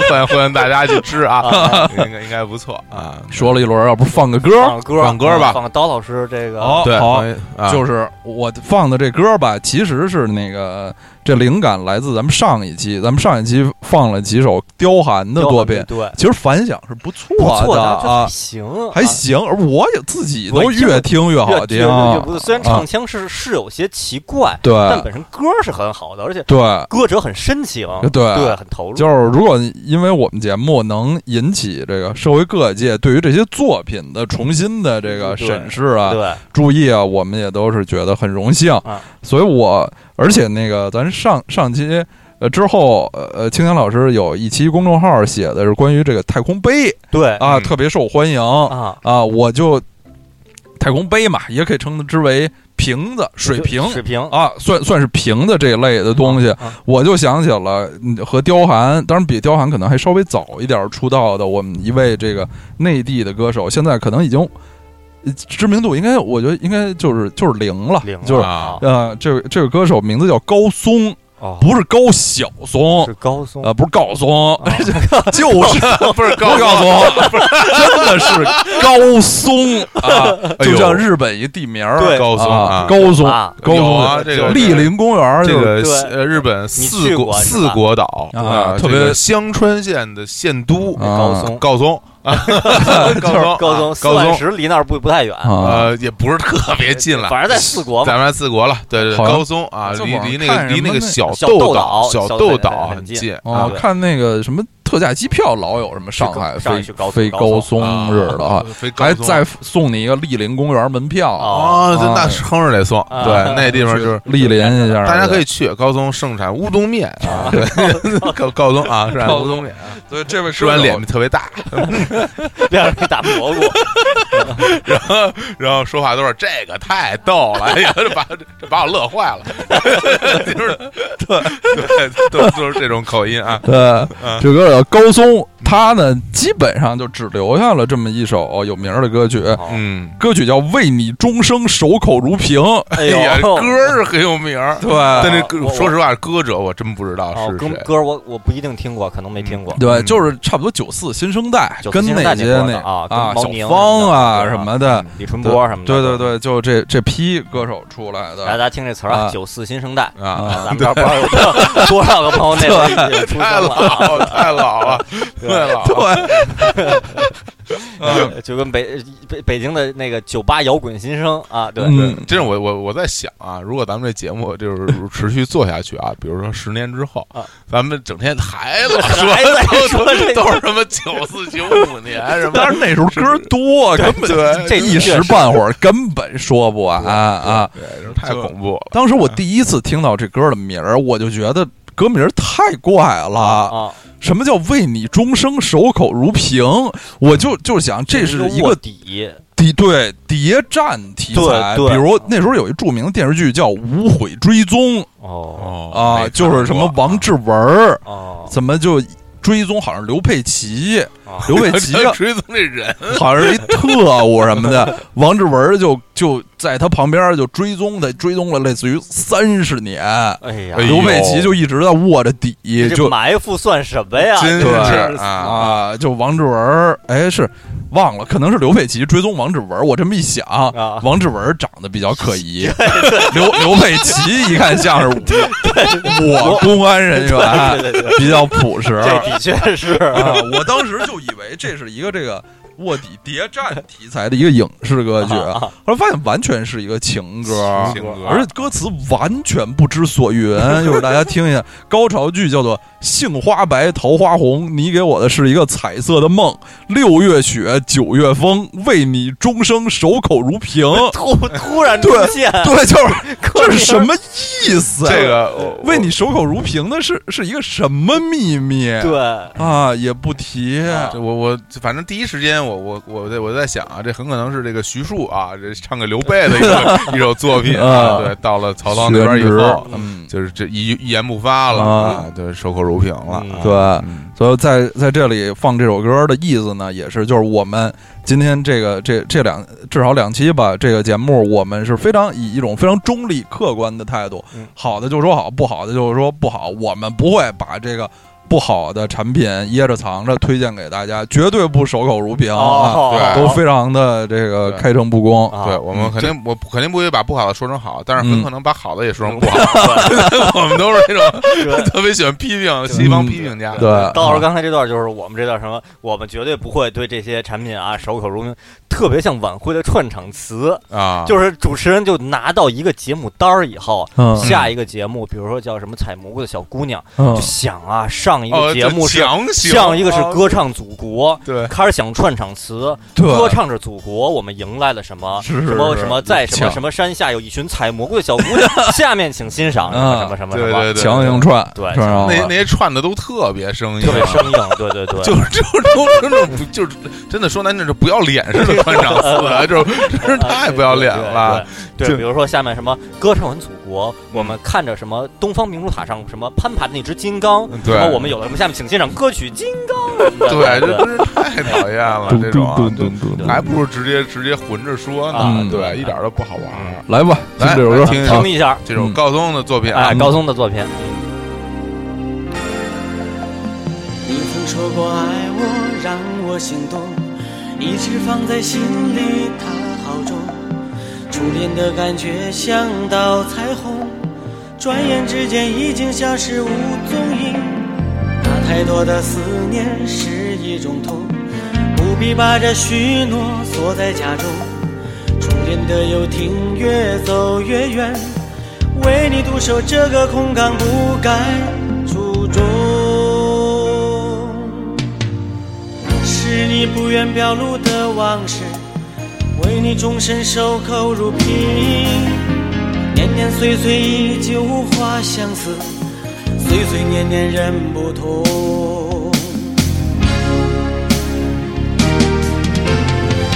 S3: 欢迎欢迎大家去吃啊，应该应该不错啊。
S2: 说了一轮，要不放个歌儿？哦
S1: 放歌嗯
S3: 放歌吧
S1: 放刀老师这个
S2: 好
S3: 对，
S2: 好
S3: 欢迎啊
S2: 就是我放的这歌吧，其实是那个这灵感来自咱们上一期，咱们上一期放了几首刁寒的
S1: 刁
S2: 作
S1: 寒
S2: 品，
S1: 对，
S2: 其实反响是不错
S1: 不错
S2: 啊
S1: 这，行啊，
S2: 还行，而我也自己
S1: 我
S2: 都
S1: 一听
S2: 越听越好
S1: 对
S2: 听
S1: 对对，不是虽然
S2: 啊
S1: 唱腔是是有些奇怪，
S2: 对
S1: 但本身歌是很好的，而且
S2: 对
S1: 歌者很深情，
S2: 对
S1: 对，很投入，
S2: 啊就是如果因为我们节目能引起这个社会各界对于这些作品的重新的这个
S1: 对
S2: 审视啊，
S1: 对，
S2: 注意啊，我们也都是觉得很荣幸，
S1: 啊
S2: 所以我而且那个咱上上期呃之后呃呃，青年老师有一期公众号写的是关于这个太空杯
S1: 对
S2: 啊，
S3: 嗯
S2: 特别受欢迎啊
S1: 啊，
S2: 我就太空杯嘛，也可以称之为瓶子、水瓶
S1: 水平
S2: 啊，算算是瓶子这一类的东西，
S1: 啊
S2: 我就想起了嗯和刁寒，当然比刁寒可能还稍微早一点出道的我们一位这个内地的歌手，现在可能已经呃知名度应该，我觉得应该就是就是零了，
S1: 零了
S2: 就是
S1: 啊
S2: 呃，这个这个歌手名字叫高松，
S1: 哦，
S2: 不是高晓松
S1: 是，高松
S2: 呃，不是高 [laughs] 松，
S1: 啊
S2: 就是
S3: 不是
S2: 不
S3: 高
S2: 是高松，真的是高松啊，
S3: 哎
S2: 就
S3: 呦
S2: 像日本一地名儿，
S1: 对
S3: 高松
S2: 啊
S3: 啊，，
S2: 高松，
S1: 啊
S2: 高
S3: 有
S2: 松
S3: 啊这个
S2: 栗林公园
S3: 这
S2: 就
S3: 个
S2: 是
S1: 对
S3: 呃日本
S1: 你
S3: 四
S1: 去
S3: 国
S1: 过是吧
S3: 四国岛
S2: 啊特
S3: 这个
S2: 别
S3: 香川县的县都
S2: 啊
S1: 高松
S3: 高
S2: [laughs]
S3: 松啊，高松
S1: 高
S3: 啊
S1: 松四
S3: 高
S1: 万
S3: 松
S1: 十离那儿不不太远，
S2: 啊，
S3: 呃也不是特别近了，
S1: 反正在四国嘛，
S3: 咱们四国了，对对，
S2: 好
S3: 高松啊，
S2: 这
S3: 离
S2: 网上
S3: 离那
S2: 看
S3: 个
S2: 什么
S3: 离那个
S2: 那
S3: 小
S1: 小
S3: 豆
S1: 豆
S3: 岛
S1: 岛小
S3: 小豆
S1: 豆
S3: 岛
S1: 岛
S3: 很
S1: 很近
S3: 近
S2: 哦
S3: 啊，
S1: 对
S2: 看那个什么特价机票老有什么上海
S1: 去上海
S2: 飞
S1: 去高
S2: 飞
S1: 高
S2: 松似的啊，
S3: 非高
S2: 还
S3: 松
S2: 再送你一个莅临公园门票，
S3: 哦，这
S2: 啊
S3: 那是坑是得送，
S1: 啊
S3: 对，那地方就是。
S2: 莅临一下，
S3: 大家可以去高宗盛产乌冬面啊，对，高高宗啊，盛产乌冬面，
S2: 对这位
S3: 吃完脸特别大，
S1: 别让人打蘑
S2: [laughs]
S1: 菇，
S3: 然后然后说话都是这个太逗了，哎呀，这把这把我乐坏了， [laughs] 就是对对，都都是这种口音啊，
S2: 对
S3: 嗯，
S2: 这个高松他呢，基本上就只留下了这么一首有名儿的歌曲，
S1: 哦
S3: 嗯，
S2: 歌曲叫《为你终生守口如瓶》。
S1: 哎
S3: 哎
S1: 呦
S3: 呀，，歌儿是很有名儿，
S2: 对
S3: 但这
S1: 我
S3: 歌
S1: 我
S3: 说实话，歌者我真不知道
S1: 哦
S3: 是
S1: 歌
S3: 谁，
S1: 歌我我不一定听过，可能没听过。
S2: 对，
S3: 嗯
S2: 就是差不多九四新生代，
S1: 94
S2: 跟
S1: 新生代那
S2: 些
S1: 波
S2: 那
S1: 的啊跟毛宁
S2: 小芳啊
S1: 什么的嗯
S2: 什么的，
S1: 李春波什么的，
S2: 对对。对，就这这批歌手出来
S1: 来，大
S2: 的。
S1: 家听这词儿啊，
S2: 啊
S1: 九四新生代，
S3: 啊，
S1: 咱们这儿不知道有多少多
S2: [laughs]
S1: 少个朋友那会儿已经出
S3: 太
S1: 生 [laughs] 了啊，
S3: [laughs] 老了太老了，太老了，
S2: 对，
S1: 呃就跟北北北京的那个酒吧摇滚新生啊，对，
S2: 嗯，
S3: 真是我我我在想啊，如果咱们这节目就是持续做下去啊，比如说十年之后
S1: 啊，
S3: 咱们整天还老
S1: 还在
S3: 说
S1: 说这
S3: 都都是什么九四九五年什么
S2: 但是那时候歌多，根本
S3: 对
S1: 这
S2: 一时半会儿根本说不完啊。
S3: 对，这太恐怖了。
S2: 当时我第一次听到这歌的名儿，我就觉得歌名儿太怪了。
S1: 啊，
S2: 什么叫为你终生守口如瓶？我就就想，这是一
S1: 卧
S2: 个
S1: 底，
S2: 谍对谍战题材。
S1: 对对
S2: 比如那时候有一著名的电视剧叫《无悔追踪》
S1: 哦
S3: 哦
S2: 啊，就是什么王志文儿
S1: 哦，
S2: 怎么就追踪好像刘佩琦，
S1: 啊
S2: 刘
S1: [laughs]
S2: 佩琦
S3: [laughs] 追踪这人，
S2: 好像是一特务什么的，王志文儿就就在他旁边儿就追踪的追踪了类似于三十年，
S1: 哎呀
S3: 哎，呦
S2: 刘佩琦就一直在握着底，
S1: 这
S2: 就
S1: 埋伏算什么 [laughs] 呀？
S3: 真
S1: 这
S3: 是
S1: 是
S3: 啊，
S2: 啊，就王志文儿，哎，是忘了，可能是刘佩琦追踪王志文儿。我这么一想，
S1: 啊
S2: 王志文儿长得比较
S1: [laughs]
S2: 可疑，刘刘佩琦一看像是我我公安人员，
S1: 对对对，
S2: 比较朴实
S1: 这的确是
S2: 啊。我当时就以为这是一个这个卧底谍战题材的一个影视歌曲，啊
S1: 啊
S2: 后来发现完全是一个情歌。
S3: 情歌
S2: 而且歌词完全不知所云， [laughs] 一会儿大家听一下。高潮句叫做“杏花白，桃花红，你给我的是一个彩色的梦。六月雪，九月风，为你终生守口如瓶。
S1: 突突然出
S2: 对
S1: 现”，
S2: 对，就是这是什么意思？
S3: 哎
S2: 啊
S3: 这个我
S2: 为你守口如瓶的是是一个什么秘密？
S1: 对，
S2: 啊，也不提。
S1: 啊
S3: 这我我反正第一时间我我我在我在想啊，这很可能是这个徐庶啊，这唱给刘备的一首一首作品啊。
S2: 啊
S3: 对，到了曹操那边以后，
S2: 嗯，
S3: 就是这一一言不发了
S2: 啊
S3: 啊，对，守口如瓶了
S1: 嗯。
S3: 啊
S2: 对，
S3: 嗯
S2: 所以在在这里放这首歌的意思呢，也是就是我们今天这个这这两至少两期吧，这个节目我们是非常以一种非常中立客观的态度
S1: 嗯，
S2: 好的就说好，不好的就是说不好，我们不会把这个。不好的产品掖着藏着推荐给大家，绝对不守口如瓶啊，
S1: 哦
S3: 对
S2: 都非常的这个
S3: 对
S2: 开诚布公。
S1: 啊
S3: 对我们
S2: 嗯
S3: 肯定，我肯定不会把不好的说成好，但是很
S2: 嗯
S3: 可能把好的也说成
S1: [laughs]
S3: 不好。 [laughs] 我们都是那种
S1: 对
S3: 特别喜欢批评西
S1: 嗯
S3: 方批评家。
S2: 对，
S1: 到时候刚才这段就是我们这段什么，我们绝对不会对这些产品啊守口如瓶，特别像晚会的串场词，
S3: 啊，
S1: 就是主持人就拿到一个节目单儿以后，
S2: 嗯
S1: 下一个节目，比如说叫什么采蘑菇的小姑娘，
S2: 嗯
S1: 就想啊，上一
S3: 哦
S1: 个节目
S3: 就是强行
S1: 上一个是歌唱祖国，
S3: 对
S1: 开始想串场词，
S2: 对
S1: 歌唱着祖国，我们迎来了什么？
S2: 是是
S1: 什么
S2: 是
S1: 什么，在什么
S2: 抢
S1: 什么山下有一群采蘑菇的小姑娘， [laughs] 下面请欣赏什么
S2: 啊
S1: 什么什么什
S3: 对
S1: 么，
S3: 对对，
S2: 强行串，
S1: 对
S2: 串上
S3: 那
S2: 了
S3: 那些串的都特别生硬，啊
S1: 特别生硬，对对对，
S3: 就是 [laughs] 就是都是那种不就是真的说难听，就不要脸似的穿场词，就是真是 [laughs] 太不要脸了。
S1: 啊对。对，
S3: [laughs] 就嗯
S1: 对比如说下面什么歌唱完祖国，我们看着什么东方明珠塔上什么攀爬的那只金刚，
S3: 对
S1: 然后我们有了什么下面请欣赏歌曲《金刚》
S3: 嗯对，
S1: 对
S3: 这真是太讨厌了，这种啊就还不如直接直接混着说呢
S2: 嗯，
S3: 对，一点都不好玩
S1: 嗯
S3: 儿。
S2: 来吧，听
S3: 来
S2: 这首
S3: 来
S2: 歌，
S3: 听一
S2: 啊
S1: 听一下，
S3: 这种
S2: 嗯
S3: 高宗的作品啊
S1: 哎，，高松的作品，
S4: 你曾说过爱我，让我心动，一直放在心里，它好重。初恋的感觉像道彩虹，转眼之间已经消失无踪影。那太多的思念是一种痛，不必把这许诺锁在家中。初恋的游艇越走越远，为你独守这个空港不该出众。是你不愿表露的往事，为你终身守口如瓶。年年岁岁依旧花相似，岁岁年年人不同。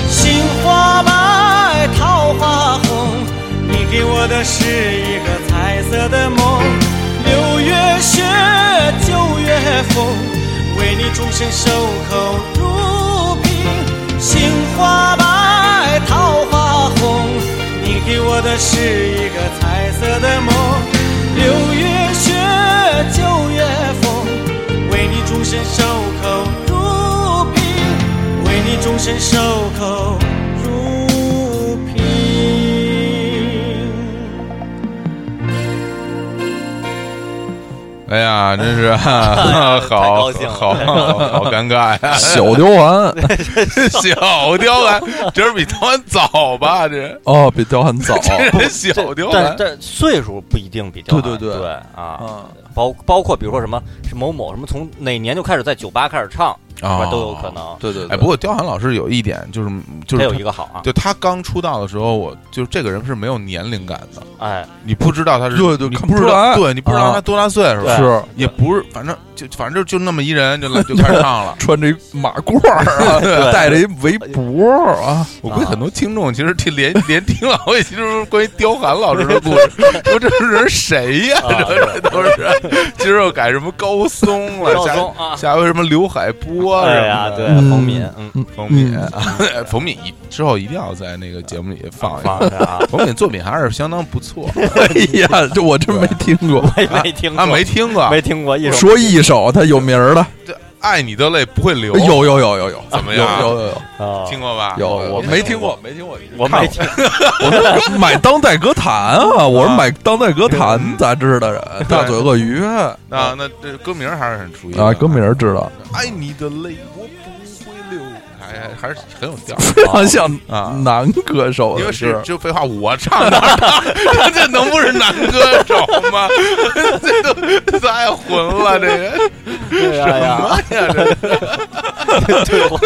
S4: 杏花白，桃花红，你给我的是一个彩色的梦。六月雪，九月风，为你终身守候如瓶。杏花白，桃花红，你给我的是一个彩色的梦。六月雪，九月风，为你终身守候如瓶。为你终身守口如瓶。
S3: 哎呀，
S1: [laughs]
S3: 真是好
S1: 太高
S3: 好
S1: 兴了
S3: 好好尴尬
S1: 哎
S3: 呀！
S1: [laughs]
S2: 小刁丸
S3: 小刁兰，这是比刁兰早吧？这
S2: 哦，比
S1: [laughs]
S2: 刁丸早，
S3: 这人小啊刁
S1: 但
S3: 兰，
S1: 但岁数不一定比较大
S2: 对对
S1: 对
S2: 对
S1: 啊，
S2: 嗯
S1: 包包括比如说什么是某某什么从哪年就开始在酒吧开始唱，
S3: 啊
S1: 都有可。能。
S2: 对对对，
S3: 哎，不过刁兰老师有一点就是就
S1: 这
S3: 是
S1: 有一个好啊，
S3: 就他刚出道的时候，我就这个人是没有年龄感的， [laughs]
S1: 哎，
S3: 你不知道他是，
S2: 对对
S3: 你
S2: 看
S3: 不
S2: 不
S3: 知
S2: 出
S3: 道，
S2: 来
S3: 对你不知道
S2: 啊
S3: 他多大岁数，
S1: 对
S2: 是。
S3: 也不是，反正就反正就就那么一人就来就开始唱了
S2: 穿着一马褂儿啊，戴着一围脖儿啊，
S3: [laughs] 我估计很多听众其实听连连听了好几期都是关于刁寒老师的故 [laughs] 事，说这是人谁呀？
S1: 啊
S3: 这都是今儿又改什么高松了，
S1: 高
S3: 下
S1: 松啊，
S3: 下回什么刘海波
S1: 对
S3: 什
S1: 呀，
S3: 么
S1: 对
S3: 的，
S1: 冯敏，嗯，
S3: 冯敏， [laughs] 冯敏一之后一定要在那个节目里放一
S1: 放
S3: 放。
S1: 着啊，
S3: 冯敏作品还是相当不错，
S2: 哎呀，这我真没听过。
S1: 没 [laughs] 没听过，
S3: 啊，没听过，
S1: 没听过一首
S2: 说一首他有名儿的，
S3: 爱你的泪不会流，
S2: 有有有有有，
S3: 怎么样
S2: 哎有有有
S1: 啊，
S3: 听过吧？
S2: 有，有
S1: 我
S2: 没听过，没听过。
S1: 我没听 [laughs]
S2: 我是买当代歌坛啊，我是买当代歌坛杂志的人，大嘴鳄鱼啊，
S3: 啊，那这歌名还是很熟悉的
S2: 歌名儿知道，
S3: 爱你的泪我不会流，还还是很有调儿。
S2: 非常 [laughs] 像
S3: 啊
S2: 男歌手
S3: 因为
S2: 的
S3: 是
S2: 是。
S3: 就废话，我唱哪儿唱？ [laughs] 这能不是男歌手吗？ [laughs] 这都太混了，这个
S1: 对呀呀，
S3: 哎呀，
S1: [laughs]
S3: 这
S1: 对话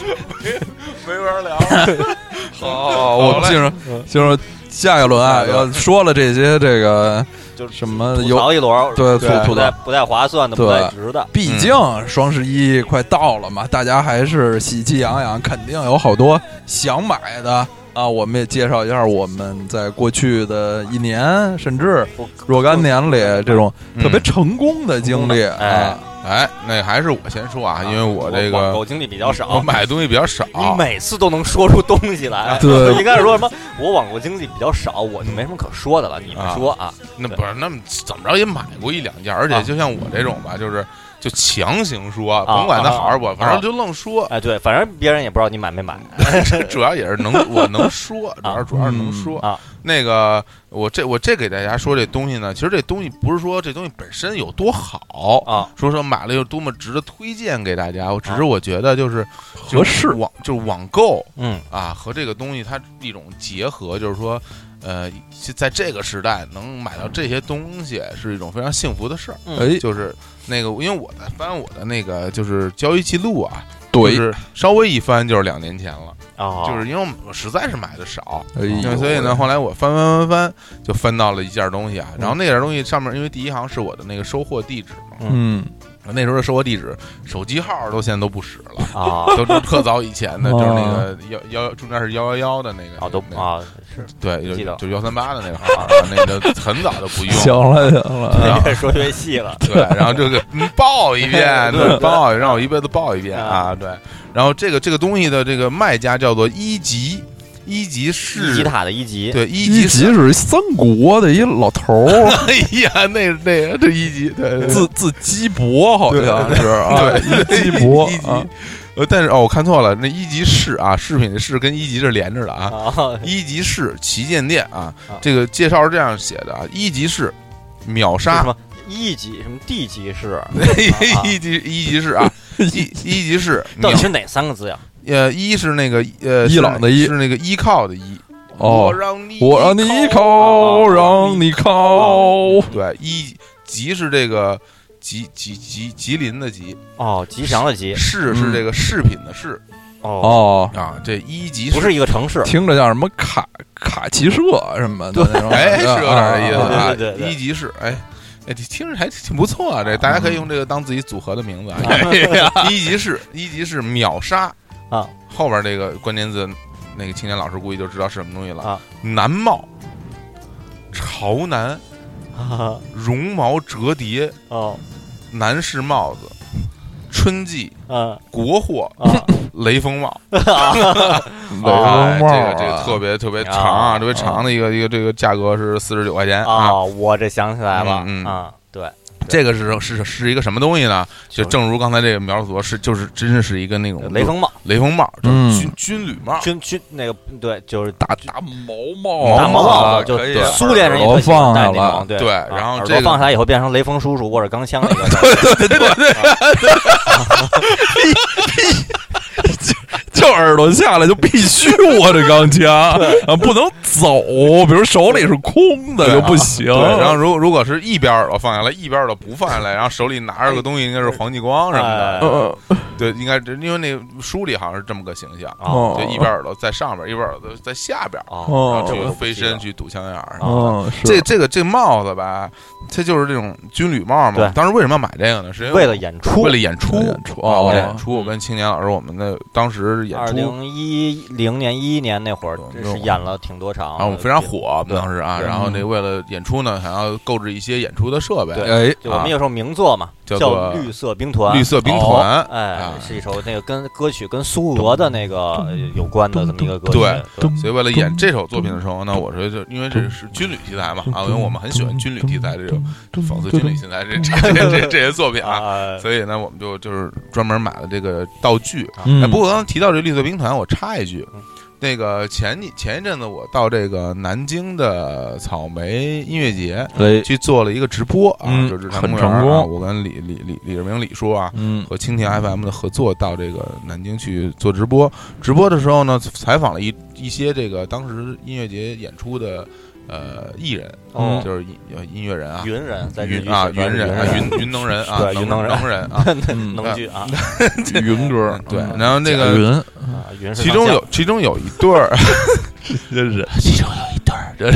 S3: 没法聊了。
S2: [laughs] 哦，我们
S3: 嘞
S2: 进入进入下一轮啊，
S3: 下一
S2: 要
S3: 轮
S2: 说了这些这个
S1: 就是
S2: 什么
S1: 吐
S2: 有，
S1: 槽一轮，
S2: 对
S1: 不
S2: 吐
S1: 太不
S2: 吐
S1: 太
S2: 槽，
S1: 不太划算的，不
S2: 对
S1: 太值的，
S2: 毕竟双十一快到了嘛，大家还是喜气洋洋，肯定有好多想买的。啊，我们也介绍一下我们在过去的一年甚至
S1: 不
S2: 若干年里这种
S3: 嗯
S2: 特别成功的经历
S1: 嗯哎
S2: 啊，
S3: 哎，那还是我先说啊，因为我这
S1: 呃网
S3: 个
S1: 购经历比较
S3: 我
S1: 少。
S3: 买啊的东西比较少，
S1: 你每次都能说出东西来，
S2: 对
S1: [laughs] 应该是说什么？我网购经历比较少，我就没什么可说的了。你们说啊？
S3: 那
S1: 对
S3: 不是，那么怎么着也买过一两件，而
S1: 啊
S3: 且就像我这种吧，就是就强行说，
S1: 啊
S3: 甭管它好还是不
S1: 啊
S3: 好，反正就愣说。
S1: 哎，对，反正别人也不知道你买没买。 [laughs]
S3: 这主要也是能，我能说，主要主要是能说
S1: 嗯啊。
S3: 那个，我这我这给大家说这东西呢，其实这东西不是说这东西本身有多好，
S1: 啊，
S3: 说说买了有多么值得推荐给大家，我只是我觉得就是
S2: 合适
S3: 就是网就是网购
S1: 嗯，
S3: 啊和这个东西它一种结合，就是说。呃，在这个时代能买到这些东西是一种非常幸福的事儿。
S1: 嗯
S2: 哎，
S3: 就是那个，因为我在翻我的那个就是交易记录啊，就
S2: 对，
S3: 是稍微一翻就是两年前了，
S1: 哦，
S3: 就是因为我实在是买的少，
S2: 哎
S1: 因
S3: 因为
S2: 呦
S3: 所以呢，
S2: 喂，
S3: 后来我翻翻翻翻，就翻到了一件东西啊，然后那件东西上面，因为第一行是我的那个收货地址嘛，
S2: 嗯，
S3: 那时候的收货地址手机号都现在都不使了。
S1: 啊，
S3: 都是特早以前的，就是那
S2: 哦
S3: 个幺幺中间是幺幺幺的那个，
S1: 啊都
S3: 那个
S1: 啊是，
S3: 对，
S1: 记
S3: 就
S1: 得
S3: 就幺三八的那个号，啊那个很早就不用了。
S2: 行了行了，
S3: 啊
S1: 越说越细了。
S3: 对，然后就给嗯抱一遍，
S1: 对
S3: 对，
S1: 对
S3: 抱，让我一辈子抱一遍啊，对。然后这个这个东西的这个卖家叫做一级，一级
S1: 一级
S3: 是，
S1: 塔的一级，
S3: 对，一
S2: 一
S3: 级
S2: 级
S3: 是，
S2: 是三国的一老头儿，
S3: [laughs] 哎呀，那那个这一级，对，对
S2: 字字鸡脖好像是啊，
S3: 对
S2: 一鸡脖
S3: 一级
S2: 啊，。
S3: 呃，但是哦，我看错了，那一级是啊，饰品的饰跟一级是连着的啊。
S1: 啊，
S3: 一级市旗舰店啊
S1: 啊，
S3: 这个介绍是这样写的啊，一级市秒
S1: 是
S3: 杀 [laughs]
S1: 什，么一级什么 D 级是？
S2: 啊
S3: 一级一级
S2: [laughs]
S3: 市啊，一一级市
S1: 到
S3: 秒
S1: 底是哪三个字呀？
S3: 呃，一是那个呃，
S2: 伊
S3: 是
S2: 朗的伊
S3: 是那个依靠的依。
S2: 哦
S3: 我让你，
S2: 我让你依靠，让你靠，
S3: 对，一级是这个吉吉吉吉林的吉，
S1: 哦，吉祥的吉
S3: 饰
S2: 嗯
S3: 是这个饰品的饰
S1: 哦，
S2: 哦，
S3: 啊，这一级
S1: 不是一个城市， [laughs]
S2: 听着叫什么卡卡骑社什么的那种
S3: 哎，
S2: 感
S3: 是
S2: 觉，
S3: 有点意思
S2: 啊啊啊
S1: 对
S3: 啊
S1: 对对，对
S3: 一级是哎。哎，听着还挺不错啊！这大家可以用这个当自己组合的名字 [laughs] 啊。一级是一级是秒杀
S1: 啊，
S3: 后边这个关键字，那个青年老师估计就知道是什么东西了
S1: 啊。
S3: 南茂、潮南、
S1: 啊
S3: 绒毛折叠、
S1: 哦，
S3: 男士帽子、春季
S1: 嗯
S3: 国货
S1: 啊，
S3: 雷锋帽，
S2: 雷锋帽
S3: 哎
S2: 啊，
S3: 这个这个特别特别
S1: 啊
S3: 长啊，特别长的一个一个这个价格是四十九块钱啊。
S1: 哦，我这想起来了，
S3: 嗯嗯
S1: 啊，对，
S3: 这个是是是一个什么东西呢？就正如刚才这个描述，是就是真是一个那种
S1: 雷锋帽，
S3: 雷锋帽，就
S2: 嗯
S3: 是军军旅帽，
S1: 军军那个对，就是
S2: 大大毛帽，
S1: 大毛帽
S2: 啊
S1: 子，就
S2: 可以
S1: 对
S2: 啊
S1: 苏联人也
S2: 耳
S1: 特
S2: 朵
S1: 喜欢
S2: 放
S1: 戴
S2: 下
S1: 那种，
S2: 了
S1: 对
S3: 对
S1: 啊
S3: 然后
S1: 耳
S3: 这
S1: 朵
S3: 个
S1: 放下来以后变成雷锋叔叔握着钢枪那个
S3: [laughs]
S1: 感觉，
S2: 就耳朵下来就必须握着钢枪啊，不能走，比如手里是空的
S3: 对
S2: 就不行。
S1: 哦
S3: 对，然后如果如果是一边耳朵放下来，一边耳朵不放下来，然后手里拿着个东西，应该是黄继光什么
S1: 哎
S3: 的，
S2: 呃
S3: 对，应该是因为那个书里好像是这么个形象，
S1: 哦
S3: 就一边耳朵在上边，一边耳朵在下边，
S1: 哦，
S3: 然
S2: 哦
S3: 后这
S1: 个
S3: 个飞身去堵枪眼儿。
S2: 哦，
S3: 这
S2: 是
S3: 这个这帽子吧，它就是这种军旅帽嘛
S1: 对。
S3: 当时为什么要买这个呢？是因
S1: 啊为了演出
S3: 为，了演出，
S2: 为了演出
S3: 啊，
S2: 哦
S3: 为了演出。我跟青年老师，我们的当时演
S1: 二
S3: 出，哦
S1: 零一零年一一年那会儿，真是演了挺多场，
S3: 啊然后我们非常火，我们当时啊，
S1: 对
S3: 然后那为了演出呢，还要购置一些演出的设备，啊
S2: 哎，
S1: 就我们有首名作嘛，
S3: 叫
S1: 叫
S3: 做
S1: 《绿色兵团》。
S3: 绿色兵团，
S1: 哎
S3: 啊，
S1: 是一首那个跟歌曲跟苏俄的那个呃有关的这么一个歌曲。
S3: 对
S1: 对
S3: 所以为了演这首作品的时候呢，我说就因为这是军旅题材嘛，啊，因为我们很喜欢军旅题材这种讽刺军旅题材这这这这这些作品啊，
S1: 啊，
S3: 所以呢，我们就就是专门买了这个道具。
S2: 嗯
S3: 哎，不过刚刚提到这绿色兵团，我插一句
S1: 嗯。
S3: 那个前几前一阵子，我到这个南京的草莓音乐节，
S2: 哎，
S3: 去做了一个直播啊，
S2: 嗯
S3: 就是
S2: 很
S3: 成
S2: 成
S3: 啊，
S2: 功
S3: 我跟李李李李志明李叔啊。
S2: 嗯
S3: 和蜻蜓 FM 的合作到这个南京去做直播，直播的时候呢，采访了一一些这个当时音乐节演出的呃艺人，
S1: 哦
S3: 就是音呃音乐人啊，
S1: 云人在日
S3: 云
S1: 语
S3: 啊
S1: 写
S3: 云
S1: 作是
S3: 人啊云云能人
S1: [laughs]
S3: 啊
S1: 对
S3: 能
S1: 云能人
S3: 能人
S1: [laughs]
S3: 啊，
S2: 嗯
S1: 能剧啊，
S2: 云哥
S3: 对，然后那
S2: 那
S3: 个
S2: 云
S1: 啊嗯云是
S3: 嗯其中
S1: 上
S3: 有其中有一对儿，[laughs]
S2: 这人
S3: 其中有一对儿，这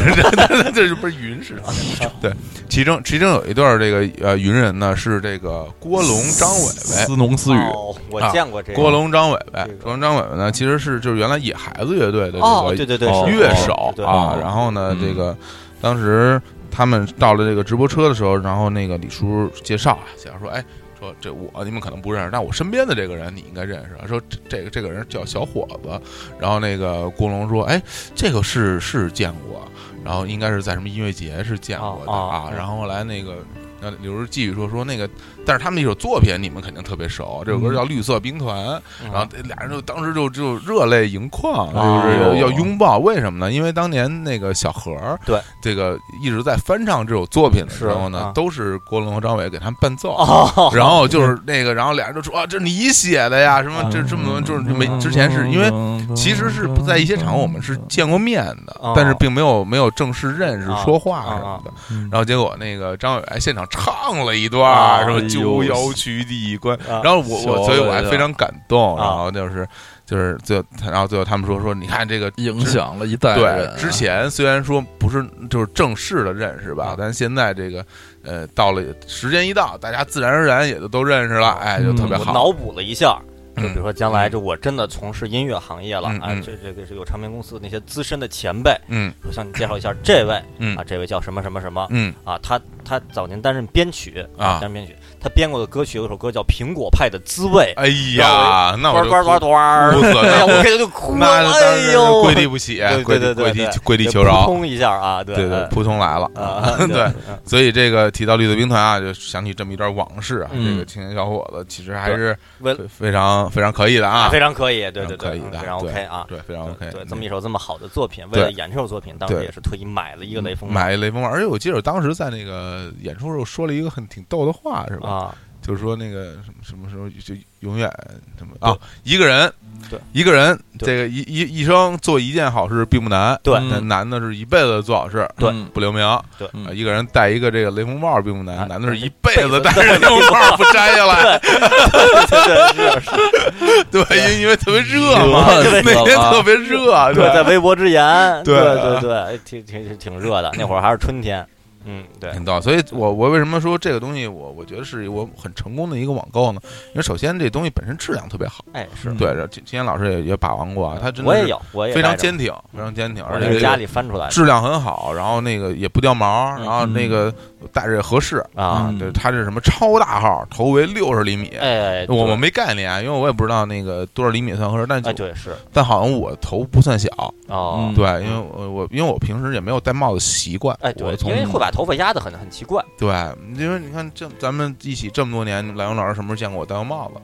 S3: 这这是 [laughs] 不是云是吧？
S1: 哦
S3: 对，其中其中有一对儿这个呃云人呢是这个郭龙张伟伟，
S2: 思农思
S1: 下
S2: 雨，
S1: 哦我见过这个
S3: 啊郭龙张伟
S1: 这
S3: 伟
S1: 个，
S3: 郭龙张伟伟呢其实是就是原来野孩子乐队的
S1: 哦，
S3: 这
S1: 对
S3: 个
S1: 对对，
S2: 哦
S1: 是
S3: 乐
S1: 是
S3: 手
S1: 对
S3: 啊
S2: 哦，
S3: 然后呢
S2: 嗯
S3: 这个当时他们到了这个直播车的时候，然后那个李叔介绍啊，介绍说哎。说这我你们可能不认识，但我身边的这个人你应该认识。啊说这这个这个人叫小伙子，然后那个郭龙说，哎，这个是是见过，然后应该是在什么音乐节是见过的、
S1: 哦哦
S3: 啊。
S1: 哦
S3: 然后后来那个那李叔继续说说那个，但是他们那首作品你们肯定特别熟，这首歌叫《绿色兵团》。
S1: 嗯
S3: 然后这俩人就当时就就热泪盈眶，
S1: 哦
S3: 就是要要拥抱。为什么呢？因为当年那个小何儿
S1: 对
S3: 这个一直在翻唱这首作品的时候
S1: 是啊
S3: 呢，都是郭龙和张伟给他们伴奏。
S1: 哦，
S3: 然后就是那个，然后俩人就说啊，这你写的呀？什么
S1: 嗯
S3: 这这么多，就是没之前是因为其实是不在一些场合我们是见过面的，
S1: 嗯哦
S3: 但是并没有没有正式认识
S1: 哦
S3: 说话什么的。然后结果那个张伟还现场唱了一段儿，
S1: 哦
S3: 什
S2: 哎
S3: 么
S2: 呦
S3: 九幺区第一关，
S1: 啊
S3: 然后我
S2: 小
S3: 我所以我还
S2: 伟的
S3: 非常感动，
S1: 啊
S3: 然后就是就是最后然后最后他们说说你看这个
S2: 影响了一代
S3: 对
S2: 人，
S3: 之前虽然说不是就是正式的认识吧
S1: 啊，
S3: 但现在这个呃到了时间一到，大家自然而然也就都认识了，哎，就特别
S1: 啊嗯我
S3: 好，
S1: 脑补了一下，就比如说将来
S3: 嗯
S1: 这我真的从事音乐行业了
S3: 嗯
S1: 啊
S3: 嗯，
S1: 这这个是有唱片公司的那些资深的前辈，
S3: 嗯
S1: 我向你介绍一下这位
S3: 嗯
S1: 啊，这位叫什么什么什么
S3: 嗯
S1: 啊，他他早年担任编曲
S3: 啊
S1: 担任编曲，他编过的歌曲有一首歌叫《苹果派的滋味》，
S3: 哎呀，那我
S1: 呱
S3: 就
S1: 呱呱呱，
S3: 哭死
S1: 哎呀，
S3: 了，
S1: 我给他
S3: [laughs]
S1: 就哭了，
S3: 那那当
S1: 哎
S3: 时就
S1: 呦，
S3: 跪地不起
S1: 对，
S3: 跪
S1: 对
S3: 地
S1: 对
S3: 跪
S1: 对
S3: 地
S1: 对，
S3: 跪地
S1: 就
S3: 求饶，
S1: 通一下啊，对
S3: 对对，
S1: 嗯
S3: 扑通 [laughs] 来了，
S1: 啊
S3: 对。
S1: 嗯
S3: 所以这个提到绿色兵团啊，就想起这么一段往事啊。
S2: 嗯
S3: 这个青年小伙子其实还是
S1: 为
S3: 非非常非常可以的啊，
S1: 非常可以，对对
S3: 非
S1: 对，
S3: 常可以的
S1: 嗯非常
S3: 对
S1: OK 啊。
S3: 对非常 OK。
S1: 对，
S3: 嗯
S1: 这么一首这么好的作品，为
S3: 对
S1: 了演这首作品，当时
S3: 对嗯
S1: 也是特意买了一个雷锋啊帽
S3: 买一雷锋帽，而且我记得我当时在那个演出时候说了一个很挺逗的 [laughs] 话，是吧？
S1: 啊，
S3: 就是说那个什么什么时候就永远什么啊，一个人
S1: 对
S3: 一个人
S1: 对
S3: 这个一一一生做一件好事并不难，
S1: 对
S2: 嗯
S3: 那难的是一辈子做好事
S1: 对
S2: 嗯
S3: 不留名。
S1: 对
S2: 嗯
S3: 啊一个人戴一个这个雷锋帽并不
S1: 哎
S3: 难，难的是一辈
S1: 辈
S3: 子
S1: 子
S3: 戴着雷锋帽不摘下来。
S1: 对，是
S3: [laughs]
S1: 是，
S3: 对，因因为特别热嘛，
S1: 对 [laughs] 对对
S3: 那天特别热，
S1: 对，在微博之言，
S3: 对
S1: 对对
S3: 啊
S1: 对，挺挺挺热的，那会儿还是春天，嗯，对，
S3: 很到，所以我我为什么说这个东西我我觉得是我很成功的一个网购呢？因为首先这东西本身质量特别好，
S1: 哎是，
S2: 嗯
S3: 对，然后今今天老师也也把玩过啊，他真的
S1: 嗯我也
S3: 是
S1: 有，我也
S3: 非常
S1: 带着，
S3: 坚挺，非常坚挺，而
S1: 我
S3: 且
S1: 是
S3: 这
S1: 家
S3: 个
S1: 里翻出来的
S3: 质量很好，然后那个也不掉毛，
S1: 嗯
S3: 然后那个戴着也合适
S1: 啊，
S2: 嗯
S3: 对，它是什么超大号，头围六十厘米。
S1: 哎，
S3: 我
S1: 对
S3: 我没概念啊，因为我也不知道那个多少厘米算合适，但
S1: 哎对是
S3: 但好像我头不算小，
S1: 哦
S2: 嗯。
S3: 对，因为我我因为我平时也没有戴帽子习惯，
S1: 哎，
S3: 我
S1: 对，
S3: 从
S1: 因为会把头发压得很很奇怪，
S3: 对，因为你看这咱们一起这么多年，莱荣老师什么时候见过我戴过帽子？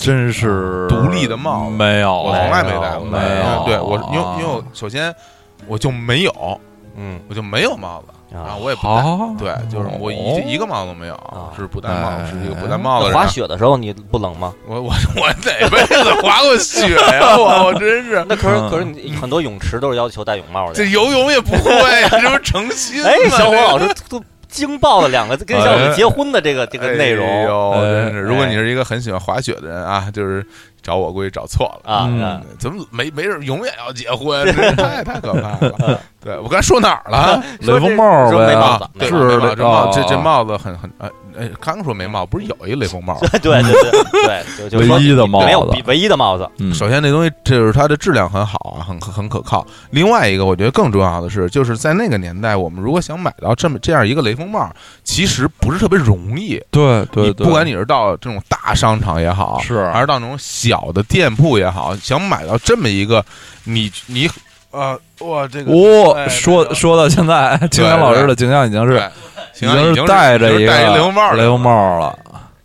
S2: 真是
S3: 独立的帽子
S2: 没
S1: 哦
S2: 有，
S3: 我从来没戴过，
S2: 没有，
S3: 对我因为因为
S1: 啊
S3: 我首先我就没有，
S1: 嗯
S3: 我就没有帽子，然后
S1: 啊。
S3: 我也不戴。
S2: 好，
S3: 对，就是我一、
S2: 哦
S3: 一个帽子都没有，是不戴帽子，
S2: 哎
S3: 是一个不戴帽子的人。
S1: 滑雪的时候你不冷吗？
S3: 我我我哪辈子滑过雪呀、我我真
S1: [laughs]
S3: 是
S1: 那可是可是
S2: 嗯
S1: 你很多泳池都是要求戴泳帽的
S3: 这。游泳也不会，这不是成心吗？
S1: 哎，小伙老师都惊爆了两个字，跟小伙结婚的这个这
S3: 这
S1: 个内
S3: 哎
S1: 容
S3: 呦，真是！
S1: 哎
S3: 如果你是一个很喜欢滑雪的人啊，就是找我估计找错了。
S1: 啊，
S2: 嗯
S1: 啊
S3: 怎么没没人永远要
S1: [laughs]
S3: 结婚？这也太太可怕了！ [laughs] 对我刚才说哪儿了？
S2: [laughs] 雷锋帽
S1: 嗯说
S2: 呗
S1: 没帽
S2: 啊
S1: 子，
S3: 对
S2: 是
S3: 没帽
S2: 的
S3: 这帽这这
S2: 啊
S3: 帽子很很呃哎，刚说没帽，不是有一雷锋帽？
S1: 对对对对，就就说
S2: 唯一的帽
S1: 没有
S2: 子
S1: 比，唯一的帽子，
S3: [laughs]
S2: 嗯
S3: 首先，这东西就是它的质量很好啊，很很可靠。另外一个，我觉得更重要的是，就是在那个年代，我们如果想买到这么这样一个雷锋帽，其实不是特别容易。
S2: 对对
S3: 你
S2: 对，啊
S3: 不管你是到这种大商场也好，
S2: 是
S3: 还是到那种小的店铺也好，想买到这么一个，你你呃，哇，这个
S2: 哦，
S3: 哎
S2: 说说到现在，景阳老师的景阳已经是
S3: 对
S2: 已
S3: 行啊
S2: 经
S3: 已
S2: 是
S3: 经
S2: 戴着
S3: 已
S2: 一
S3: 经是
S2: 个
S3: 戴一雷锋帽了，
S2: 雷锋帽了，
S3: 哎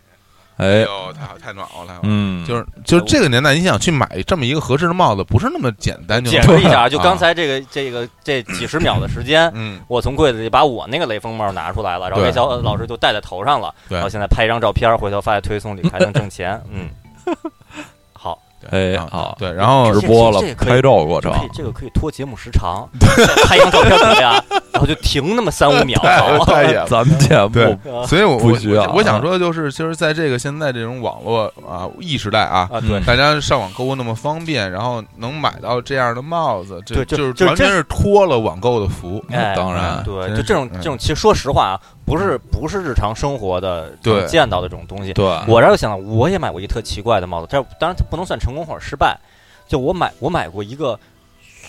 S2: 哎，
S3: 呦，太太暖和了，太暖和了。
S2: 嗯，
S3: 就是就是这个年代，你想去买这么一个合适的帽子，不是那么简单就
S1: 解
S3: 能
S1: 释一下 [laughs] 啊，就
S3: 啊
S1: 刚才这个这个这几十秒的时间，
S3: 嗯，
S1: 我从柜子里把我那个雷锋帽拿出来了，然后
S3: 对
S1: 魏小呃老师就戴在头上了，
S3: 对
S1: 然后现在拍一张照片，回头发在推送里还能挣钱，嗯， [laughs] 好，
S2: 哎
S3: 啊
S2: 好，
S1: [laughs]
S3: 对，然后
S1: 这
S2: 直播了
S1: 这这可以
S2: 拍照过
S1: 这
S2: 程
S1: 可，以这个可以拖节目时长，拍一张照片怎么样？ [laughs] 然后就停那么三五秒，
S3: 太 [laughs] 太野了。
S2: 咱们节目
S3: 对所以我，
S2: 不
S3: 我
S2: 需要啊
S3: 我我想说的就是，就是在这个现在这种网络啊 E 时代
S1: [laughs]
S3: 啊，
S1: 啊，对
S2: 嗯。
S3: 大家上网购物那么方便，然后能买到这样的帽子，这
S1: 对就
S3: 就是
S1: 就
S3: 完全
S1: 真
S3: 是托了网购的福。
S1: 哎
S2: 当然
S1: 对，
S3: 真
S1: 就这种
S3: 是
S1: 这
S3: 嗯
S1: 种，其实说实话啊，不是不是日常生活的
S3: 对
S1: 常见到的这种东西。
S2: 对，
S1: 我这儿就想到，我也买过一特奇怪的帽子，这当然它不能算成功或者失败。就我买我买过一个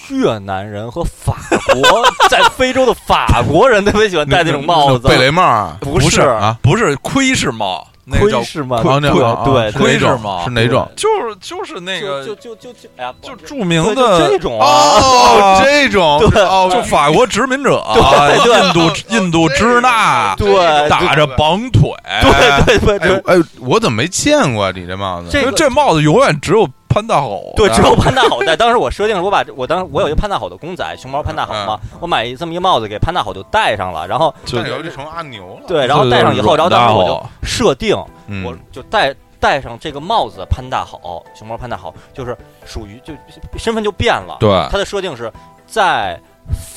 S1: 越南人和法国 [laughs] 在非洲的法国人特别喜欢戴那种帽子，
S3: 贝雷帽啊，
S1: 不
S2: 不是
S1: 是
S3: 啊，
S2: 不是窥视帽，那个叫
S1: 盔是吗？
S3: 盔盔
S1: 对啊对
S3: 是
S1: 对，
S3: 哪
S2: 盔
S3: 种
S2: 啊是吗
S3: 是哪种？
S2: 就是就是那个
S1: 就就就就哎呀，
S2: 就
S1: 不
S2: 著名
S1: 对就
S2: 的
S1: 这种啊，
S3: 哦，这种
S1: 对
S3: 哦
S2: 就法国殖民者，啊
S1: 对对哦
S2: 印度印度支那
S1: 对哎对
S2: 打着绑腿，
S3: 哎
S1: [laughs] 对对
S3: 哎
S1: 对
S3: 哎，我怎么没见过啊你这帽子？
S1: 这个
S2: 这帽子永远只有潘大
S1: [laughs]
S2: 吼
S1: 对，只有潘大好戴。当时我设定是我把我当时我有一个潘大好的公仔，熊猫潘大好嘛，我买一这么一个帽子给潘大好就戴上了，然后
S2: 就
S3: 但有就成阿牛了。
S1: 对，然后戴上以
S2: 嗯
S1: 后，然后当时我就设定
S3: 嗯
S1: 我就戴戴上这个帽子，潘大好，熊猫潘大好，就是属于就身份就变了。
S2: 对
S1: [laughs] 它的设定是在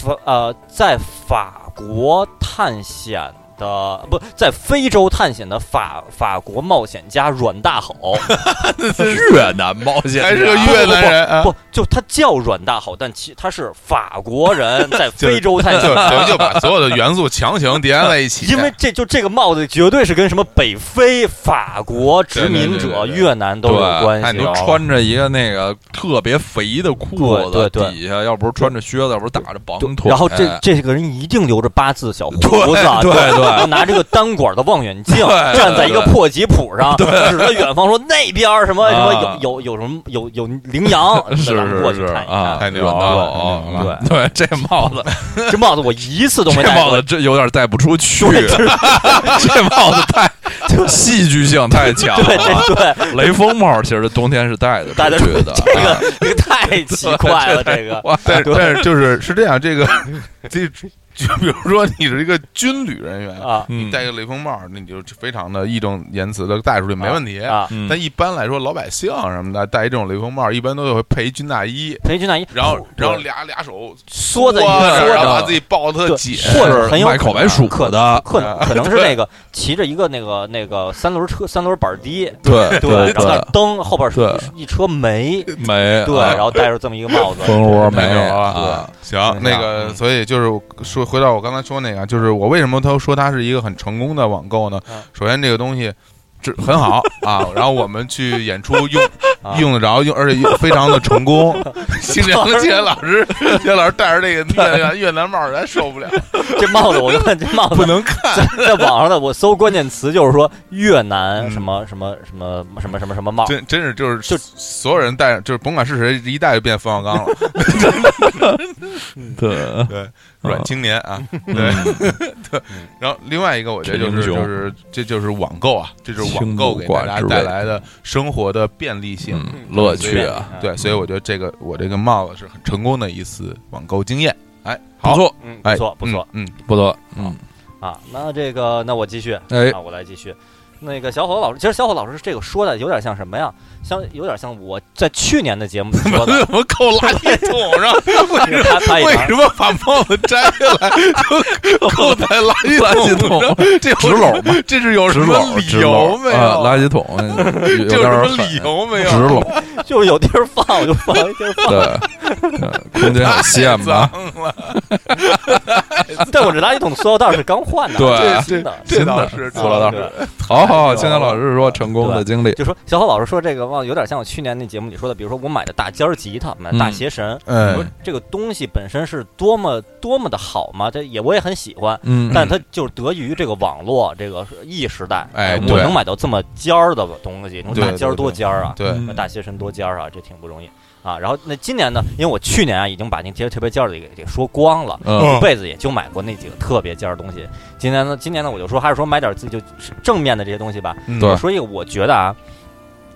S1: 法呃在法国探险的不在非洲探险的法法国冒险家阮大好，
S2: 越南冒险家，
S3: 还是个越南人
S2: [laughs]
S3: 啊，
S1: 不就他叫阮大好，但其他是法国人在
S3: 就是
S1: 非洲探
S3: 就
S1: 险。
S3: 就就把所有的元素强行叠加在一起，
S1: 因为这就这个帽子绝对是跟什么北非、法国殖民者、
S3: 对对对对对
S1: 越南都有关
S2: 对，哎
S1: 系哦
S2: 你。都穿着一个那个特别肥的裤子，
S1: 对对对
S2: 底下要不是穿着靴子，要不是打着绑
S1: 对
S2: 腿，哎
S1: 然后这这个人一定留着八字小胡子啊，
S2: 对对对
S1: 然后拿这个单管的望远镜
S2: 对
S1: 站在一个破吉普上，指着远方说那边儿什么什
S2: 啊
S1: 么有有有什么有有羚羊，
S2: 是
S1: 咱们过
S2: 是
S1: 去
S2: 是
S1: 看一
S2: 啊，
S1: 看。
S3: 太牛了太牛
S2: 了！啊
S1: 了
S2: [laughs] 对对，这帽子，
S1: 这帽子我一次都没
S2: 这
S1: 戴
S2: 帽
S1: 过
S2: 子，真有点戴不出去， [laughs] 这帽子
S1: [laughs]
S2: 太戏剧性太强
S1: 对
S2: 了。
S1: 对对，
S2: 雷锋帽其实冬天是戴的，
S1: 戴得
S2: 出去的，
S1: 这个这个太奇怪了，这个 [laughs]
S3: 但是但是就是是这样，这个这就比如说你是一个军旅人员，
S1: 啊
S2: 嗯
S3: 你戴个雷锋帽，那你就非常的义正言辞的戴出去没问题。
S1: 啊！
S2: 嗯
S3: 但一般来说，老百姓什么的戴一这种雷锋帽，一般都会配一军大衣，
S1: 裴军大衣，
S3: 然后
S1: 哦对
S3: 然后俩俩手
S1: 缩在一
S3: 缩
S1: 个
S3: 着
S1: 缩
S3: 然后把
S1: 着
S3: 自，己抱得特紧，
S1: 对或者很有
S2: 卖烤白薯
S1: 可
S2: 的，
S1: 可能可能是那个骑着一个那个那个三轮车三轮板儿的，
S2: 对
S1: 对，然后那
S2: 对，
S1: 灯后边是
S2: 对
S1: 一车煤，
S2: 没
S1: 对，
S2: 啊
S1: 然后戴着这么一个帽子，
S2: 蜂窝没
S3: 没有
S2: 啊，
S3: 行
S1: 嗯，
S3: 那个，
S1: 嗯
S3: 所以就是说，回到我刚才说那个，就是我为什么他说它是一个很成功的网购呢
S1: 嗯？
S3: 首先，这个东西这很好啊，然后我们去演出用
S1: 啊
S3: 用得着，用而且非常的成功。新疆的谢老师，谢老师戴着这个越南越南帽儿，咱受不了，
S1: 这帽子我就问这帽子
S3: 不能看。
S1: 在在网上的我搜关键词就是说越南
S3: 嗯
S1: 什么什么什么什么什么什么帽，
S3: 真真是就是
S1: 就
S3: 所有人戴上，就是甭管是谁，一戴就变冯小刚了，
S1: 嗯
S2: 对，
S3: 对，
S2: 哦
S3: 软青年啊， [laughs] 对。然后另外一个，我觉得就是
S2: 嗯铁凝
S3: 就
S2: 雄
S3: 是这就是网购啊，这就是网购给大家
S2: 轻度管制
S3: 带来的生活的便利性。
S2: 嗯，乐趣啊，
S3: 对，所以我觉得这个我这个帽子是很成功的一次网购经验。哎，
S2: 不
S3: 好，
S2: 错
S1: 嗯，
S3: 哎
S1: 不错不错，
S3: 嗯，
S2: 不错，嗯，
S1: 啊。那这个那我继续，
S2: 哎
S1: 啊，我来继续。那个小伙老师，其实小伙老师这个说的有点像什么呀？像有点像我在去年的节目
S3: 嗯，
S1: 说
S3: [laughs] 我
S2: [laughs]
S1: 的，
S3: 怎么扣垃圾桶上？为什么？
S1: 他他也
S3: 为什么把帽子摘下来就扣在垃圾
S2: 垃圾
S3: 桶
S2: [laughs]
S3: 上
S2: 桶？
S3: 这有
S2: 纸篓嘛，
S3: 这是有什
S2: 纸
S3: 么
S2: 篓，
S3: 理
S2: 纸
S3: 由
S2: 篓
S3: 没
S2: 啊，
S3: 有？
S2: 垃
S3: [laughs]
S2: 圾桶有
S3: 这有
S2: 点
S3: 什
S2: 儿
S3: 么
S2: 狠
S3: 理由没
S2: 纸
S3: 有？
S2: 篓，
S1: 就是有地儿放我就放，有地儿放。
S2: 对，对空间有限嘛，
S1: [laughs] 但我这垃圾桶塑料袋是刚换的，
S2: 对
S1: 这是
S3: 这
S1: 新的。
S3: [laughs]
S1: 啊
S3: 这倒是，
S2: 塑料袋
S3: 这倒是
S2: 好好，青年老师说成功的经历，
S1: 就说小伙老师说这个帽子有点像我去年那节目里说的，比如说我买的大尖儿吉他，买的大
S2: 嗯
S1: 邪神，
S3: 嗯
S1: 说这个东西本身是多么多么的好嘛，这也我也很喜欢，
S2: 嗯，
S1: 但它就是得益于这个网络这个异时代，
S3: 哎
S1: 我
S3: 对
S1: 能买到这么尖儿的东西，你说大
S3: 对
S1: 尖儿
S3: 对
S1: 多尖儿啊，
S2: 嗯
S3: 对，
S1: 大学生多尖儿啊，这挺不容易啊。然后那今年呢，因为我去年啊已经把那些特别尖儿的给给说光了。
S2: 嗯
S1: 一辈子也就买过那几个特别尖儿的东西。今年呢，今年呢，我就说还是说买点自己就是正面的这些东西吧。
S3: 嗯
S2: 对
S1: 我说一个，我觉得啊，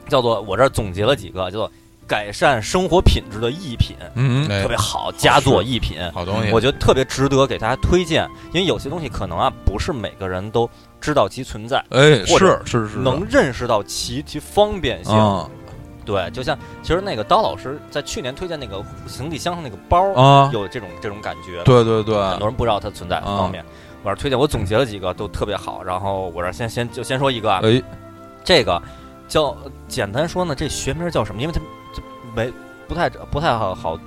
S1: 叫做我这儿总结了几个，叫做改善生活品质的艺品，
S2: 嗯，
S3: 哎
S1: 特别好，佳作艺品。
S3: 好
S2: 哎
S3: 东西，
S1: 我觉得特别值得给大家推荐，因为有些东西可能啊，不是每个人都知道其存在，
S2: 哎，
S1: 或
S2: 是
S1: 者
S2: 是是，
S1: 能认识到其其方便性。
S2: 啊
S1: 对，就像其实那个刀老师在去年推荐那个行李箱上那个包，
S2: 啊，
S1: 有这种这种感觉，
S2: 对对对，
S1: 很多人不知道它存在
S2: 啊
S1: 方面。我这推荐，我总结了几个都特别好，然后我这先先就先说一个啊，
S2: 哎，
S1: 这个叫简单说呢，这学名叫什么？因为它这没不太不太好好，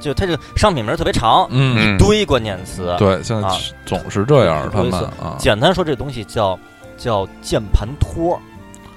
S1: 就它这个商品名特别长，
S2: 嗯，
S3: 嗯
S1: 堆关键词。
S2: 对，现在
S1: 啊
S2: 总是这样，他们
S1: 不好意
S2: 啊，
S1: 简单说，这东西叫叫键盘托，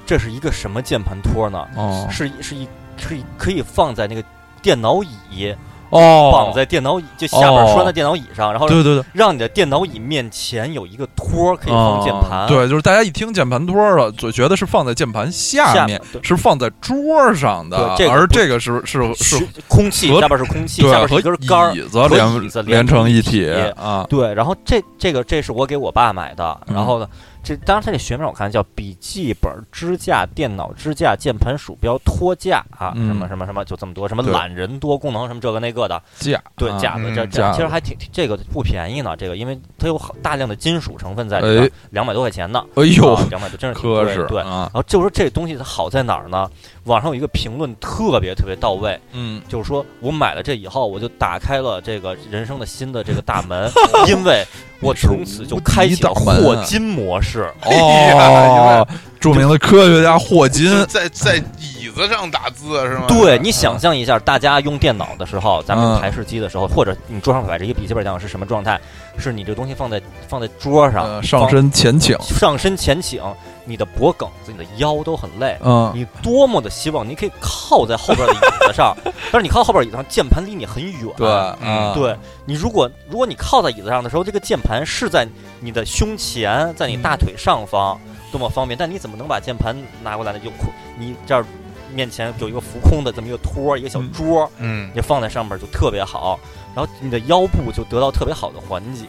S1: 这是一个什么键盘托呢？
S2: 哦
S1: 是一是一是一可以放在那个电脑椅，
S2: 哦，
S1: 绑在电脑椅就下边
S2: 哦
S1: 拴在电脑椅上，然后
S2: 对对对，
S1: 让你的电脑椅面前有一个托可以放键盘，
S2: 啊对，就是大家一听键盘托儿了，就觉得是放在键盘下
S1: 下
S2: 面
S1: 面，对
S2: 是放在桌上的，
S1: 对这个不
S2: 而这个是是是
S1: 是空气
S2: 和
S1: 下边是空气，
S2: 对
S1: 下边是
S2: 和
S1: 一根杆儿
S2: 椅。子
S1: 和
S2: 连
S1: 椅子
S2: 连
S1: 连
S2: 成
S1: 成
S2: 一
S1: 一
S2: 体
S1: 体
S2: 啊，
S1: 对，然后这这个这是我给我爸买的，
S2: 嗯
S1: 然后呢，这当然它这学名我看叫笔记本支架、电脑支架、键盘、鼠标托架啊，
S2: 嗯
S1: 什么什么什么，就这么多，什么
S2: 对
S1: 懒人多功能什么这个那个的，
S2: 架
S1: 对
S2: 啊
S1: 架子这
S3: 嗯
S1: 这
S2: 架
S1: 其实
S2: 子
S1: 还挺这个不便宜呢，这个因为它有好大量的金属成分在里
S2: 哎
S1: 边，两百多块钱呢，啊
S2: 哎呦，
S1: 两百多真是挺
S2: 科
S1: 贵
S2: 室
S1: 对。
S2: 啊，
S1: 然后就说这东西它好在哪儿呢？网上有一个评论特别特别到位，
S2: 嗯，
S1: 就是说我买了这以后，我就打开了这个人生的新的这个大 [laughs] 门，因为我从此就开启了霍金模式。
S2: 哦，著名的科学家霍金
S3: 就在在椅子上打字啊是吗？嗯
S1: 对你想象一下，大家用电脑的时候，咱们用台式机的时候，或者你桌上摆着一个笔记本电脑是什么状态？是你这东西放在放在桌
S2: 呃
S1: 上，
S2: 上身前倾，
S1: 放上身前倾，你的脖梗子、你的腰都很累。
S2: 嗯，
S1: 你多么的希望你可以靠在后边的椅子 [laughs] 上，但是你靠后边椅子上，键盘离你很远。
S2: 对啊，
S1: 嗯对你，如果如果你靠在椅子上的时候，这个键盘是在你的胸前，在你大腿上方，多么方便！但你怎么能把键盘拿过来呢？就空，你这儿面前有一个浮空的这么一个托儿，一个小桌儿，
S3: 嗯，
S1: 你放在上面就特别好，然后你的腰部就得到特别好的缓解，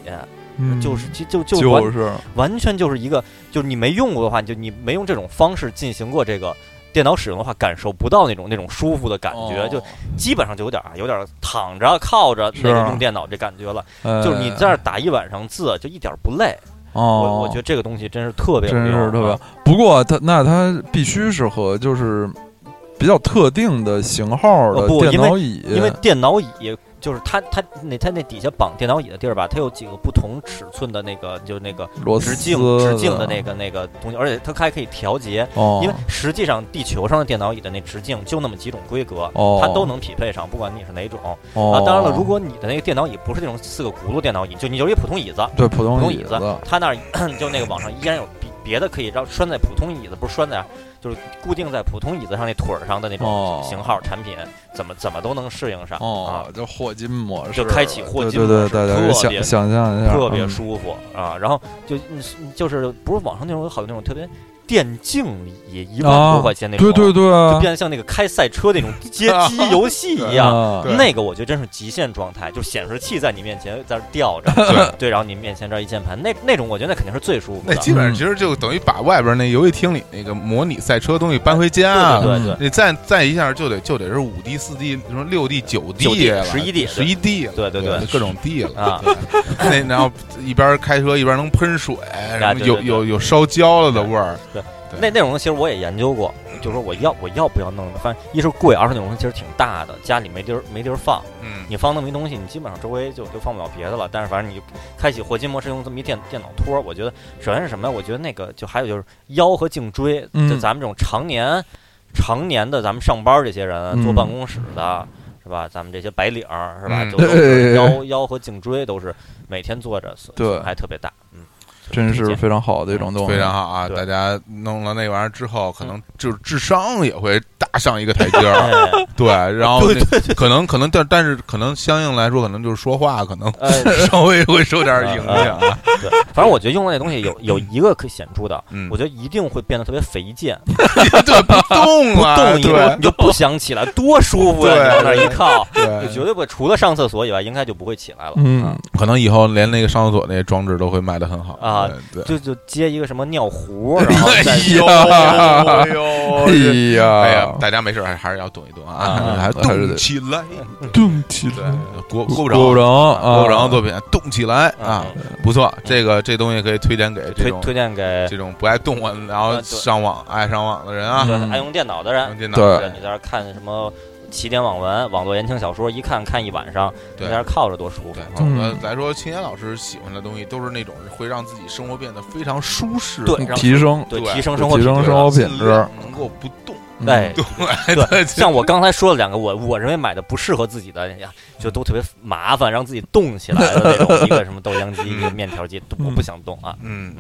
S2: 嗯，
S1: 就是就就就完
S2: 就是
S1: 完全就是一个，就是你没用过的话，你就你没用这种方式进行过这个。电脑使用的话，感受不到那种那种舒服的感觉，
S2: 哦
S1: 就基本上就有点儿啊有点儿躺着靠着
S2: 是啊哎
S1: 那个用电脑这感觉了。就是你在那儿打一晚上字，就一点儿不累。我
S2: 哦，
S1: 我觉得这个东西真是特别有
S2: 真
S1: 用
S2: 是特别
S1: 啊。
S2: 不过它那它必须是和就是比较特定的型号的
S1: 呃不
S2: 电
S1: 因为
S2: 脑椅，
S1: 因为电脑椅就是它它那它那底下绑电脑椅的地儿吧，它有几个不同尺寸的那个就那个
S2: 螺丝
S1: 直径直径的那个那个东西，而且它还可以调节。
S2: 哦，
S1: 因为实际上地球上的电脑椅的那直径就那么几种规格，
S2: 哦
S1: 它都能匹配上，不管你是哪种。
S2: 哦
S1: 啊，当然了，如果你的那个电脑椅不是那种四个轱辘电脑椅，就你就是一普通椅子，
S2: 对普
S1: 普
S2: 通
S1: 通
S2: 椅
S1: 椅子，它那儿 [clears throat] 就那个网上依然有别别的可以让拴在普通椅子，不是拴在，就是固定在普通椅子上那腿儿上的那
S2: 哦
S1: 种型号产品，怎么怎么都能适应上啊
S2: 哦，，就霍金模式，
S1: 就开启霍金
S2: 对对
S1: 模式
S2: 对对对，
S1: 特别
S2: 想想象一下，
S1: 特别
S2: 嗯
S1: 舒服啊。然后就嗯就是不是网上那种有好多那种特别电竞椅，一万多块钱那种，
S2: 啊对对对啊，
S1: 就变得像那个开赛车那种
S2: [laughs]
S1: 街机游戏一样。
S2: 啊
S3: 对
S1: 那个我觉得真是极限状态，就显示器在你面前在这儿吊着，
S3: 对，
S1: 对，然后你面前这儿一键盘，那那种我觉得那肯定是最舒服
S3: 那
S1: 的。
S3: 基本上其实就等于把外边那游戏厅里那个模拟赛车东西搬回家
S2: 啊
S1: 对
S3: 了。
S1: 对对
S3: 你再再一下就得就得是五 D 四 D 什么六 D 九 D
S1: 9D
S3: 了
S1: 11D
S3: 十一 D 了
S1: 对对对
S3: 各种 D 了
S1: 啊
S3: 对那然后一边开车一边能喷水，然后
S1: 啊对对
S3: 有
S1: 对
S3: 有有烧焦了的味儿，对
S1: 那那种东西其实我也研究过，就是说我要我要不要弄？反正一是贵，二是那种东西其实挺大的，家里没地儿没地儿放，
S3: 嗯，
S1: 你放那么一东西，你基本上周围就就放不了别的了。但是反正你开启霍金模式用这么一电电脑托儿，我觉得首先是什么呀？我觉得那个就还有就是腰和颈椎，
S2: 嗯
S1: 就咱们这种常年常年的咱们上班这些人
S2: 嗯
S1: 坐办公室的。是吧？咱们这些白领儿是吧？
S3: 嗯
S1: 就都
S2: [laughs]
S1: 是
S2: 哎哎哎
S1: 腰腰和颈椎都是每天坐着，损
S2: 对
S1: 损害特别大。嗯，
S2: 真
S1: 推
S2: 是
S1: 荐
S2: 非常好的一种东西，
S3: 非常好啊！
S1: 对嗯
S3: 大家弄了那玩意儿之后，可能就是智商也会大上一个台
S1: [laughs]
S3: 阶儿，
S1: [laughs] 哎
S3: [laughs] 对，然后那可能可能但但是可能相应来说，可能就是说话可能
S1: 呃，
S3: 稍微会受点影响啊，
S1: 对，反正我觉得用了那东西有有一个可显著的，
S3: 嗯
S1: 我，觉得一定会变得特别肥
S3: [laughs]
S1: 贱，
S3: 对，不动啊
S1: 不
S3: 了，
S1: 动一会儿
S3: 对
S1: 你就不想起来，多舒服呀！啊
S3: 对
S1: 你往那儿一靠，就
S3: [laughs] 对，
S1: 绝对不会，除了上厕所以外，应该就不会起来了。
S2: 嗯
S1: 啊，
S3: 可能以后连那个上厕所那装置都会卖的很好
S1: 啊，
S3: 对。对
S1: 就就接一个什么尿壶，然后再
S3: [laughs]
S2: 哎
S1: 去
S2: 呦
S3: 哎呦
S2: 哎
S3: 这
S2: 呀，
S3: 哎呀，大家没事还还是要动一动啊
S1: 啊，
S3: 还
S2: 还是
S3: 动
S2: 得
S3: 起来，
S2: 动起
S3: 对
S2: 来，，
S3: 郭郭部长，
S2: 不着
S3: 郭部
S2: 啊，
S3: 长作品动起来啊，不错，这个这东西可以推荐给这
S1: 嗯推
S3: 种
S1: 推荐给
S3: 这种不爱动啊，然后
S1: 对
S3: 上网爱上网的人啊，
S1: 对
S2: 嗯
S1: 爱用电脑的
S3: 用
S1: 人，
S3: 电脑
S2: 对
S1: 对你在那儿看什么起点网文、网络言情小说，一看看一晚上，你
S3: 对
S1: 在那儿靠着多舒服
S3: 对。，
S2: 嗯
S3: 我来说，青年老师喜欢的东西都是那种会让自己生活变得非常舒适，
S1: 对然后
S2: 提升
S1: 对，
S3: 对
S1: 提升生活
S2: 提
S1: 品
S2: 升
S1: 质
S2: 生。活品
S3: 尽
S2: 质，
S3: 量能够不动。 [laughs]
S2: 嗯
S1: 哎，
S3: 对， [laughs]
S1: 像我刚才说了两个我我认为买的不适合自己的，哎呀，就都特别麻烦，让自己动起来的那种，一个什么豆浆机，一个面条机，都我不想动啊。
S3: 嗯，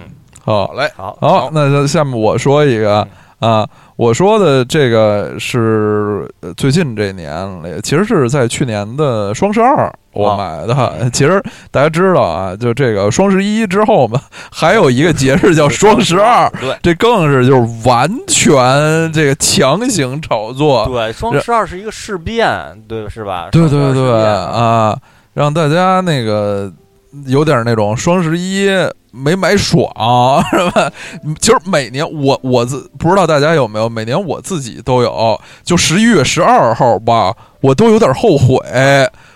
S2: 好
S3: 好嘞，
S1: 好，
S2: 好，那就下面我说一个啊，我说的这个是呃最近这年里，其实是在去年的双十二我买的。其实大家知道啊，就这个双十一之后嘛，还有一个节日叫双十二，
S1: 对
S2: 这更是就是完全这个强行炒作，
S1: 对，双十二是一个事变，对是吧？
S2: 对
S1: 双
S2: 对
S1: 十二
S2: 对
S1: 事变，
S2: 啊，让大家那个有点那种双十一没买爽，是吧？其实每年我我自不知道大家有没有，每年我自己都有，就十一月十二号吧，我都有点后悔。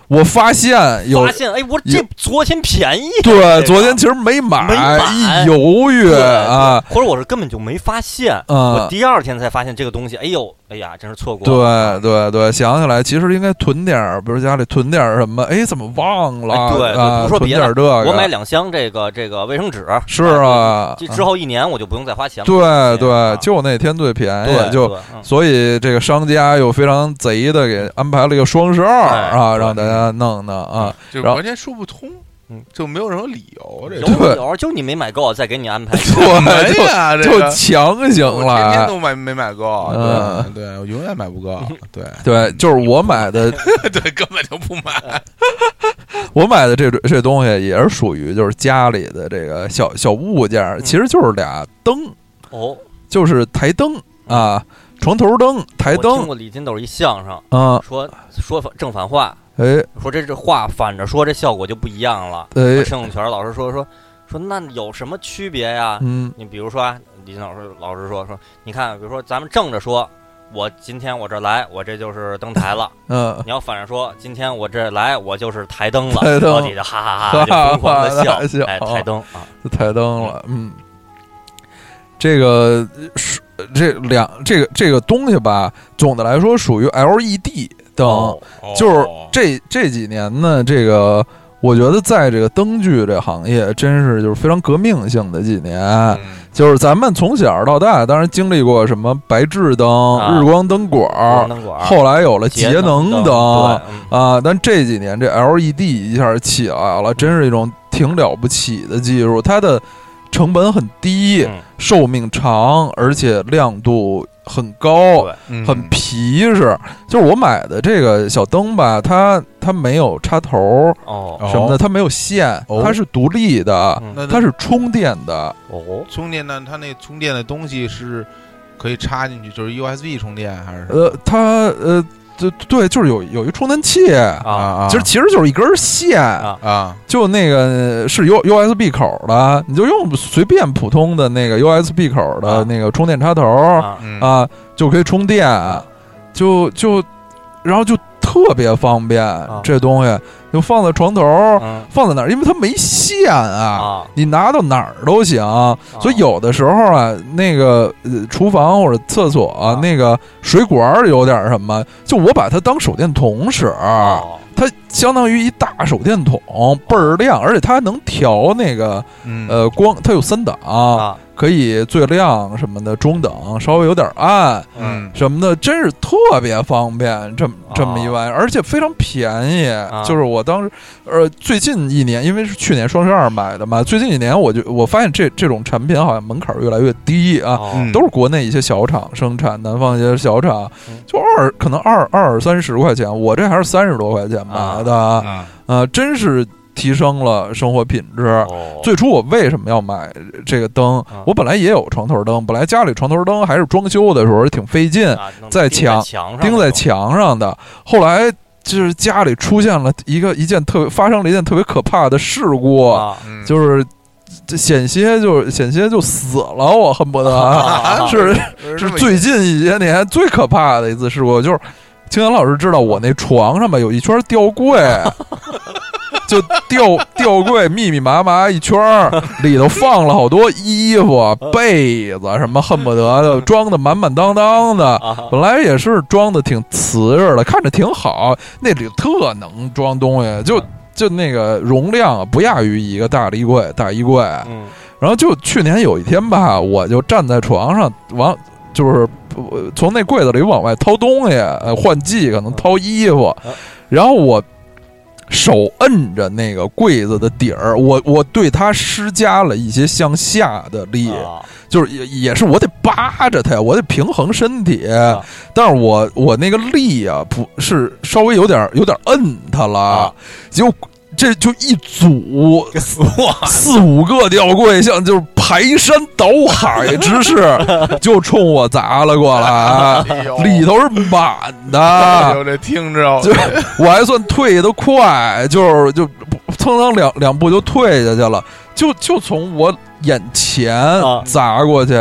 S2: 我发现有
S1: 发现哎，我
S2: 有
S1: 这昨天便宜，
S2: 对昨天其实没买，
S1: 没买
S2: 一犹豫
S1: 对
S2: 啊，
S1: 或者我是根本就没发现，我
S2: 嗯。
S1: 第二天才发现这个东西，哎呦，哎呀，真是错过了。
S2: 对对对，想起来其实应该囤点儿，比如家里囤点儿什么，哎，怎么忘了？
S1: 哎对对
S2: 啊
S1: 不说
S2: 囤
S1: 别
S2: 点儿
S1: 的
S2: 这个，
S1: 我买两箱这个这个卫生纸，
S2: 是啊，
S1: 这之后一年我就不用再花钱了。
S2: 对
S1: 啊
S2: 对，就那天最便
S1: 对，
S2: 宜，就
S1: 对嗯
S2: 所以这个商家又非常贼的给安排了一个双十二
S1: 哎
S2: 啊，
S1: 对
S2: 让大家弄弄啊，
S3: 就
S2: 然后
S3: 完全说不通
S1: 嗯，
S3: 就没有什么理由，这
S1: 有
S3: 个
S2: 对
S1: 有，就你没买够，再给你安排一个。
S2: 对，
S3: 没呀，这
S2: 就就
S3: 个
S2: 强行
S3: 我天天
S2: 来。
S3: 都买没买够，对
S2: 嗯
S3: 对，我永远买不
S2: [laughs]
S3: 够，对
S2: 对，就是我买的， [laughs]
S3: 对，根本就不买，
S2: 我买的这这东西也是属于就是家里的这个小小物件儿，其实就是俩灯，
S1: 哦，
S2: 就是台灯啊，床头灯、台
S1: 我听
S2: 灯
S1: 过李金斗一相声，
S2: 啊，
S1: 说说反正反话，
S2: 哎
S1: 说这这话反着说，这效果就不一样了。
S2: 哎，
S1: 盛永泉老师说说说那有什么区别呀？
S2: 嗯
S1: 你比如说啊，李金老师老师说说，你看，比如说咱们正着说，我今天我这来，我这就是登台
S2: [laughs]
S1: 了。
S2: 嗯，
S1: 你要反着说，今天我这来，我就是台灯了，
S2: 台灯
S1: 然后底下哈哈哈就疯狂的
S2: 哈哈哈
S1: 笑，
S2: 笑
S1: 哎，台灯啊，
S2: 台灯了，嗯，这个是这两这个这个东西吧，总的来说属于 LED 灯，
S1: 哦
S2: 就是这这几年呢，这个我觉得在这个灯具这行业，真是就是非常革命性的几年。
S3: 嗯
S2: 就是咱们从小到大，当然经历过什么白炽灯、
S1: 啊
S2: 日光灯管
S1: 光
S2: 儿，
S1: 灯管儿，
S2: 后来有了节
S1: 哦能
S2: 能
S1: 对，
S2: 灯
S1: 嗯
S2: 啊，但这几年这 LED 一下起来了，真是一种挺了不起的技术，它的成本很低，
S1: 嗯
S2: 寿命长，而且亮度很高。
S1: 对，
S3: 嗯
S1: 嗯
S2: 很皮实，就是我买的这个小灯吧，它它没有插头
S1: 哦，
S2: 什么的，它没有线，
S3: 哦
S2: 它是独立的，
S1: 嗯
S3: 嗯那它
S2: 它是充电的，
S1: 哦，
S3: 充电呢？它那充电的东西是可以插进去，就是 USB 充电还是什么
S2: 呃，它呃，就对，就是有有一充电器，
S1: 啊，
S3: 啊？
S2: 其实其实就是一根线，
S1: 啊
S3: 啊，
S2: 就那个是 U USB 口的，你就用随便普通的那个 USB 口的
S1: 啊
S2: 那个充电插头
S1: 啊
S3: 嗯
S2: 啊，就可以充电，就就然后就特别方便，
S1: 啊
S2: 这东西就放在床头。
S1: 嗯
S2: 放在哪儿，因为它没线啊，
S1: 啊，
S2: 你拿到哪儿都行。所以有的时候啊，那个呃厨房或者厕所、
S1: 啊
S2: 那个水管儿有点什么，就我把它当手电筒使，
S1: 哦
S2: 它相当于一大手电筒，倍儿亮，而且它还能调那个
S3: 嗯
S2: 呃光，它有三档，
S1: 啊，
S2: 可以最亮什么的，中等稍微有点暗。
S3: 嗯啊
S2: 什么的，真是特别方便，这么这么一玩意儿，而且非常便宜。就是我当时，呃，最近一年，因为是去年双十二买的嘛，最近一年我就我发现这这种产品好像门槛越来越低啊，
S1: 哦
S3: 嗯
S2: 都是国内一些小厂生产，南方一些小厂
S1: 嗯，
S2: 就二可能二二三十块钱，我这还是三十多块钱买的啊，
S3: 啊
S2: 呃，真是提升了生活品质。
S1: 哦
S2: 最初我为什么要买这个灯
S1: 啊？
S2: 我本来也有床头灯，本来家里床头灯还是装修的时候挺费劲，
S1: 啊能
S2: 在
S1: 钉
S2: 墙
S1: 墙上
S2: 钉
S1: 那
S2: 在
S1: 种
S2: 墙上的。后来就是家里出现了一个一件特别发生了一件特别可怕的事故，
S1: 啊
S3: 嗯
S2: 就是这险些就是险些就死了，我恨不得、
S1: 啊
S2: [laughs] 是
S3: 这
S2: 是
S3: 么
S2: 最近一些年最可怕的一次事故，就是青年老师知道我那床上吧有一圈吊柜，就吊吊柜密密麻麻一圈儿，里头放了好多衣服、被子什么，恨不得就装的满满当当的。
S1: 啊
S2: 本来也是装的挺瓷实的，看着挺好，那里特能装东西，就就那个容量啊不亚于一个大衣柜，大衣柜。
S1: 嗯
S2: 然后就去年有一天吧，我就站在床上往就是呃从那柜子里往外掏东西，呃换季可能掏衣服
S1: 嗯，
S2: 然后我手摁着那个柜子的底儿，我我对它施加了一些向下的力，
S1: 啊
S2: 就是也也是我得扒着它呀，我得平衡身体，
S1: 啊
S2: 但是我我那个力啊，不是稍微有点有点摁它了
S1: 啊，
S2: 结果这就一组
S1: 哇
S2: [laughs] 四五个吊柜，像就是排山倒海
S3: [laughs]
S2: 之势，就冲我砸了过来，
S3: 哎呦
S2: 里头是满
S3: 哎
S2: 的，
S3: 呦，这听着
S2: 就我还算退得快，就是就蹭蹭两两步就退下去了，就就从我眼前
S1: 啊
S2: 砸过去，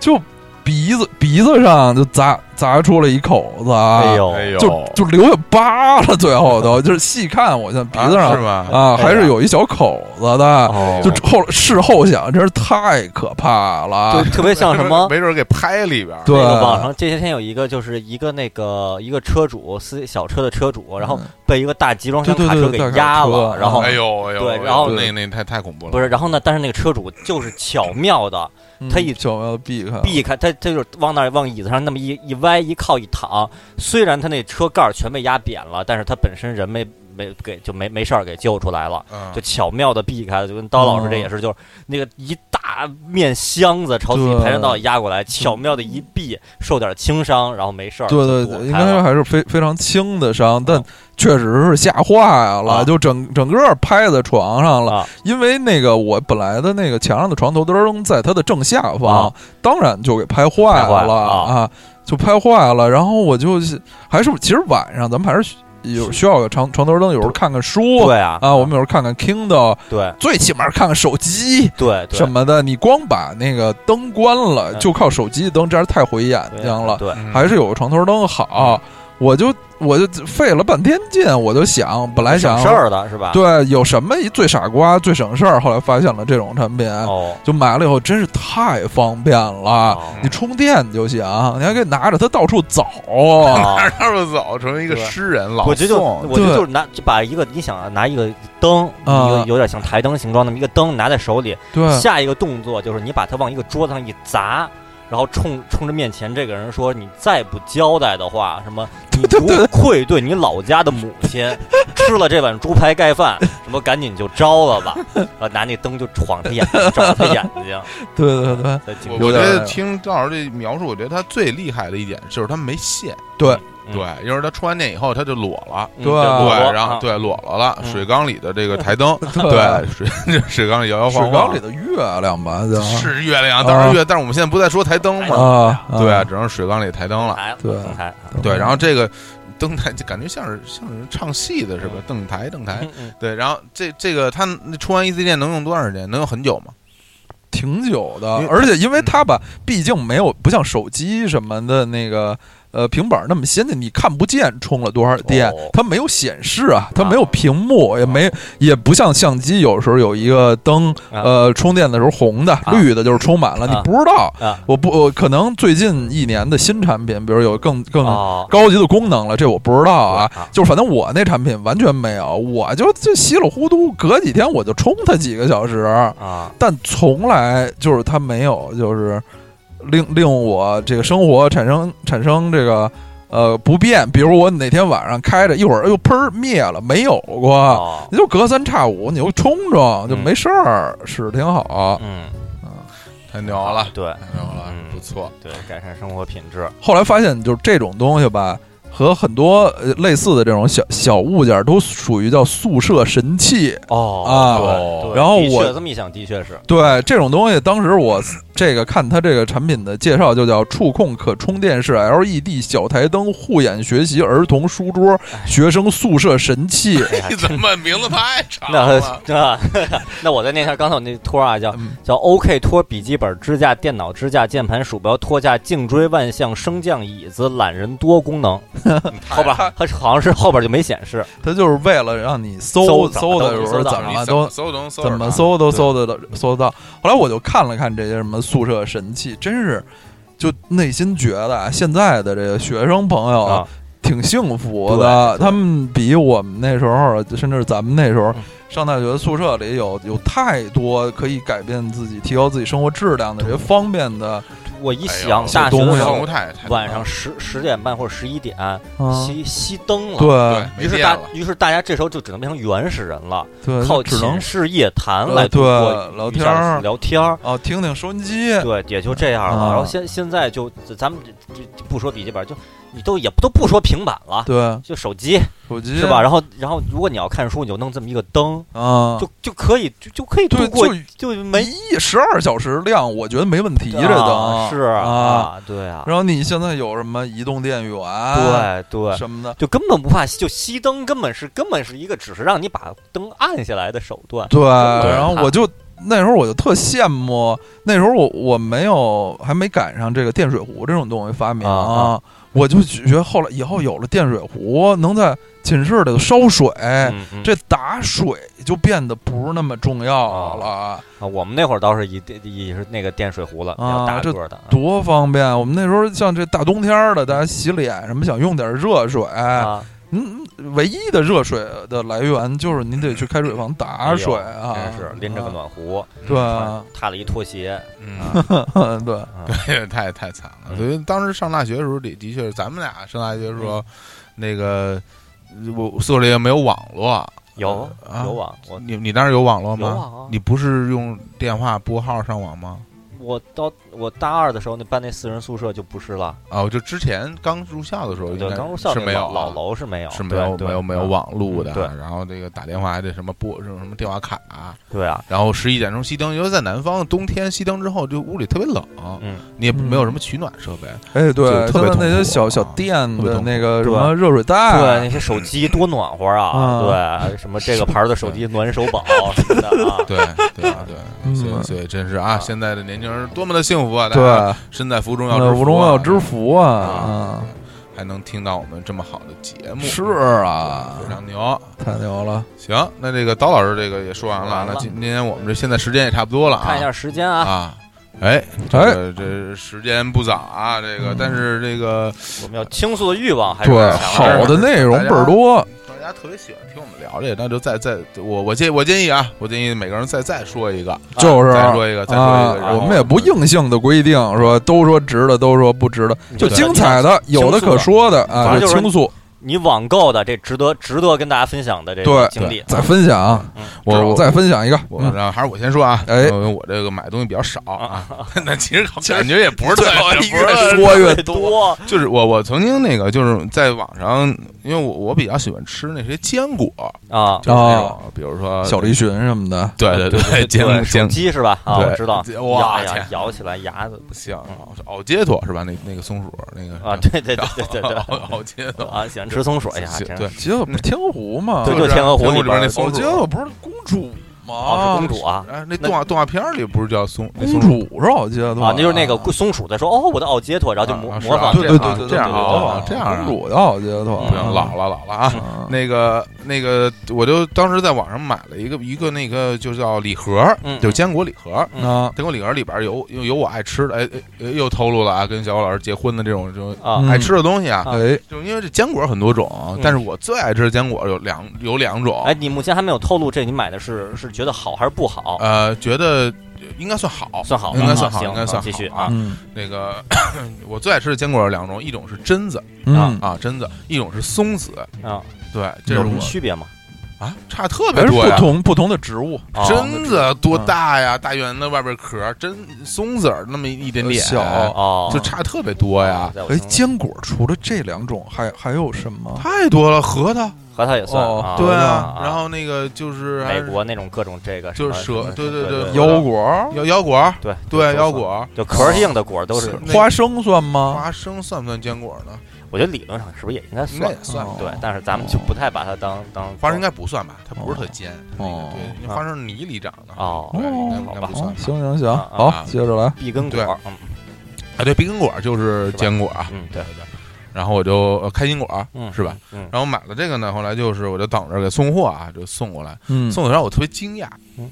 S2: 就鼻子鼻子上就砸砸出了一口子，
S1: 哎呦
S3: 哎呦，
S2: 就就流下疤了，最后都就是细看我现在鼻子
S3: 啊
S2: 上
S3: 是吗？
S2: 啊还是有一小口子的。
S1: 哦
S2: 就后事后想，真是太可怕
S1: 就
S2: 了。
S1: 啊特别像什么。
S3: 没准儿给拍里边儿。
S2: 对，
S1: 那个网上这些天有一个，就是一个那个一个车主，私小车的车主，然后被一个大集装箱
S2: 嗯对对
S1: 卡
S2: 对
S1: 车
S2: 对
S1: 给
S2: 大卡
S1: 压
S2: 车啊
S1: 了，然后
S3: 哎呦哎呦，
S1: 哦对
S3: 哎呦
S1: 然后
S3: 那那太太恐怖了，
S1: 不是，然后呢，但是那个车主就是巧妙的
S2: 嗯
S1: 他一
S2: 想要避开，
S1: 避开，他他就是往那儿往椅子上那么一一歪一靠一躺，虽然他那车盖儿全被压扁了，但是他本身人没没给就没没事儿给救出来了。
S3: 嗯，
S1: 就巧妙的避开了，就跟刀老师
S2: 哦
S1: 这也是，就是那个一大面箱子朝自己
S2: 对
S1: 排山倒海压过来，巧妙的一避，受点轻伤，然后没事儿。
S2: 对对
S1: 就躲
S2: 对，应
S1: 开
S2: 该
S1: 了
S2: 还是非非常轻的伤，但
S1: 啊
S2: 确实是吓坏了，
S1: 啊
S2: 就整整个拍在床上了。
S1: 啊
S2: 因为那个我本来的那个墙上的床头灯在它的正下方，
S1: 啊
S2: 当然就给拍坏了
S1: 拍坏了啊
S2: 就拍坏了。然后我就还是其实晚上咱们还是有需要有长床头灯，有时候看看书，
S1: 对啊，
S2: 啊，我们有时候看看 Kindle，
S1: 对
S2: 最起码看看手机
S1: 对对
S2: 啊什么的。你光把那个灯关了，
S1: 嗯
S2: 就靠手机灯，这样太毁眼
S1: 对
S2: 睛了。
S1: 对，
S2: 还是有个床头灯好。我就我就费了半天劲，我就想，本来想
S1: 省事儿啊的是吧？
S2: 对有什么一最傻瓜、最省事儿，后来发现了这种产品，
S1: 哦，
S2: 就买了以后真是太方便了。
S1: 哦
S2: 啊你充电就行，你还可以拿着它到处走。
S1: 哦
S2: [laughs]
S3: 哪儿那么早成为一个
S1: 对
S3: 诗人老
S1: 我觉得就
S3: 宋
S1: 我觉
S2: 对
S1: 得就是拿就把一个你想啊拿一个灯，一
S2: 啊
S1: 个有点像台灯形状那么一个灯拿在手里，
S2: 对，
S1: 下一个动作就是你把它往一个桌子上一砸，然后冲冲着面前这个人说：“你再不交代的话，什
S2: [laughs]
S1: 么你
S2: 对
S1: 不
S2: 对对
S1: 愧对你老家的母亲，吃了这碗猪排盖饭，什么赶紧就招了
S2: [laughs]
S1: 吧。”然后拿那灯就晃他眼睛，找他眼睛，
S2: 对对对
S1: 在警
S3: 我
S1: 局
S3: 我
S2: 有
S3: 觉
S2: 点儿
S3: 得听赵老师这描述，我觉得他最厉害的一点就是他没线，
S2: 对
S1: 嗯
S3: 对，就是他出完电影以后他就裸了，
S1: 嗯
S2: [laughs] 对
S1: 就
S2: 啊
S1: 裸
S3: 对，
S1: 裸
S3: 然后
S1: 啊
S3: 对裸了了，
S1: 嗯
S3: 水缸里的这个台灯，
S2: 对
S3: 对，水 [laughs] 水缸里摇摇
S2: 水
S3: 晃
S2: 缸
S3: 晃
S2: 里，的月亮吧，就是
S3: 月亮，当然月，但是我们现在不在说台灯嘛，
S2: 啊，啊
S3: 对啊，，只能是水缸里的台灯了，
S1: 台
S2: 对
S1: 灯台，啊
S3: 对，然后这个灯台就感觉像是像是唱戏的是吧？登台登台，
S1: 嗯嗯
S3: 对，然后这这个他出完一次电能用多长时间？能用很久吗？
S2: 挺久的
S3: 因为，
S2: 而且因为它吧，毕竟没有不像手机什么的那个呃平板那么先进，你看不见充了多少电
S1: 哦，
S2: 它没有显示啊，它
S1: 啊哦
S2: 没有屏幕，也没也不像相机有时候有一个灯，
S1: 啊
S2: 呃，充电的时候红的、绿的，就是充满了，你
S1: 啊
S2: 不知道。
S1: 啊
S2: 我不，我可能最近一年的新产品，比如有更更
S1: 哦
S2: 高级的功能了，这我不知道啊
S1: 对啊。
S2: 就是反正我那产品完全没有，我就就稀里糊涂，隔几天我就充它几个小时，
S1: 啊
S2: 但从来就是它没有，就是令令我这个生活产生产生这个呃不便。比如我哪天晚上开着，一会儿哎呦喷灭了，没有过。
S1: 哦
S2: 你就隔三差五，你就充充，就
S1: 嗯
S2: 没事儿，使挺好。
S1: 嗯
S3: 太牛了，
S1: 对
S3: 太牛了，
S1: 嗯
S3: 不错。
S1: 对，改善生活品质，
S2: 后来发现，就是这种东西吧，和很多呃类似的这种小小物件儿都属于叫宿舍神器。
S1: 哦
S2: 啊
S1: 对啊对
S2: 然后
S1: 的
S2: 我
S1: 确这么一想，的确是
S2: 对这种东西，当时我这个看它这个产品的介绍，就叫触控可充电式 LED 小台灯护眼学习儿童书桌
S1: 哎
S2: 学生宿舍神器。
S1: [laughs]
S3: 你怎么名字太长
S1: 那 [laughs]
S3: 了？
S1: 那那我再念一下刚才我那托啊，叫
S2: 嗯
S1: 叫 OK 托笔记本支架、电脑支架、键盘、鼠标托架、颈椎万向升降椅子、懒人多功 [laughs] 能。后边它好像是后边就没显示，
S2: 它就是为了让你
S1: 搜
S2: 搜
S1: 怎
S2: 搜
S1: 么都
S2: 的
S1: 能
S2: 时候
S1: 搜到
S2: 怎
S1: 啊
S2: 么
S3: 你
S2: 都
S3: 搜都能搜着
S2: 怎
S3: 呢
S2: 么搜都搜得到，搜得到。后来我就看了看这些什么宿舍神器，真是就内心觉得啊，现在的这个学生朋友
S1: 啊
S2: 挺幸福的，他们比我们那时候，甚至咱们那时候、
S1: 嗯
S2: 上大学宿舍里有有太多可以改变自己、提高自己生活质量的这些方便的。
S1: 我一
S3: 哎呦
S1: 想，大学
S2: 这
S1: 的时
S2: 东西
S3: 搜
S1: 候
S3: 不太太
S1: 晚上十十点半或者十一点
S2: 啊，
S1: 熄熄灯了。
S2: 对
S3: 对
S1: 于是
S3: 没电
S1: 大
S3: 了，
S1: 于是大家这时候就只能变成原始人了，
S2: 对，
S1: 靠
S2: 只能
S1: 寝室夜谈
S2: 呃
S1: 来度过
S2: 对聊
S1: 余下
S2: 天儿
S1: 的聊天儿。
S2: 哦，听听收音机， [laughs]
S1: 对，也就这样了。
S2: 啊
S1: 然后现现在就咱们这这不说笔记本，就你都也都不说平板了，
S2: 对，
S1: 就手机
S2: 手机
S1: 是吧？？然后然后如果你要看书，你就弄这么一个灯，
S2: 啊，
S1: 就就可以就就可以
S2: 对
S1: 度过就
S2: 就
S1: 没
S2: 一十二小时亮，我觉得没问题，这
S1: 嗯啊
S2: 灯
S1: 是
S2: 啊。，
S1: 对啊，
S2: 然后你现在有什么移动电源，
S1: 对对。
S2: 什么的，
S1: 就根本不怕熄，就熄灯根本是根本是一个只是让你把灯暗下来的手段。
S2: 对。
S1: 对
S2: 然后
S1: 啊
S2: 我就那时候我就特羡慕，那时候我我没有还没赶上这个电水壶这种东西发明
S1: 啊，
S2: 我就觉得后来以后有了电水壶，能在寝室里头烧水，
S1: 嗯嗯
S2: 这打水就变得不是那么重要了。
S1: 啊，我们那会儿倒是以也是那个电水壶了，比
S2: 啊
S1: 较大
S2: 这
S1: 个儿的啊
S2: 多方便！我们那时候像这大冬天的，大家洗脸什么想用点热水，
S1: 啊，
S2: 嗯，唯一的热水的来源就是你得去开水房打水啊，
S3: 哎
S1: 真是拎着个暖壶，
S2: 对啊，
S1: 踏了一拖鞋，
S3: 嗯， [laughs]
S2: [laughs] 对，
S1: 啊
S3: 对，太太惨了。所以当时上大学的时候，的的确是咱们俩上大学的时候，那个我宿舍里也没有网络，
S1: 有
S3: 啊
S1: 有网，我
S3: 你你当时有网络吗？
S1: 有网啊
S3: 你不是用电话拨号上网吗？
S1: 我到我大二的时候那办那四人宿舍就不是了，
S3: 啊，我就之前刚入校的时候，应
S1: 对，
S3: 该
S1: 刚入校
S3: 是
S1: 那
S3: 没有
S1: 老老
S3: 啊
S1: 楼是没有，
S3: 是没有
S1: 对
S3: 没有没有，网路的，啊
S1: 嗯对
S3: 然后这个打电话还得什么拨什么什么电话卡，
S1: 对对啊，
S3: 然后十一点钟熄灯，因为在南方冬天熄灯之后就屋里特别冷，
S1: 嗯
S3: 你也
S2: 嗯
S3: 没有什么取暖设备，
S2: 哎，对，
S3: 就特
S2: 现
S3: 别
S2: 在那
S3: 痛
S2: 些
S3: 苦
S2: 小小
S3: 啊
S2: 店
S3: 特别
S2: 的
S3: 痛苦
S2: 那个什
S1: 对
S2: 么热水
S3: 啊
S2: 袋，
S1: 对那些手机多暖和啊，对，什么这个牌儿的手机暖手宝什么的啊，
S3: [laughs] 对
S1: [laughs]
S3: 对对，
S2: 嗯
S3: 所以所以真是啊，
S1: 啊
S3: 现在的年轻人多么的幸福啊！大
S2: 对，
S3: 家身在福中要知
S2: 呃
S3: 福啊
S2: 无中要知福啊，
S3: 啊
S2: 啊，，
S3: 还能听到我们这么好的节目，
S2: 是啊
S3: 非，常牛。
S2: 嗯太牛了，
S3: 行，那这个刀老师这个也说完
S1: 说
S3: 了，
S1: 完了
S3: 那今天我们这现在时间也差不多了啊，
S1: 看一下时间啊，
S3: 啊，哎，这
S2: 哎
S3: 个这时间不早啊，这个
S2: 嗯
S3: 但是这个
S1: 我们要倾诉的欲望还是
S2: 对，
S1: 很强
S2: 好的内容
S3: 大家
S2: 倍儿多，
S3: 大家特别喜欢听我们聊这个，那就再再我我建我建议啊，我建议每个人再再说一个，
S1: 啊
S2: 就是
S3: 再说一个，再说一个，
S2: 啊，
S3: 然后
S2: 我们也不硬性的规定说都说值的，都说不值的，就
S1: 对
S2: 精彩的，有的可说的啊，
S1: 反正
S2: 就
S1: 就是
S2: 倾诉，
S1: 你网购的这值得值得跟大家分享的这
S2: 对
S1: 个经历，
S2: 再分享，
S3: 我我
S2: 再分享一个，
S3: 我
S2: 嗯
S3: 然后还是我先说啊，
S2: 哎
S3: 因为我这个买东西比较少啊， [laughs] 那其实感觉也不是特别不
S2: 越
S3: 是
S2: 说越
S1: 越多，
S3: [laughs] 就是我我曾经那个就是在网上，因为我我比较喜欢吃那些坚果，
S1: 啊，
S3: 就是那种比如说
S2: 小，栗旬什么的，
S3: 对对对，坚
S1: 手
S3: 坚
S1: 机是吧？啊，
S3: 对
S1: 我知道，
S3: 哇
S1: 咬哎呀
S3: 天
S1: 咬起来牙子
S3: 不行，熬街妥是吧？那那个松鼠那个
S1: 啊，对对对对对
S3: 熬
S1: 对，
S3: 熬街 [laughs] 妥
S1: 啊，喜欢吃松鼠呀，
S3: 行
S1: 真是
S3: 对。啊
S2: 结果不是天湖嘛，
S1: 对
S3: 就
S1: 就是天鹅湖
S3: 里
S1: 里边
S3: 那
S1: 儿
S3: 松鼠
S2: 结果不是公主
S1: 哦，
S2: 吗？
S1: 是公主啊
S3: 啊，那动画动画片儿里不是叫松那
S2: 公
S3: 松
S2: 主是我记得
S1: 啊，那就是那个松鼠在说哦，我的奥杰托，然后就模
S3: 哦啊啊是啊
S1: 模仿
S3: 对
S2: 对
S3: 对
S2: 对
S3: 对
S2: 对
S3: 对
S2: 对，
S3: 这样啊
S2: 啊，
S3: 这样啊
S2: 公主的好街头，
S1: 嗯
S3: 不行，老了老了啊！
S2: 啊，
S3: 那个那个，我就当时在网上买了一个一个那个，就叫礼盒儿，
S1: 嗯
S3: 就坚果礼盒儿。
S2: 啊，
S3: 坚果礼盒儿里边儿有有有我爱吃的，哎哎哎，又透露了啊，跟小伙老师结婚的这种这种
S1: 啊
S2: 嗯
S3: 爱吃的东西啊，
S2: 哎，
S3: 就因为这坚果很多种，但是我最爱吃的坚果有两有两种，
S1: 哎，你目前还没有透露这你买的是是觉得好还是不好？
S3: 呃，觉得应该算好，
S1: 算好吧，
S3: 应该算
S1: 啊
S3: 好
S1: 行
S3: 应该算
S1: 啊
S3: 好
S1: 继续
S3: 啊
S1: 啊，
S2: 嗯
S3: 那个 [coughs] 我最爱吃的坚果有两种，一种是榛子
S2: 嗯，
S3: 啊，榛子；一种是松子，
S1: 啊，
S3: 对，这
S1: 有什
S3: 是
S1: 么
S3: 我
S1: 区别吗？
S3: 啊，差特别
S2: 还是
S3: 多
S2: 不
S3: 呀。
S2: 同嗯不同的植物，
S1: 啊
S3: 榛子多大呀？大圆的外边壳，榛松子儿那么一点点，
S2: 小
S1: 哦，啊
S3: 就差特别多呀，
S1: 在我
S2: 哎，
S1: 心里
S2: 坚果除了这两种，还还有什么？
S3: 太多了。核桃，
S1: 核桃也算
S2: 哦
S1: 啊，
S3: 对
S1: 啊，
S3: 然后那个就是
S1: 美国那种各种这个什
S3: 就
S1: 么
S3: 是
S1: 什么
S3: 蛇，对
S1: 对
S3: 对，
S1: 对
S2: 腰果、
S3: 腰腰果儿，
S1: 对
S3: 对腰，
S1: 都算啊
S3: 果儿，哦
S1: 就壳儿硬的果儿都是，
S3: 那
S2: 花生算吗？
S3: 花生算不算坚果呢？
S1: 我觉得理论上是不是也应该
S3: 应
S1: 算
S3: 该
S1: 啊
S3: 也？算。
S2: 哦
S1: 对，但是咱们就不太把它当当
S3: 花生应该不算吧，它不是特尖，它那个
S2: 哦
S3: 对，因为
S1: 啊
S3: 花生泥里长的。
S1: 哦
S3: 对，应该
S2: 哦
S3: 应该
S1: 好吧
S3: 不
S2: 哦
S3: 算。
S2: 行行行，
S1: 啊啊
S2: 好
S3: 啊，
S2: 接着来。
S1: 碧根果
S3: 对
S1: 儿，嗯
S3: 啊，对，碧根果就是
S1: 吧
S3: 坚果啊，
S1: 嗯对，
S3: 然后我就呃开心果儿
S1: 嗯
S3: 是吧？
S1: 嗯
S3: 然后买了这个呢，后来就是我就等着给送货啊，就送过来。
S2: 嗯，
S3: 送的让我特别惊讶
S1: 嗯，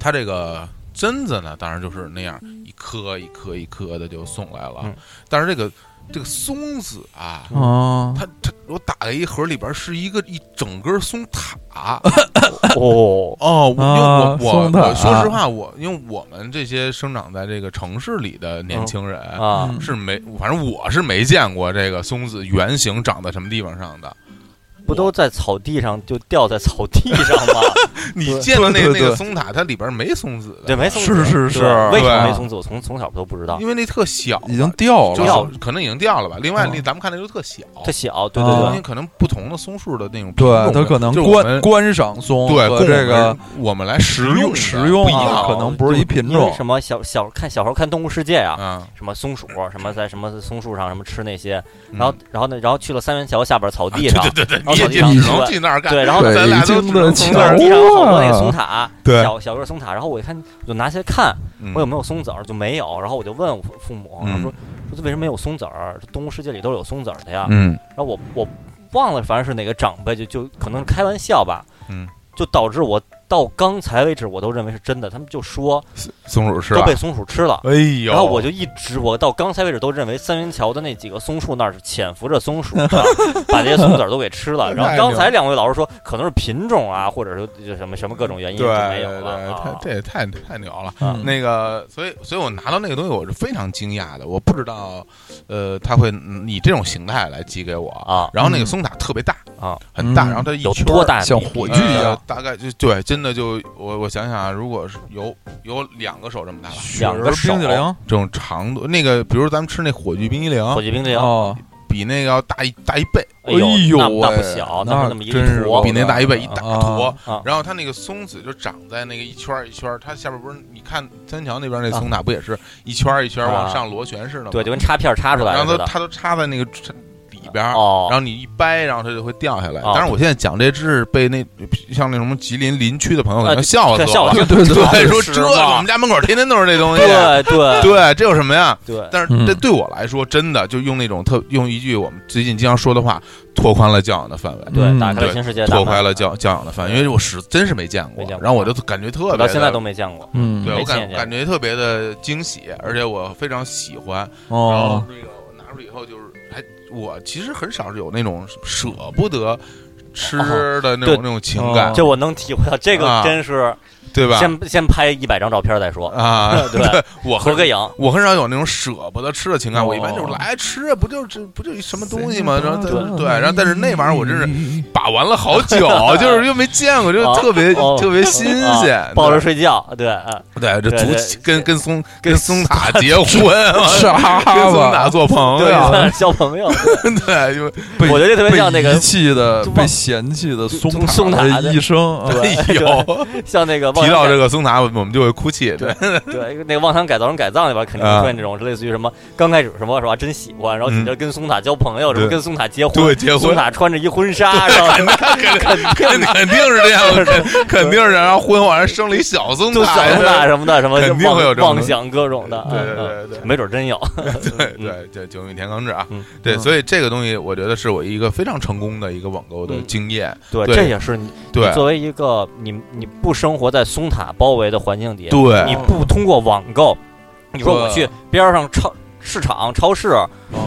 S3: 它这个榛子呢，当然就是那样一颗一颗一颗的就送来了
S1: 嗯，
S3: 但是这个这个松子啊。
S2: 啊，
S3: 它它，我打开一盒，里边是一个一整根松塔
S1: [laughs] 哦
S3: 哦，因
S2: 啊
S3: 为我我
S2: 松塔啊
S3: 我说实话，我因为我们这些生长在这个城市里的年轻人
S1: 啊
S2: 嗯
S3: 是没，反正我是没见过这个松子原型长在什么地方上的。
S1: 不都在草地上就掉在草地上吗？
S3: 你见了那个那
S2: 对对
S3: 个
S2: 对
S3: 松塔，它里边没松子的，
S1: 对，没松子，
S2: 是是是
S1: 对为什么
S3: 对啊
S1: 没松子？我从从小都不知道，
S3: 因为那特小，
S2: 已经掉
S3: 就
S2: 了
S1: 掉，
S3: 是可能已经掉了吧。另外，
S2: 嗯
S3: 那咱们看那就特小，
S1: 它小，对对
S2: 啊
S1: 对
S3: 因为，可能不同的松树的那种品
S2: 对
S3: 种，
S2: 它可能
S3: 就是我
S2: 观
S3: 们
S2: 观赏松
S3: 对
S2: 和
S3: 供
S2: 这
S3: 我
S2: 个
S3: 们我们来食
S2: 食
S3: 用
S2: 用
S3: 的
S2: 食用
S3: 不一
S2: 啊
S3: 样，
S2: 可能不是一品
S1: 因为
S2: 种
S1: 什么小小看小时候看《动物世界》啊，
S3: 啊。
S1: 什么松鼠，什么在什么松树上什么吃那些，
S3: 嗯啊
S1: 然后然后呢，然后去了三元桥下边草地上，
S3: 对对对，
S1: 然后
S3: 你也
S1: 草
S3: 只
S2: 啊
S1: 地上
S3: 能去那儿干。
S1: 对然后
S3: 咱俩
S2: 北
S3: 都
S2: 京的
S3: 只
S2: 桥
S3: 能从
S1: 草地
S3: 那儿
S1: 上有好多那个松
S2: 啊，
S1: 塔，
S3: 对
S1: 小小个松塔，然后我一看我就拿起来看，我有没有松子儿，就没有，然后我就问我父父母，
S3: 嗯
S1: 然后说说这为什么没有松子儿？这动物世界里都是有松子儿的呀。
S3: 嗯
S1: 然后我我忘了，反正是哪个长辈就就可能开玩笑吧，
S3: 嗯，
S1: 就导致我到刚才为止我都认为是真的，他们就说
S3: 松鼠是
S1: 都
S3: 吧
S1: 被？松鼠吃了。
S3: 哎呦，
S1: 然后我就一直，我到刚才为止都认为三元桥的那几个松树那儿是潜伏着松
S3: [laughs]
S1: 鼠，啊把这些松子儿都给吃了。然后刚才两位老师说，可能是品种啊，或者是就什么什么各种原因就
S3: 对
S1: 没有
S3: 对
S1: 了
S3: 对，太
S1: 啊。
S3: 这也太太牛了。
S2: 嗯
S3: 那个，所以，所以我拿到那个东西，我是非常惊讶的。我不知道，呃，他会嗯以这种形态来寄给我
S1: 啊
S3: 然后那个
S2: 嗯
S3: 松塔特别大，
S1: 啊啊，
S3: 很大，
S2: 嗯
S3: 然后它一
S1: 有
S3: 圈
S1: 多
S3: 儿
S1: 大？
S2: 像火炬一
S3: 呃
S2: 样，
S3: 大概就对，真的就我我想想啊，如果是有有两个手这么大吧，
S2: 雪
S1: 两
S2: 人
S1: 个手
S2: 冰激啊凌
S3: 这种长度，那个比如咱们吃那火炬冰激凌，
S1: 火炬冰激凌，
S2: 哦，
S3: 比那个要大一大一倍，
S1: 哎呦
S2: 哎呦
S1: 那那
S2: 喂
S1: 不小，
S2: 那
S1: 是那么一
S2: 真是
S1: 坨
S3: 比那大一倍，一大坨。
S1: 啊
S3: 然后它那个松子就长在那个一圈儿一圈儿，它下边不是你看三桥那边那松塔不也是一圈儿一圈儿往上螺旋似的吗？
S1: 啊对，就跟插片儿插出来
S3: 然后
S1: 似
S3: 它
S1: 的。
S3: 它都插在那个里边儿，
S1: 哦
S3: 然，后你一掰，然后它就会掉下来。
S1: 哦
S3: 当然，我现在讲这知识被那像那什么吉林邻区的朋友可
S1: 呃
S3: 能笑死
S1: 这笑
S3: 我
S1: 死
S3: 了。
S2: 对对对，
S3: [laughs] 对，说
S1: 是
S3: 这
S1: 吗
S3: 我们家门口天天都是这东西。
S1: 对对
S3: 对，这有什么呀？
S1: 对，
S3: 但
S2: 嗯
S3: 是这对我来说，真的就用那种特用一句我们最近经常说的话，拓宽了教养的范围，
S1: 对，
S2: 嗯
S1: 打开了
S3: 对
S1: 新世界大门，
S3: 拓宽了教教养的范围，因为我是真是没见过
S1: 没见，过
S3: 然后我就感觉特
S1: 我
S3: 别，
S1: 到现在都。没见过。
S2: 嗯，
S3: 对
S1: 没
S3: 我
S1: 见
S3: 感
S1: 见
S3: 感觉特别的惊喜，而且我非常喜欢。然后
S2: 哦，
S3: 那个我拿出来以后，就是还我其实很少有那种舍不得吃的那
S1: 对
S3: 种那种情感
S2: 哦，
S1: 这我能体会到，这个
S3: 嗯啊
S1: 真是
S3: 对吧？
S1: 先先拍一百张照片再说，
S3: 啊， [laughs]
S1: 对，
S3: 我很
S1: 合个影。
S3: 我很少有那种舍不得吃的情感，我一般就是
S2: 哦
S3: 来吃，不就这不就什么东西嘛，然后
S1: 对
S3: 对对，然后但是那玩意儿我真是
S2: 是
S3: 把玩了好久，就是又没见过，就
S1: 哦
S3: 是特别
S1: 哦
S3: 特别新鲜
S1: 啊，抱着睡觉，对，嗯
S3: 对对，这
S1: 对
S3: 足
S1: 对
S3: 跟跟松
S1: 跟
S3: 跟松塔结婚，
S2: 是啊
S3: 跟松塔
S2: 吧？
S3: 做朋
S1: 对，
S3: 友，啊
S1: 算是小朋友，
S3: [laughs] 对，就
S2: 被
S1: 我觉得特别像那
S2: 被遗
S1: 个，
S2: 弃的、
S1: 就忘
S2: 被嫌弃的松
S1: 从松塔
S2: 的
S1: 的
S2: 医生，啊
S1: 对
S3: [laughs] 哎呦，
S1: 像那个望
S3: 提到
S1: 洋
S3: 这个松塔，我们就会哭泣，对，
S1: 对，那个望堂改造人改造里边肯
S3: 啊
S1: 定会出现这种，类似于什么刚开始什么是吧，真喜欢，然后紧接着跟松塔交朋友，什么
S3: 嗯对
S1: 跟松塔结婚，
S3: 对，结
S1: 松
S3: 婚。
S1: 塔穿着一婚纱，然后
S3: [laughs] 肯肯定是这样，肯肯定是这样，然后婚后还生了一小松
S1: 就
S3: 塔，
S1: 想塔什么的，什么
S3: 肯定会有这种
S1: 妄妄想各种的，
S3: 对
S1: 嗯
S3: 对
S1: 嗯
S3: 对对。
S1: 没准真有，
S3: 对对对，九米田刚志啊
S1: 嗯，
S3: 对，
S2: 嗯
S3: 所以这个东西我觉得是我一个非常成功的一个网购的
S1: 嗯
S3: 经验，
S1: 对，
S3: 对
S1: 这也是你
S3: 对
S1: 作为一个你你不生活在松塔包围的环境底，你
S3: 对
S1: 不通过网购，你说我
S2: 对
S1: 去边上超市场、超市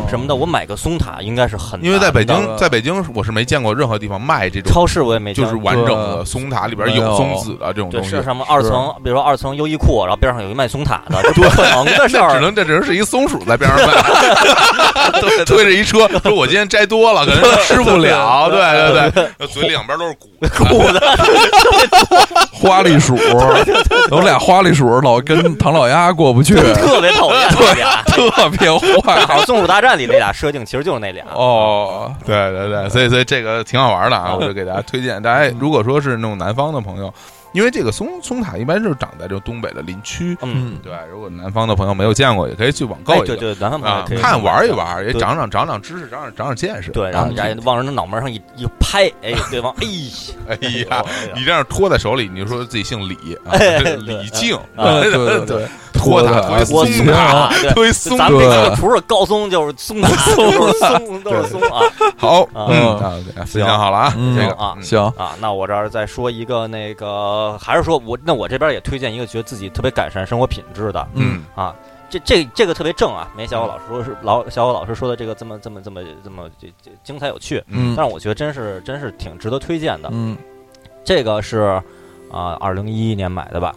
S1: 什么
S2: 的，
S1: 的，我买个松塔应该是很难的，
S3: 哦因为在北
S2: 难的
S3: 京，在北京我是没见过任何地方卖这种
S1: 超市我也没见过
S3: 就是完整
S2: 对
S3: 的松塔里边有松子的这种
S1: 对，
S3: 东西
S1: 是，什么二
S2: 是
S1: 层，比如说二层优衣库，然后边上有一卖松塔
S3: [laughs]
S1: 的，这不可能的事
S3: 那只
S1: 儿。
S3: 能这只能是一松鼠在边上
S1: [laughs]
S3: 卖，推着一车，说我今天摘多了，可能吃不了，对对对，嘴里两边都是骨，
S1: [laughs] 苦的，
S2: 花栗鼠，有俩花栗鼠老跟唐老鸭过
S1: [laughs]
S2: 不去，
S1: 特别讨厌那俩。
S2: 特别
S1: 好
S2: 坏
S1: 像《松鼠大战》里那俩设定其实就是那俩。
S2: 哦。
S3: 啊 [laughs] 对对对，所以所以这个挺好玩
S1: [laughs]
S3: 的啊，我就给大家推荐。大家如果说是那种南方的朋友，因为这个松松塔一般就是长在这种东北的林区，
S1: 嗯，
S2: 嗯，
S3: 对，如果南方的朋友没有见过，也可以去网购
S1: 哎，
S3: 一
S1: 对
S3: 个
S1: 对，南方朋友
S3: 啊
S1: 可以，
S3: 看玩一。玩，也
S1: 对
S3: 长长长长知识，长长长长见识。
S1: 对，然后
S3: 啊
S1: 人家往人的脑门上一一拍，哎，对方，哎，
S3: 哎呀，
S1: 哎
S3: 你这样托在手里，你就说自己姓李，啊
S1: 哎
S3: 这
S1: 对
S3: 李静，
S1: 啊
S2: 对对对，
S3: 托塔
S2: 托塔
S3: 推
S1: 我
S3: 松
S1: 松
S3: 塔
S1: 塔，，对，
S3: 推松
S1: 咱们这
S2: 对
S1: 个除了高松就是松塔，就是松，都是松啊
S3: 好，
S1: 啊
S3: 嗯，啊给大家分享好了啊，
S2: 嗯
S3: 这个
S1: 啊
S3: 嗯
S2: 行，
S1: 啊。那我这儿再说一个那个，还是说我那我这边也推荐一个觉得自己特别改善生活品质的，
S2: 嗯
S3: 嗯，
S1: 啊，这这这个特别正啊，没小伙老师说是老小伙老师说的这个这么这么这么这么这这精彩有趣，
S2: 嗯
S1: 但是我觉得真是真是挺值得推荐的。
S2: 嗯
S1: 这个是啊，二零一一年买的吧，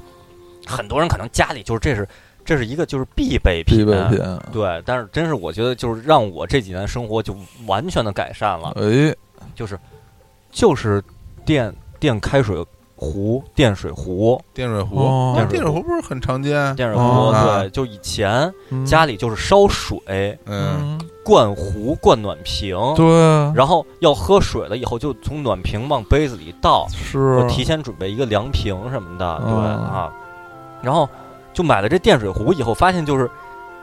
S1: 很多人可能家里就是这是这是一个就是必备品，啊
S2: 必备品，
S1: 对，但是真是我觉得就是让我这几年生活就完全的改善了，
S2: 哎，
S1: 就是就是电电开水壶、电水壶、
S3: 电水壶，
S2: 哦
S3: 那电水壶不是很常见？
S1: 电水壶，
S2: 哦
S3: 啊
S1: 对，就以前
S2: 嗯
S1: 家里就是烧水。
S3: 嗯，。
S2: 嗯，
S1: 灌壶、灌暖瓶，
S2: 对，
S1: 然后要喝水了以后就从暖瓶往杯子里倒，
S2: 是
S1: 我提前准备一个凉瓶什么的，对、
S2: 嗯
S1: 啊，然后就买了这电水壶以后，发现就是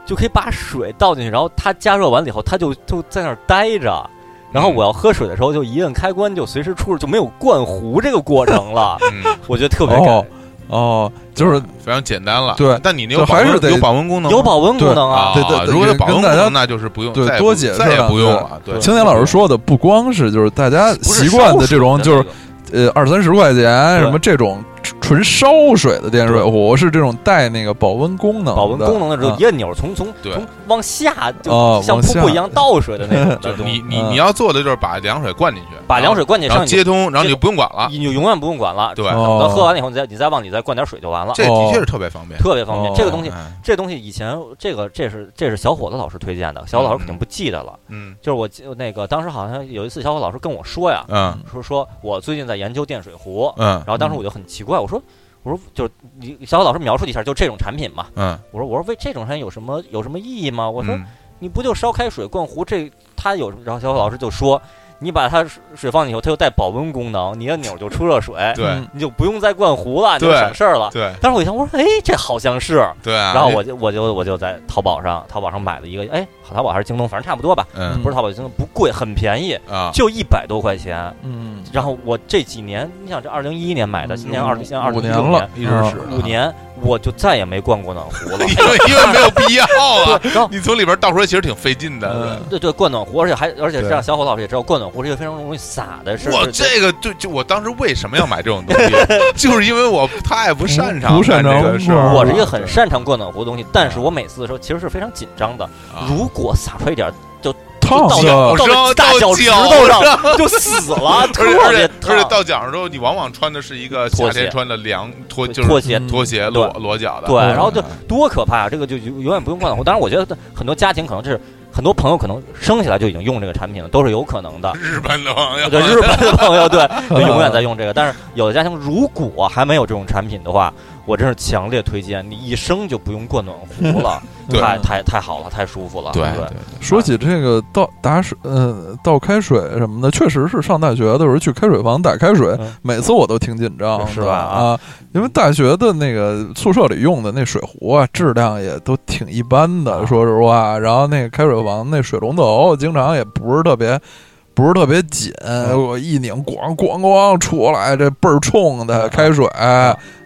S1: 就可以把水倒进去，然后它加热完了以后，它就就在那儿待着。然后我要喝水的时候，就一摁开关，就随时出，就没有灌壶这个过程了
S3: 嗯，
S1: 我觉得特别
S2: 哦
S1: 感，
S2: 哦，就是
S3: 非常简单了。
S2: 对
S3: 但你那
S2: 就
S3: 有保
S2: 还是
S3: 温
S2: 得
S3: 有保温功能吗，
S1: 有保温功能啊
S3: 啊，
S2: 对对对
S3: 如果有保温
S2: 跟
S3: 功
S2: 大家
S3: 能，那就是不用，
S2: 对
S3: 再也
S2: 多
S3: 不
S2: 解释
S3: 再也
S2: 了
S3: 不用
S2: 对
S3: 了。对，
S2: 青年老师说的，不光是就是大家
S1: 不是
S2: 习惯的这种，
S1: 烧水
S2: 就是
S1: 那个
S2: 呃二三十块钱
S1: 对
S2: 什么这种纯纯烧水的电热水壶，是这种带那个保温功能的，
S1: 保温功能的时候，嗯
S2: 啊
S1: 一按钮从从
S3: 对
S1: 从往下
S2: 哦
S1: 就像
S2: 往
S1: 瀑布
S2: 下
S1: 一样倒水的那种的
S3: 就是
S1: 东
S3: 你
S1: 西，
S3: 你
S2: 嗯
S3: 你要做的就是把凉水灌进去，
S1: 把凉水灌进
S3: 然后
S1: 上
S3: 接
S1: 去，嗯
S3: 通，然后你就不用管了。
S1: 你就永远不用管了。
S3: 对，
S2: 哦
S1: 等到喝完了以后，你再你再往里再灌点水就完了，
S3: 这的确是特别方便。
S1: 特别方便。
S2: 哦
S1: 这个东西，
S3: 哎
S1: 这东西以前这个这是这是小伙子老师推荐的，小伙子老师肯定不记得了。
S3: 嗯
S1: 就是我记那个当时好像有一次，小伙子老师跟我说呀，
S3: 嗯
S1: 说说我最近在研究电水壶，
S3: 嗯
S1: 然后当时我就很奇怪，我说我说就是你小伙子老师描述一下，就这种产品嘛，
S3: 嗯，
S1: 我说我说为这种产品有什么有什么意义吗？我说
S3: 嗯
S1: 你不就烧开水灌壶这它有什么？然后小伙老师就说，你把它水水放进去以后，它又带保温功能，你按钮就出热水，
S3: 对
S2: 嗯
S1: 你就不用再灌壶了，你就
S3: 对
S1: 省事儿了。
S3: 对
S1: 当时我一想，我说，哎，这好像是。
S3: 对啊。
S1: 然后我就我就我就在淘宝上淘宝上买了一个，哎，淘宝还是京东，反正差不多吧，
S3: 嗯
S1: 不是淘宝京东，不贵，很便宜，
S3: 啊
S1: 就一百多块钱。
S2: 嗯，
S1: 然后我这几年，你想这二零一一年买的，
S3: 嗯
S1: 今年二零现在二
S2: 五
S1: 零一
S2: 年
S1: 六
S2: 了
S1: 年，，
S3: 一直
S2: 啊
S3: 使
S1: 五年我就再也没灌过暖壶了。
S3: [laughs] 因为因为没有必要啊，
S1: 对，然后
S3: 你从里边倒出来其实挺费劲的
S2: 嗯。
S1: 对对，灌暖壶，而且还而且这
S2: 对
S1: 样，小伙老师也知道，灌暖壶是一个非常容易洒的事。
S3: 我
S1: 是
S3: 这个就就我当时为什么要买这种东西， [laughs] 就是因为我太不擅长
S2: 不擅长
S3: 干这个事
S2: 工
S3: 儿。
S2: 作
S1: 我是一个很擅长灌暖壶的东西，但是我每次的时候其实是非常紧张的。
S3: 啊哦
S1: 如果洒出来一点，就
S2: 烫
S1: 到
S2: 的
S1: 到
S3: 脚上
S1: 了大
S3: 到
S1: 脚趾
S3: 脚
S1: 头上就死了，特
S3: [laughs] 而且而
S1: 别
S3: 且而且
S1: 烫。
S3: 到脚上之后，你往往穿的是一个
S1: 拖
S3: 夏
S1: 鞋
S3: 天穿的凉拖，就是
S1: 拖鞋
S2: 嗯
S3: 拖鞋裸裸脚的。
S1: 对，
S2: 嗯
S1: 然后就多可怕啊！这个就就永远不用灌暖壶。当然，我觉得很多家庭可能这是很多朋友可能生下来就已经用这个产品了，都是有可能的。
S3: 日本的朋友，
S1: [laughs] 对日本的朋友，对，对永远在用这个。但是有的家庭如果还没有这种产品的话，我真是强烈推荐你一生就不用灌暖壶
S3: [laughs]
S1: 了，
S3: 对
S1: 太太太好了，太舒服了。
S3: 对
S1: 对
S3: 对
S2: 说起这个倒打水，呃，倒开水什么的，确实是上大学的时候去开水房打开水，
S1: 嗯
S2: 每次我都挺紧张的，
S1: 是吧
S2: 啊，因为大学的那个宿舍里用的那水壶啊，质量也都挺一般的，
S1: 啊
S2: 说实话。然后那个开水房那水龙头经常也不是特别。不是特别紧，
S1: 嗯
S2: 我一拧，咣咣咣出来，这倍儿冲的
S1: 啊
S2: 开水，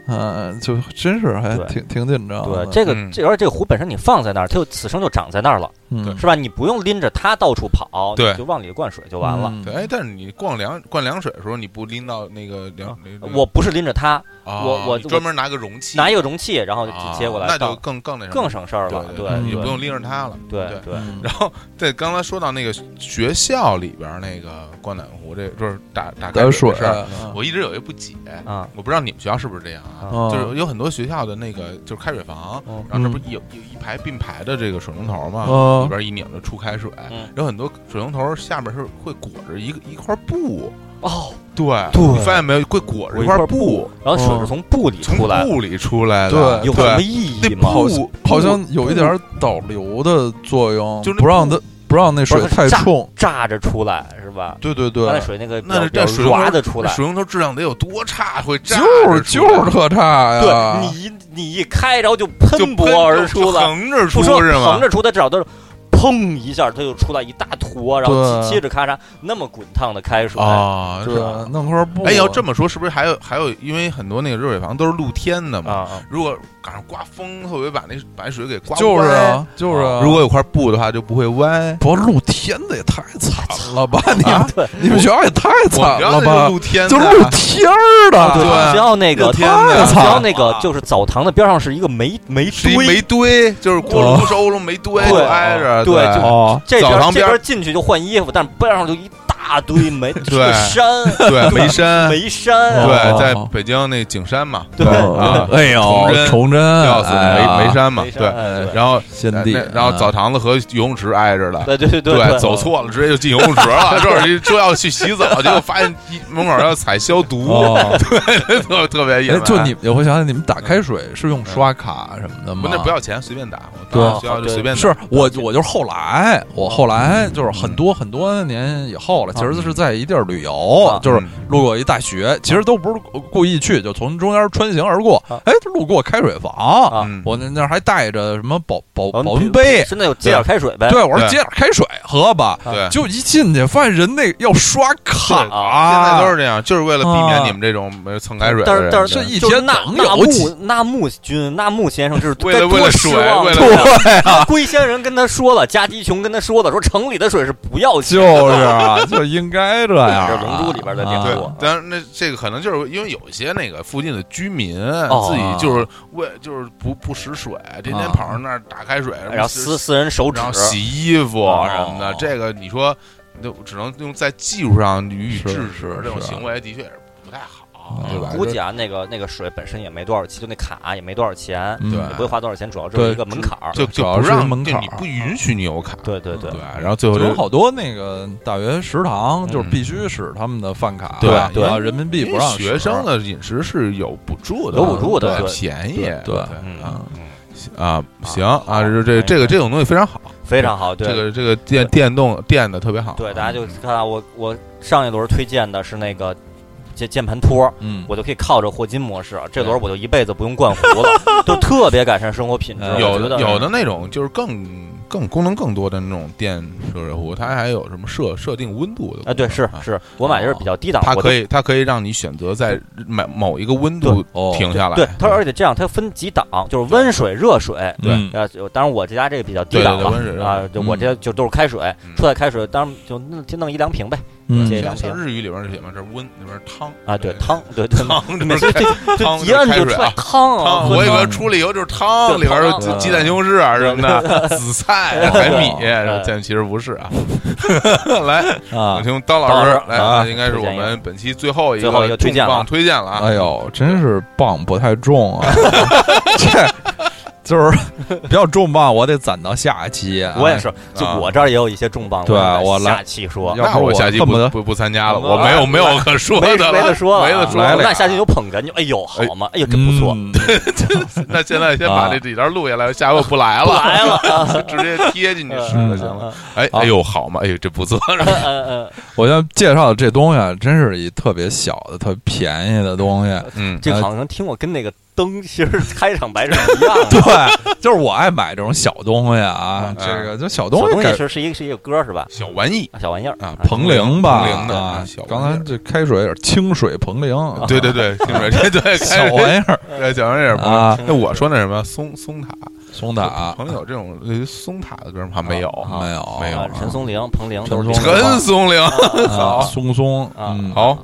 S2: 嗯，就真是还
S1: 对
S2: 挺挺紧张的。
S1: 对，这个
S3: 嗯
S1: 这而且这个壶本身你放在那儿，它就此生就长在那儿了，
S2: 嗯
S1: 是吧？你不用拎着它到处跑，
S3: 对
S1: 你就往里灌水就完了。
S2: 嗯
S3: 对，哎，但是你逛凉灌凉水的时候，你不拎到那个凉？那个
S1: 啊我不是拎着它，
S3: 啊
S1: 我我
S3: 你专门拿个容器，
S1: 拿一个容器，然后就
S3: 啊
S1: 接过来
S3: 那
S1: 倒，
S3: 就更更那什么
S1: 更省事儿了。
S3: 对嗯
S2: 对
S3: 你就
S2: 对
S3: 不用拎着它了。
S1: 对嗯对，
S3: 对
S2: 嗯
S3: 然后对，刚才说到那个学校里边那个灌暖壶，这就是打打啊开
S2: 打水
S3: 的事儿，
S2: 嗯
S3: 我一直有一不解，
S1: 啊，
S3: 我不知道你们学校是不是这样啊？
S1: 嗯
S3: 就是有很多学校的那个就是开水房，
S1: 嗯
S3: 然后这不有有一排并排的这个水龙头嘛，里
S1: 啊
S2: 嗯
S3: 边一拧就出开水
S1: 嗯，
S3: 有很多水龙头下面是会裹着一个一块布，
S1: 哦，
S3: 对，
S1: 对
S3: 你发现没有，会裹着
S1: 我一
S3: 块
S1: 块
S3: 布，
S1: 然后水
S2: 哦
S1: 是从布里
S3: 从
S1: 出来，
S3: 布里出来的，
S2: 对
S1: 有什么
S3: 对，
S1: 意
S3: 那
S1: 义吗？
S2: 好
S3: 布
S2: 好像有一点儿导流的作用，
S3: 就是那
S2: 不让它不让那水
S1: 不是
S2: 太
S1: 炸
S2: 冲。
S1: 炸着出来是吧？
S2: 对对
S1: 把那
S2: 对，
S1: 水那个比
S3: 那
S1: 较
S3: 是
S1: 比较
S3: 那水龙
S1: 唰
S3: 头
S1: 的出来，
S3: 水龙头质量得有多差，会炸
S2: 就是
S3: 着出
S2: 就
S3: 来
S2: 是特差
S3: 啊
S1: 对
S2: 呀。
S1: 你一你一开，然后就
S3: 就
S1: 喷薄而
S3: 就
S1: 出来，
S3: 横着
S1: 不
S3: 出
S1: 说
S3: 是吗
S1: 横？着出，它至少都是砰一下，它就出来一大坨，然后
S2: 对
S1: 接着咔嚓那么滚烫的开水，
S3: 啊，
S2: 对
S3: 是吧？，
S2: 弄块布。
S3: 哎，要这么说，是不是还有还有？因为很多那个热水房都是露天的嘛，
S1: 啊，
S3: 如果赶上刮风，会不会把那把水给刮
S2: 就是
S3: 歪？
S2: 啊，就是啊。
S3: 如果有块布的话，就不会歪。
S2: 不是露天的也太惨了吧？你们
S1: 对
S2: 你们学校也太
S3: 啊我们
S2: 惨了
S3: 学校那
S2: 吧
S3: 是？露天的，啊
S2: 就露天儿
S1: 啊对，
S3: 对啊
S2: 的，
S1: 学校那个
S3: 露天
S2: 的
S1: 学校那
S3: 太惨了
S1: 个就是澡堂的边上是一个煤煤
S3: 是一
S1: 堆
S3: 煤，堆，就是锅炉烧炉煤堆
S1: 对
S3: 挨着，
S1: 对就
S2: 哦，
S1: 这
S3: 澡
S1: 边
S3: 堂
S1: 这
S3: 边
S1: 边进去就换衣服，但是边上就一大堆煤，是个山
S2: [laughs]
S3: 对眉山，
S1: 煤山啊，
S3: 对，
S2: 哦
S3: 在北京那景山嘛，
S1: 对
S3: 啊
S2: 哦哎呦，崇祯，
S3: 吊死
S2: 哎呀
S3: 眉眉，山嘛，
S1: 煤山
S3: 对，
S1: 哎对
S3: 然后
S2: 先
S3: 呃
S2: 帝啊
S3: 那，然后澡堂子和游泳池挨着的，
S1: 对对对
S3: 对，
S1: 对，
S3: 走错了，直接就进游泳池
S2: [laughs]
S3: 了。这是说要去洗澡，结果发现一门口要采消毒， [laughs]
S2: 哦，
S3: 特特别野
S2: 哎，
S3: 蛮。
S2: 就你，我想想，你们打开水是用刷卡什么的
S3: 嗯不
S2: 吗？
S3: 那不要钱，随便打，我
S2: 对
S3: 到学校就随便打。
S2: 是我，我就是后来，我后来
S1: 嗯
S2: 就是很多很多年以后了，其实是在一地儿旅游
S1: 啊，
S3: 嗯
S2: 就是路过一大学，其实都不是故意去，就从中间穿行而过
S1: 啊，
S2: 哎，路过开水房，
S1: 啊，
S3: 嗯，
S2: 我那那儿还带着什么保保
S1: 我们
S2: 保温杯，
S1: 现在有接点开水呗，
S2: 对我说
S3: 对
S2: 接点开水喝吧，
S3: 对，
S2: [laughs] 就一进去发现人那要刷卡，
S3: 现在都
S1: 啊
S3: 是这样，就是为了避免你们这种没有蹭开水
S1: 但
S3: 的
S1: 是
S3: 人。
S1: 但
S2: 是一
S1: 就是
S2: 天
S1: 纳
S2: 能
S1: 纳
S2: 有几
S1: 木纳木君纳木先生，这是
S3: 为了
S1: 该多
S3: 为了
S1: 失
S3: 水
S1: 望
S3: 为了
S1: 对啊 [laughs]
S2: 对
S1: 龟仙人跟他说了，加基琼跟他说了，说城里的水是不要钱
S2: 就是啊，就就应该这
S1: [laughs]
S2: 样、啊。
S1: 这是龙珠里边的典
S2: 啊
S1: 故
S3: 对
S1: 我，
S3: 当然那这个可能就是因为有一些那个附近的居民
S1: 哦
S3: 自己就是为就是不不识水，天天跑上那儿打开水，
S1: 然后撕私人手指
S3: 然后，洗衣服
S1: 哦
S3: 什么的，这个你说就只能用在技术上予以
S2: 是
S3: 制止
S2: 是，
S3: 这种
S2: 是
S3: 行为的确是不太好，
S2: 嗯
S3: 对吧？
S1: 估计啊，那个那个水本身也没多少钱，就那卡也没多少钱，
S2: 嗯
S3: 对
S1: 也不会花多少钱，主要这是一个门槛儿。
S3: 就
S2: 主
S3: 就
S2: 要
S3: 不
S2: 是
S3: 让
S2: 门
S3: 就
S2: 槛
S3: 你
S2: 儿
S3: 不允许你有卡，
S1: 对对对
S3: 对，，然后最后
S2: 就有
S3: 就
S2: 好多那个大学食堂，就是
S3: 嗯
S2: 必须使他们的饭卡，
S3: 对
S2: 然
S3: 对
S2: 后人民币
S3: 因
S2: 不
S3: 为
S2: 让使
S3: 哎
S2: 啊
S3: 学生啊的饮食是有补助的，
S1: 有补助的
S3: 对
S1: 对
S3: 便宜，
S2: 对对
S1: 嗯
S3: 啊
S1: 嗯，
S3: 啊，行
S1: 好
S3: 啊，这这这个这种东西非常好，
S1: 非常好。对
S3: 这个这个电电动电的特别好，
S1: 对，大家就看啊，我我上一轮推荐的是那个键键盘托，
S2: 嗯，
S1: 我就可以靠着霍金模式，啊这轮我就一辈子不用灌壶了，就特别改善生活品质。
S2: 嗯
S1: 我
S3: 呃有
S1: 觉得
S3: 的有的那种就是更更功能更多的那种电热水壶，它还有什么设设定温度的
S1: 啊，对，是
S3: 啊
S1: 是，我买的是比较低档，
S3: 它
S1: 我
S3: 可以它可以让你选择在某某一个温度
S2: 哦，
S3: 停下来，
S1: 对它，而且这样它分几档，就是温水、热水。
S3: 对
S2: 嗯
S1: 呃，就当然我这家这个比较低
S3: 对对
S1: 档
S3: 对
S1: 了
S3: 温水热
S1: 啊，就我这就都是开水，
S3: 嗯
S1: 出来开水，当然就弄弄一两瓶呗
S2: 嗯
S1: 这
S3: 像
S1: 两
S3: 像
S1: 瓶
S3: 日语里边写嘛，这温里边汤
S1: 啊，对汤，对对，
S3: [laughs] 汤
S1: 每次就
S3: 汤
S1: 一按就
S3: 开水
S1: 出来汤啊，
S3: 汤，
S1: 喝
S3: 我以
S1: 汤
S3: 为出来以后就是汤，里边儿
S1: 对汤
S3: 鸡蛋西红柿啊什么的， [laughs] 紫菜、海米，啊
S1: 嗯
S3: 但其实不是啊。 [laughs] 来，
S2: 啊
S3: 请，听刀
S1: 刀老，
S3: 老师
S1: 师啊
S3: 来，应该是我
S1: 推荐
S3: 们本期最后一
S1: 最后一
S3: 个
S1: 个推荐
S3: 重
S1: 了
S3: 磅推荐了啊。
S2: 哎呦，真是磅不太重啊， [laughs] 这就是比较重磅，我得攒到下期啊。
S1: 我也是，就
S3: 啊
S1: 我这儿也有一些重磅，
S2: 对我来
S1: 下期说，
S2: 要
S3: 那
S2: 不
S3: 我
S2: 我
S3: 下期
S2: 恨不
S3: 不
S2: 得
S3: 不不参加了，
S1: 嗯
S3: 我没有没有可说
S1: 没
S3: 的
S1: 没
S3: 了
S1: 得说了啊，
S3: 没得说
S2: 来了
S1: 那下期有捧哏，就哎呦好嘛，哎呦真不错，
S2: 嗯，
S3: 那现在先把这几条录下来，下回我不
S1: [laughs]
S3: 来
S1: 不
S3: 了，
S1: 来了，啊
S3: 直接贴进去使
S2: 嗯
S3: 就行了。哎，哎呦，好嘛，哎呦，这
S1: [laughs]
S3: 不错，
S1: 嗯嗯，
S2: 我要介绍的这东西啊，真是一特别小的、特别便宜的
S3: [laughs]
S2: 东西。
S3: 嗯，
S1: 这
S2: 啊
S1: 个好像听过跟那个灯其实开场白是一样的。
S2: [laughs] 对，就是我爱买这种小东西啊，这个就小东
S1: 小东
S2: 西
S1: 西
S2: 感
S1: 是是一个是一个歌是吧？
S3: 小玩意
S1: 啊小玩意儿
S3: 啊
S1: 哎
S2: 彭羚吧，
S3: 彭羚的
S2: 啊
S3: 小玩，意儿
S2: 刚才这开水有点清水彭羚，
S1: 啊
S3: 对对对，听着这对
S2: 小
S1: 哎
S2: 玩意儿
S3: [laughs] 对小玩意儿不是
S2: 啊，
S3: 那我说那什么松松塔，
S2: 松塔
S3: 朋友这种类似松塔的歌吗？没有，
S2: 没有
S3: 没有
S1: 啊陈松伶、彭羚都是
S2: 陈松
S1: 这
S3: 陈松伶，
S2: 啊，松松
S1: 啊
S2: 嗯，
S3: 好，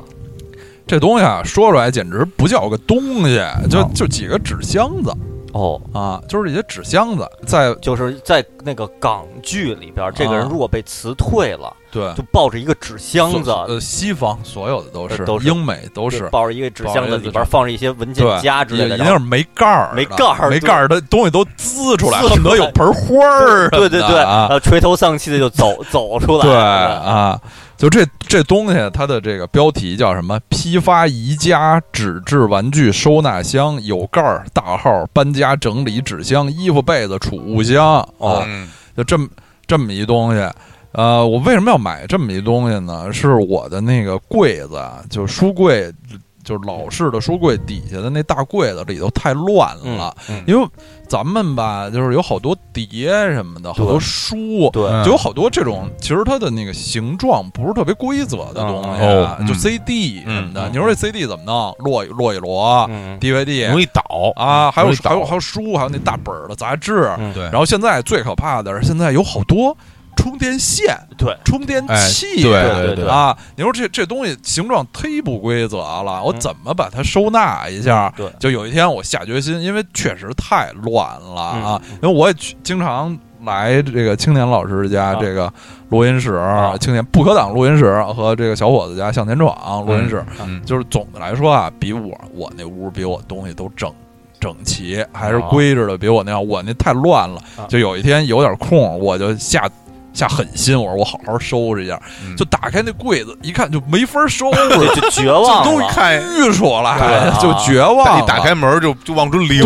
S2: 这东西啊，说出来简直不叫个东西，就
S1: 好
S2: 就几个纸箱子
S1: 哦。
S2: 啊，就是一些纸箱子，在
S1: 就是在那个港剧里边，这个人
S2: 啊
S1: 如果被辞退了，
S2: 对
S1: 就抱着一个纸箱子呃
S2: 所，呃，西方所有的都是，
S1: 都是
S2: 英美都。
S1: 就是抱着一个纸箱
S2: 抱着
S1: 子，
S2: 一个
S1: 里边
S2: 纸
S1: 放着一些文件
S2: 对，
S1: 夹之类
S2: 也
S1: 的，
S2: 一定
S1: 然后
S2: 是没盖儿的，
S1: 没盖儿
S2: 没
S1: 对
S2: 盖儿的东西都滋出来，
S1: 滋出来
S2: 恨不得有盆花儿什么的
S1: 对对对，
S2: 啊
S1: 然，后垂头丧气的就走走出来，
S2: 对，啊，就这这东西，它的这个标题叫什么？批发宜家纸质玩具收纳箱，有盖儿、大号、搬家整理纸箱、衣服被子储物箱。
S1: 哦
S2: 啊，
S3: 嗯
S2: 就这么这么一东西。呃，我为什么要买这么一东西呢？是我的那个柜子啊，就是书柜，就是老式的书柜底下的那大柜子里头太乱了，
S3: 嗯嗯
S2: 因为咱们吧，就是有好多碟什么的，好
S1: 对
S2: 多书，啊
S1: 对
S3: 嗯
S2: 就有好多这种，其实它的那个形状不是特别规则的东西
S3: 哦
S2: 啊，
S3: 嗯
S2: 就 CD 什么的。
S1: 嗯
S2: 你说这 CD 怎么弄？摞一摞一啊摞
S1: 嗯，
S2: ，DVD
S3: 容易倒
S2: 啊，还有
S3: 容易
S2: 还有
S3: 倒
S2: 还有书，还有那大本儿的杂志。
S1: 嗯
S3: 对
S2: 然后现在最可怕的是，现在有好多充电线、
S1: 对，
S2: 充电
S3: 哎
S2: 器。
S3: 对
S1: 对
S3: 对
S1: 对
S2: 啊，你说这这东西形状忒不规则了，我
S1: 嗯
S2: 怎么把它收纳一下？
S1: 对
S2: 就有一天我下决心，因为确实太乱了啊，因为我也去经常来这个青年老师家
S1: 啊
S2: 这个录音室，
S1: 啊
S2: 青年不可挡录音室和这个小伙子家向前闯录音室，
S3: 嗯
S2: 就是总的来说啊，比我我那屋比我东西都整。整齐还是
S1: 哦
S2: 规着的，比我那样，我那太乱了
S1: 啊。
S2: 就有一天有点空，我就下下狠心，我说我好好收拾一下。
S3: 嗯
S2: 就打开那柜子一看，就没法收
S1: 就 [laughs]
S2: 拾，
S1: 就绝望
S2: 都
S1: 了，
S3: 看
S2: 郁出来
S1: 对，啊
S2: 就绝望
S3: 但
S2: 了。
S3: 一打开门就就往出流，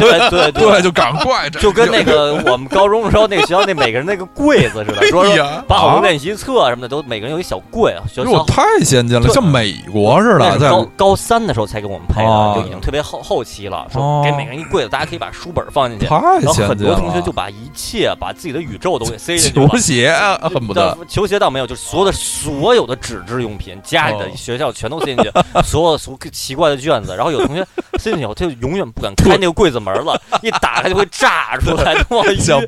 S1: 对对对
S2: 对，就赶快这哎
S1: 就跟那个我们高中时候那个学校那每个人那个柜子似的，说
S3: 哎
S1: 说
S3: 呀，
S1: 把好多练习册什么的都每个人有一小柜，啊学
S2: 啊哎因为我
S1: 校。
S2: 太先进了，
S1: 对
S2: 像美国似
S1: 那
S2: 的，
S1: 是
S2: 在
S1: 高高三的时候才给我们配
S2: 哦
S1: 的，就已经特别后后期了。
S2: 哦
S1: 说给每个人一柜子，大家可以把书本放进去。
S2: 太
S1: 然后
S2: 先
S1: 很
S2: 进
S1: 多
S2: 了。
S1: 同学就把一切、把自己的宇宙都给塞进去了
S2: 球。鞋啊恨不得
S1: 但球鞋倒没有，就是所有的所有的纸质用品，家里
S2: 哦
S1: 的、学校全都塞进去，所有的所奇怪的卷子。然后有同学进去以后，他就永远不敢开那个柜子门了，一打开就会炸出来，就往一
S2: 像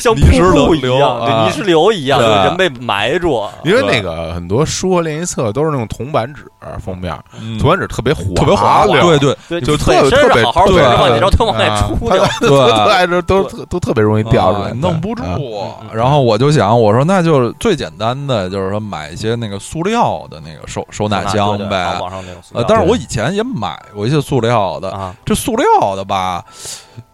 S1: 像
S2: 泥石
S1: 瀑布一
S2: 流
S1: 样，
S2: 啊
S1: 对泥石流一样，
S2: 对
S1: 就人被埋住。
S3: 因为那个很多书和练习册都是那种铜版纸封面，
S2: 嗯
S3: 铜版纸特别滑，
S2: 特别滑
S3: 溜，
S2: 对对，
S1: 对，
S3: 就特
S1: 本身
S3: 特别
S1: 是好好
S2: 对
S1: 的
S2: 对
S1: 话，
S2: 对
S1: 你知道他往外
S3: 啊
S1: 出溜，
S3: 都特爱这都特都特别容易掉出
S2: 啊
S3: 来，
S2: 弄不住
S3: 啊。
S1: 嗯嗯
S2: 然后我就想，我说那就是最简单的，就是说买一些那个塑料的那个手手拿箱
S1: 对对
S2: 呗
S1: 啊。网上那种塑
S2: 呃，
S1: 料。
S2: 但是我以前也买过一些塑料的，
S1: 啊
S2: 这塑料的吧，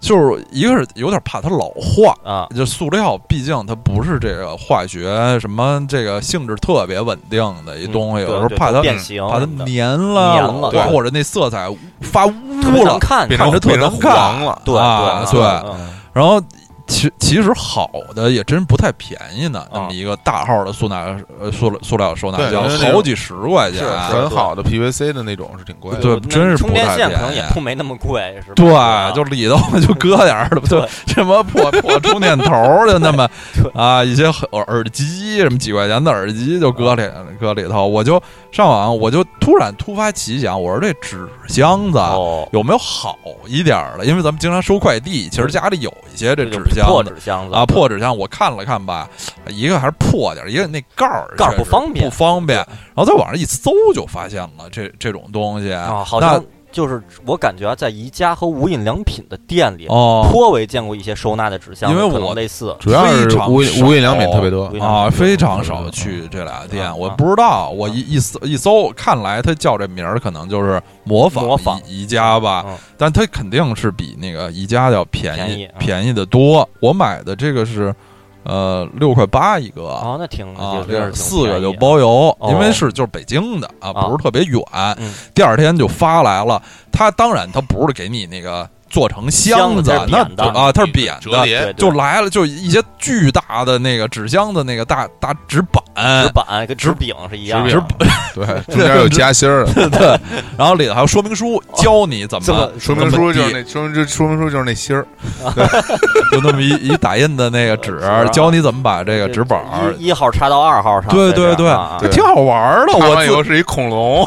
S2: 就是一个是有点怕它老化，
S1: 啊，
S2: 就塑料，毕竟它不是这个化学什么这个性质特别稳定的一东西，
S1: 嗯
S2: 有时
S1: 对
S2: 候
S1: 对
S2: 怕
S1: 都
S2: 它
S1: 变形
S2: 怕它
S1: 什么的，
S2: 粘了，
S1: 粘了
S2: 对
S1: 对
S2: 或者那色彩发
S1: 特
S2: 乌
S1: 别
S2: 了
S1: 难，看，
S3: 变
S2: 看
S3: 成
S2: 着特
S3: 变成
S2: 难看
S3: 黄了，
S1: 对
S2: 啊
S1: 对嗯
S2: 对然后其其实好的也真不太便宜呢，那
S1: 啊
S2: 么一个大号的塑料呃塑料塑料收纳
S3: 对因
S2: 箱
S3: 为那种
S2: 好几十块钱，啊
S1: 是
S3: 很好的 PVC 的那种是挺贵的，
S2: 对
S1: 嗯那
S2: 真是不
S1: 充电
S2: 太
S1: 线
S2: 便
S1: 可能也
S2: 宜
S1: 不没那么贵，是吧？
S2: 对
S1: 啊，
S2: 就里头就搁点儿，就
S1: 对
S2: 什么破破充电头儿的那么
S1: [laughs] 对
S2: 啊，一些耳耳机什么几块钱的耳机就搁
S1: 啊
S2: 里搁里头，我就上网，我就突然突发奇想，我说这纸箱子啊
S1: 哦，
S2: 有没有好一点儿的？因为咱们经常收快递，其实家里有一些这纸箱
S1: 破
S2: 子
S1: 纸箱子
S2: 啊，破纸箱，我看了看吧，一个还是破点儿，一个那盖儿
S1: 盖儿
S2: 确实
S1: 不方便
S2: 不方便。然后在网上一搜就发现了这这种东西
S1: 啊，好
S2: 那
S1: 像就是我感觉啊，在宜家和无印良品的店里，
S2: 哦
S1: 颇为见过一些收纳的纸箱，
S2: 因为
S1: 可能
S2: 我
S1: 类似
S3: 主要是
S2: 非常
S3: 无
S2: 少
S3: 无印良品特别多
S1: 无印
S2: 啊，非常少
S3: 嗯
S2: 去这俩
S1: 啊
S2: 店，我
S1: 啊
S2: 不知道，我一一搜一搜，看来他叫这名儿，可能就是模仿
S1: 模仿
S2: 宜宜家吧
S1: 嗯，
S2: 但他肯定是比那个宜家要便
S1: 便宜
S2: 宜
S1: 啊
S2: 便宜的多。我买的这个是，呃，六块八一个
S1: 啊，那挺
S2: 啊，
S1: 这
S2: 这四个就包邮，
S1: 哦
S2: 因为是就是北京的啊，
S1: 啊
S2: 不是特别远
S1: 嗯。
S2: 第二天就发来了，它当然它不是给你那个做成
S1: 箱
S2: 子
S1: 子它，是
S2: 那
S1: 扁的
S2: 就啊它是扁
S3: 折
S2: 的，
S1: 对
S3: 叠，
S1: 对
S2: 就来了就一些巨大的那个纸箱子那个大大纸板，
S1: 纸板跟纸饼是一样的，
S3: 纸饼对，中间有夹心儿的。
S2: 对，然后里头还有说明书，教你怎
S1: 这
S2: 么
S1: 么
S3: 说明书就是那说明书说明书就是那芯儿，
S2: 就那么一一打印的那个纸
S1: 纸啊，
S2: 教你怎么把这个纸板儿，
S1: 一一号插到二号上，
S2: 对
S1: 这
S2: 对
S1: 样
S2: 对
S1: 啊，啊
S2: 这
S1: [laughs]，
S2: 挺好玩儿的，
S3: 看
S2: 我
S3: 完以
S2: 就
S3: 后是一恐龙，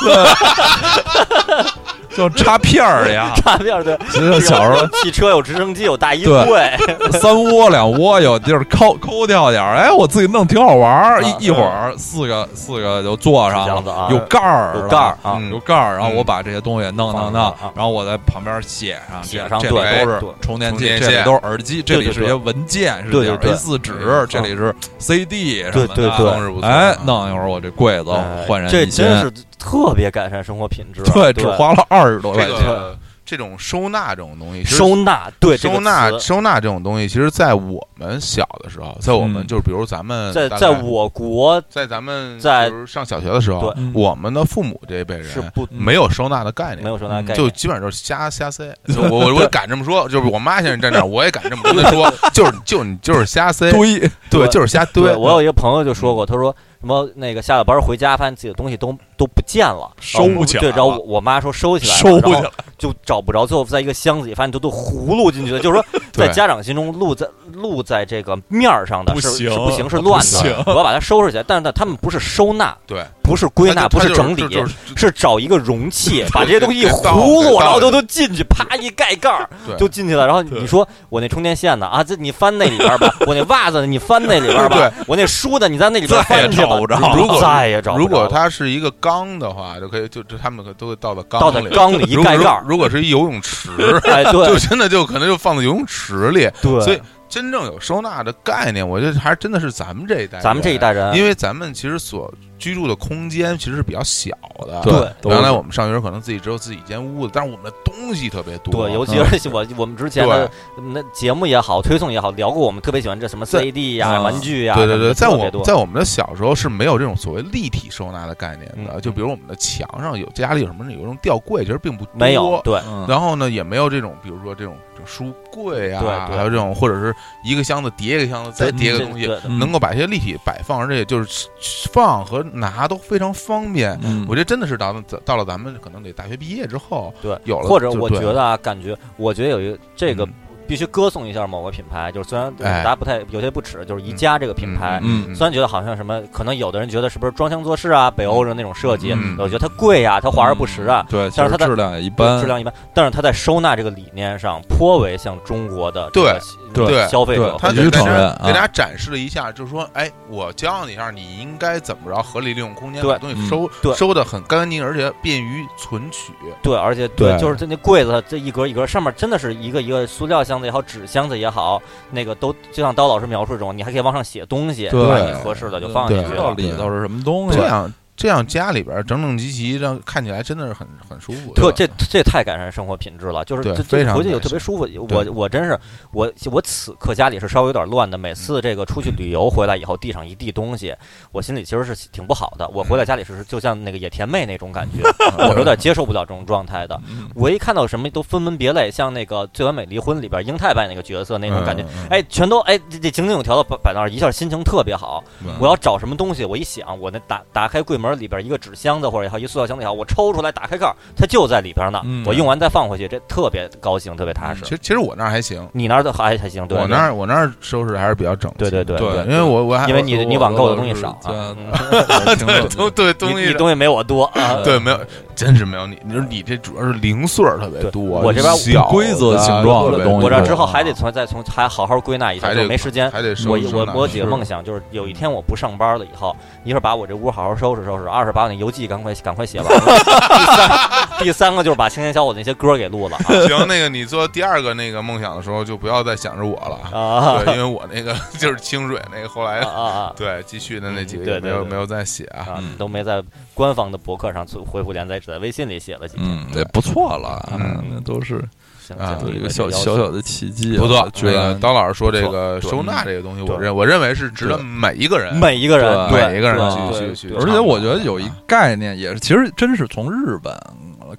S2: 就插片儿呀
S1: 差点儿对。
S2: 其实 [laughs] 小时候。
S1: 汽车有直升机有大衣
S2: 对
S1: 柜，
S2: 三窝两窝有地儿抠抠掉点儿，哎，我自己弄挺好玩儿。
S1: 啊
S2: 一一会儿四个四个就坐上
S1: 这样子
S2: 了
S1: 啊，
S2: 有盖儿，
S1: 有盖儿，啊，
S3: 嗯
S2: 有盖儿，然后
S3: 嗯
S2: 我把这些东西弄弄
S1: 放
S2: 弄
S1: 上啊，
S2: 然后我在旁边写上，
S1: 写
S2: 这
S1: 上
S2: 这
S1: 对
S2: 里都是
S1: 对
S2: 充电
S3: 充
S2: 器，
S3: 电
S2: 这里
S3: 线
S2: 都是耳机，这
S1: 对
S2: 里
S1: 对
S2: 是些文件，是
S1: 对
S2: 点
S1: 对
S2: A 四纸
S1: 对，
S2: 这里是 CD 什么的。
S1: 对对
S3: 当时不错。
S2: 哎，弄一会儿我这柜子
S1: 哎
S2: 焕然
S1: 这
S2: 一新，
S1: 真是特别改善生活品质啊。
S2: [laughs] 对，只
S1: 对，
S2: 花了二十多块
S3: 这
S2: 钱。
S3: 个这种收纳这种东西，其实
S1: 收纳对这个
S3: 收纳
S1: 词
S3: 收纳这种东西，其实，在我们小的时候，在我们
S2: 嗯
S3: 就是比如咱们
S1: 在
S3: 大概
S1: 在我国
S3: 在咱们
S1: 在
S3: 就是上小学的时候
S1: 对，
S2: 嗯
S3: 我们的父母这一辈
S1: 是
S3: 人
S1: 不
S3: 没有收纳的概
S1: 没
S3: 念。
S1: 有收纳
S2: 嗯
S1: 概念，
S3: 就基本上就是瞎
S1: [laughs]
S3: 瞎塞，就我我我敢这么说，就是我妈现在站那儿，我也敢这么跟她说，就是就你就是瞎塞，
S2: 堆
S3: 对，
S1: 对
S3: 就是瞎堆
S1: 对。我有一个朋友就说过，他说什么那个下了班回家，发现自己的东西都都不见了，
S2: 收
S1: 然后
S2: 起来
S1: 对，
S2: 了
S1: 然后我我妈说收起来了，
S2: 收起
S1: 然
S2: 来
S1: 后就找不着，最后在一个箱子里发现都都葫芦进去了。就是
S2: [laughs]
S1: 说，
S3: 对
S1: 在家长心中露在露在这个面儿上的
S2: 不
S1: 是是
S2: 行
S1: 不行是
S2: 不
S1: 乱
S2: 行
S1: 的，我要把它收拾起来。但是呢，他们不是收纳，
S3: 对，
S1: 不是归纳，
S3: 她就
S1: 不
S3: 她
S1: 是
S3: 就
S1: 整理
S3: 就。就是
S1: 是找一个容器，把这些东西一
S3: 给倒
S1: 葫
S3: 给
S1: 芦，
S3: 倒
S1: 然后
S3: 进
S1: 都都进去，啪一盖盖儿
S3: 对
S1: 就进去了。然后你说我那充电线呢？啊，这你翻那里边儿
S3: [laughs]
S1: 吧，我那袜子呢？你翻那里边儿吧，我那书呢？你在那里边儿
S2: 再也
S1: 翻去吧
S2: 找不着
S3: 如果
S1: 再也找不着了。
S3: 如果它是一个缸的话，就可以就就他们可都会倒到
S1: 倒
S3: 缸
S1: 在
S3: 里。
S1: 缸里一
S3: 如
S1: 盖盖儿
S3: 如，如果是一游泳池，
S1: 哎，
S3: 就
S1: 对
S3: 真的就可能就放在游泳池里。
S1: 对，
S3: 所以真正有收纳的概念，我觉得还真的是咱们这一代，
S1: 咱们这一，代人，
S3: 因为咱们其实所居住的空间其实是比较小的。
S1: 对
S2: 都
S3: 原来我们上学时候可能自己只有自己一间屋子，但是我们的东西特别多。
S1: 对，尤其是我我们之前的那节目也好，推送也好，聊过我们特别喜欢这什么
S3: 在
S1: CD 呀、
S2: 嗯
S1: 玩具呀，
S3: 对对
S1: 什么
S3: 对，
S1: 的
S3: 在
S1: 特别
S3: 我
S1: 多
S3: 在我们的小时候是没有这种所谓立体收纳的概念的，
S1: 嗯
S3: 就比如我们的墙上有家里有什么有这种吊柜，其实并不多
S1: 没有对
S2: 嗯
S3: 然后呢，也没有这种，比如说这种这种书柜啊，
S1: 对对
S3: 还有这种或者是一个箱子叠一个箱子再
S1: 这
S3: 叠一个
S1: 这
S3: 东西，
S1: 对
S2: 嗯
S3: 能够把一些立体摆放，而且就是放和拿都非常方便。
S2: 嗯
S3: 我觉得真的是到到了咱们可能得大学毕业之后，
S1: 对
S3: 有了
S1: 或者
S3: 就
S1: 我
S3: 对
S1: 觉得啊，感觉我觉得有一个这个
S3: 嗯。
S1: 必须歌颂一下某个品牌，就是虽然
S3: 哎
S1: 大家不太有些不耻，就是宜家这个品牌，
S2: 嗯
S1: 虽然觉得好像什么，可能有的人觉得是不是装腔作势啊，北欧的那种设计，
S3: 嗯
S1: 我觉得它贵呀、它华而不实啊，
S2: 对，
S1: 但是它
S2: 其
S1: 的
S2: 实质量也一般，
S1: 质量一般，但是它在收纳这个理念上颇为像中国的这
S3: 对
S1: 个
S2: 对
S3: 对
S1: 消费
S2: 对
S1: 者，
S3: 他
S2: 必须
S3: 给大
S2: 承认
S3: 家
S2: 啊
S3: 给大家展示了一下，就是说，哎，我教你一下，你应该怎么着合理利用空间，
S1: 对
S3: 把东
S2: 嗯
S3: 西收
S1: 对
S3: 收的很干净，而且便于存取。
S1: 对，而且
S3: 对
S1: 就是它那柜子这一格一格，上面真的是一个一个塑料箱子也好，纸箱子也好，那个都就像刀老师描述这种，你还可以往上写东西，
S2: 对
S1: 把你合适的就放进
S3: 对
S1: 去
S2: 知
S1: 了
S2: 道。里头是什么东西啊
S3: 这，样这样家里边整整齐齐，让看起来真的是很很舒服。
S1: 特
S3: 对
S1: 这
S3: 吧
S1: 这太改善生活品质了，就是
S3: 对
S1: 这
S3: 非
S1: 这
S3: 常
S1: 回去
S3: 改
S1: 就特别
S3: 善
S1: 舒服。我
S3: 对
S1: 我真是我我此刻家里是稍微有点乱的，每次这个出去旅游回来以后，地上一地东西，我心里其实是挺不好的。我
S3: 嗯
S1: 回来家里是就像那个野田妹那种感
S3: [laughs]
S1: 觉，我是有点接受不了这种状态的。
S3: 嗯
S1: 我一看到什么都分门别类，像那个《最完美离婚》里边英泰扮演那个角色那种感觉
S3: 嗯，嗯嗯
S1: 哎，全都哎这这井井有条的摆摆那儿，一下心情特别好。我要找什么东西，我一想，我那打打开柜门里边一个纸箱子或者也好，一塑料箱子也好，我抽出来打开盖儿，它就在里边呢。
S2: 嗯
S1: 我用完再放回去，这特别高兴，特别踏实
S3: 其。实其实我那儿还行，
S1: 你那儿的还还行，对
S3: 我那儿我那儿收拾还是比较整齐。
S1: 对对对
S2: 对
S3: 因为我我还
S1: 因为你
S2: 我
S1: 你网购的东西
S2: 我
S1: 少啊，
S2: [laughs] 对挺冷
S3: 都对
S2: 的
S1: 嗯
S3: 东
S1: 你
S3: 西
S1: 你 [laughs] 东西没我多啊。
S3: 对没有，真是没有你，你说你这主要是零碎儿特别
S1: 对
S3: 多，
S1: 我这边
S3: 小
S2: 不规则
S3: 的啊
S2: 形状的
S3: 特别
S2: 东西
S1: 嗯我这儿
S2: 多
S1: 之后还得从再从还好好归纳一下，
S3: 还
S1: 就
S3: 得
S1: 没时间。
S3: 还得收
S1: 我
S3: 拾
S1: 我
S3: 收纳
S1: 我几个
S3: 是
S1: 梦想就是有一天我不上班了以后，一是把我这屋好好收拾收拾，二是把我那游记赶快赶快写 [laughs] 完了第三第三个就是把青年小伙子那些歌给录了啊
S3: [laughs] 行，那个你做第二个那个梦想的时候，就不要再想着我
S1: [laughs]
S3: 了，
S1: 啊
S3: 对，因为我那个 [laughs] 就是清水那个后来、
S1: [laughs] 啊啊
S3: 对继续的那几个
S1: 嗯对
S3: 也没
S1: 对
S3: 有
S1: 对
S3: 没有再写啊。
S1: 啊
S2: 嗯！
S1: 都没在官方的博客上做回复连载，只在微信里写了几篇。
S2: 嗯，也不错了，啊
S3: 嗯
S2: 那都是
S1: 行，
S3: 啊
S1: 奖励
S2: 一
S1: 了
S2: 个
S1: 这
S2: 小
S1: 嗯要
S2: 小
S1: 求
S2: 小的奇迹啊，
S3: 不错，
S2: 居
S3: 那个
S2: 然
S3: 刀老师说这
S2: 不错
S3: 个
S2: 对嗯
S3: 收纳这个东西，我
S1: 对
S3: 认我认为是值得
S2: 对
S3: 每一个人
S1: 每一个人
S2: 对
S1: 对
S3: 每一个人
S1: 对
S3: 去
S1: 对
S3: 去
S1: 对
S3: 去
S2: 而且我觉得有一概念也是，其实真是从日本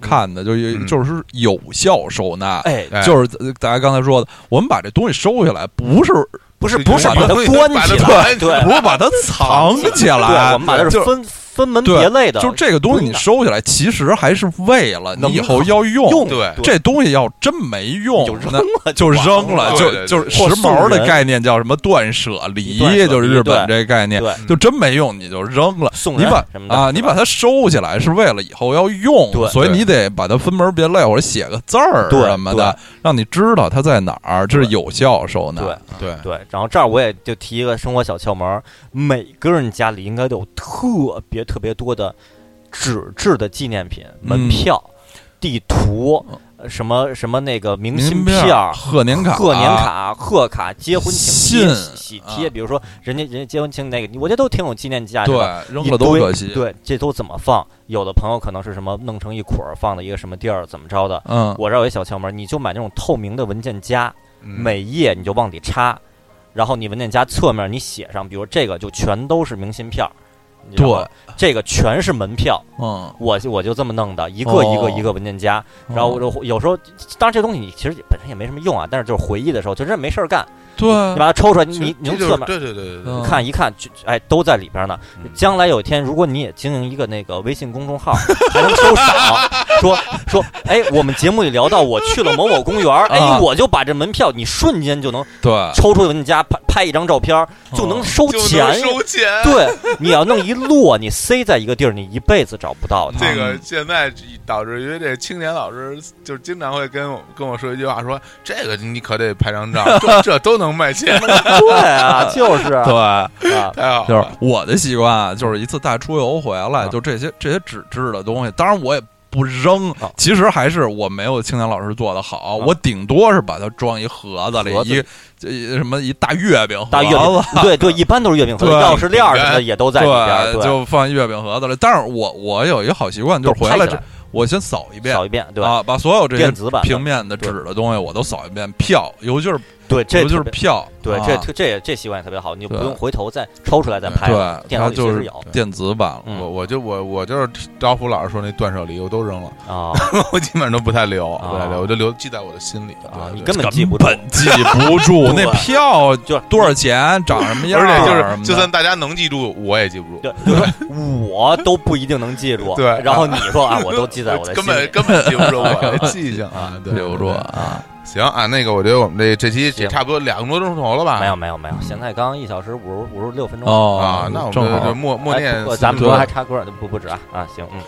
S2: 看的，就一
S3: 嗯
S2: 就是有效收纳，
S1: 哎，
S3: 哎
S2: 就是大家刚才说的，我们把这东西收下来，不是
S1: 不是
S3: 就
S1: 不是
S3: 把
S1: 把它
S3: 东西
S1: 关
S3: 把
S1: 起
S3: 它
S1: 来，
S3: 关
S1: 对
S2: 不是把它藏起来，
S1: 对，我们把它是
S2: 就
S1: 分分门别类的，
S2: 就这个东西你收起来，其实还是为了你以后要用。
S1: 用
S3: 对
S2: 这东西要真没用
S1: 就，扔
S2: 那
S1: 了
S2: 就扔
S1: 完
S2: 了，
S1: 了
S3: 对
S2: 就
S3: 对
S2: 就是时
S1: 或
S2: 髦
S1: 送
S2: 的
S1: 人
S2: 概念叫什么断舍离
S1: 断舍，离
S2: 就是日本这概念，
S1: 对。
S2: 就真没用你就扔了。
S1: 送
S2: 你
S1: 人
S2: 把
S1: 什么的
S2: 啊，
S1: 是
S2: 你
S1: 吧
S2: 把它收起来是为了以后要用
S1: 对，
S2: 所以你得把它分门别类，或者写个字儿
S1: 对
S2: 什么的，让你知道它在哪儿，这是有效收纳。
S1: 对
S3: 对
S1: 对，然后这儿我也就提一个生活小窍门儿，每个人家里应该都有特别特别多的纸质的纪念品、
S2: 嗯
S1: 门票、地图、呃什么什么那个明信
S2: 哦明片
S1: 儿
S2: 儿、贺年卡、
S1: 贺年卡、贺卡、结婚请帖、
S2: 信
S1: 喜喜
S2: 啊
S1: 帖，比如说人家人家结婚请那个，我觉得都挺有纪念价值
S2: 对
S1: 的。，
S2: 扔
S1: 一
S2: 了都
S1: 堆
S2: 可惜。
S1: 对，这都怎么放？有的朋友可能是什么弄成一捆儿放在一个什么地儿，怎么着的？
S2: 嗯，
S1: 我这儿有一小窍门儿，你就买那种透明的文件夹，
S3: 嗯
S1: 每页你就往里插，然后你文件夹侧面你写上，比如这个就全都是明信片儿，你知道吗，这个全是门票，
S2: 嗯，
S1: 我就我就这么弄的，一个一个
S2: 哦
S1: 一个文件夹，然后我就有时候，当然这东西你其实本身也没什么用啊，但是就是回忆的时候，就真没事儿干，
S2: 对，
S1: 你把它抽出来，
S3: 嗯其
S1: 你
S3: 实
S1: 你你
S3: 这
S1: 能
S3: 就
S1: 侧
S3: 是
S1: 面。
S3: 对嗯对对对对，
S2: 嗯
S1: 看一看，就哎，都在里边呢。将来有一天，如果你也经营一个那个微信公众号， [laughs] 还能收赏，说说，哎，我们节目里聊到我去了某某公园儿，
S2: 啊
S1: 哎，我就把这门票，你瞬间就能
S2: 对，
S1: 抽出文件夹拍拍一张照片儿就
S2: 哦
S1: 能收
S3: 就
S1: 钱
S3: 能。收钱。
S1: 对，你要弄一摞，你塞在一个地儿，你一辈子找不到它。
S3: 这个现在导致于这青年老师就经常会跟我跟我说一句话说，这个你可得拍张照，
S1: [laughs]
S3: 这这都能卖钱，
S1: 对啊，就是啊，
S2: 对，
S3: 太
S1: [laughs]
S3: 好
S2: 就是
S3: 了。
S2: 我的习惯啊，就是一次大出游回来，
S1: 啊
S2: 就这些这些纸质的东西，当然我也不扔
S1: 啊，
S2: 其实还是我没有青年老师做的好，我顶多是把它装一盒子里
S1: 盒，子
S2: 一这什么一大月饼
S1: 大
S2: 盒
S1: 月饼
S2: 子。，
S1: 对对，一般都是月饼盒，
S2: 对
S1: 钥匙链儿什么的也都在里边儿。对，
S2: 就放一月饼盒子里。但是我我有一个好习惯，就是
S1: 都
S2: 回
S1: 拍
S2: 来
S1: 起
S2: 这我先扫一遍
S1: 扫一遍，对，
S2: 啊，把所有这些
S1: 电子版的
S2: 平面的纸的东西我都扫一遍，票，尤其是
S1: 对，这
S2: 尤其
S1: 特
S2: 是
S1: 别
S2: 票，
S1: 对，
S2: 啊
S1: 这特这也这习惯也特别好，你就不
S2: 对
S1: 用回头再抽出来再拍了。
S2: 对，
S1: 电
S2: 它
S1: 脑里
S2: 就
S1: 随时
S2: 是
S1: 有
S2: 电子版了。
S1: 嗯
S3: 我我就我我就是招呼老师说那断舍离，我都扔了， [laughs]
S1: 啊
S3: 我基本上都不太留，
S1: 啊
S3: 不太留，我就留记在我的心里。
S1: 啊，
S3: 对
S1: 你
S3: 对
S2: [laughs]
S1: 根本记
S2: 根
S1: 不住，
S2: 本记不 [laughs] 住
S1: 对
S2: 那票
S1: 就是
S2: 多少钱，长什么样
S3: 而
S2: 儿
S3: 且
S2: 什么的，
S3: 就是，就算大家能记住，我也记不住，
S1: 对，就是说我都不一定能记住。
S3: 对
S2: [laughs]
S1: 然后你说啊，我都记在我的
S3: 根
S1: 心
S3: 本
S1: 里。 [laughs]
S3: 根本记不住我的记性啊，对
S2: 留住啊。
S3: 行啊，那个我觉得我们这这期也
S1: 行
S3: 差不多两个多钟头了吧？
S1: 没有没有没有，现在刚一小时五十五十六分钟。
S2: 哦
S3: 啊，那我
S2: 正
S3: 们就
S2: 好
S3: 默默
S1: 哎
S3: 念
S1: 不过咱们
S3: 四
S1: 中间
S3: 分钟
S1: 还插歌，不不止啊啊，行，嗯，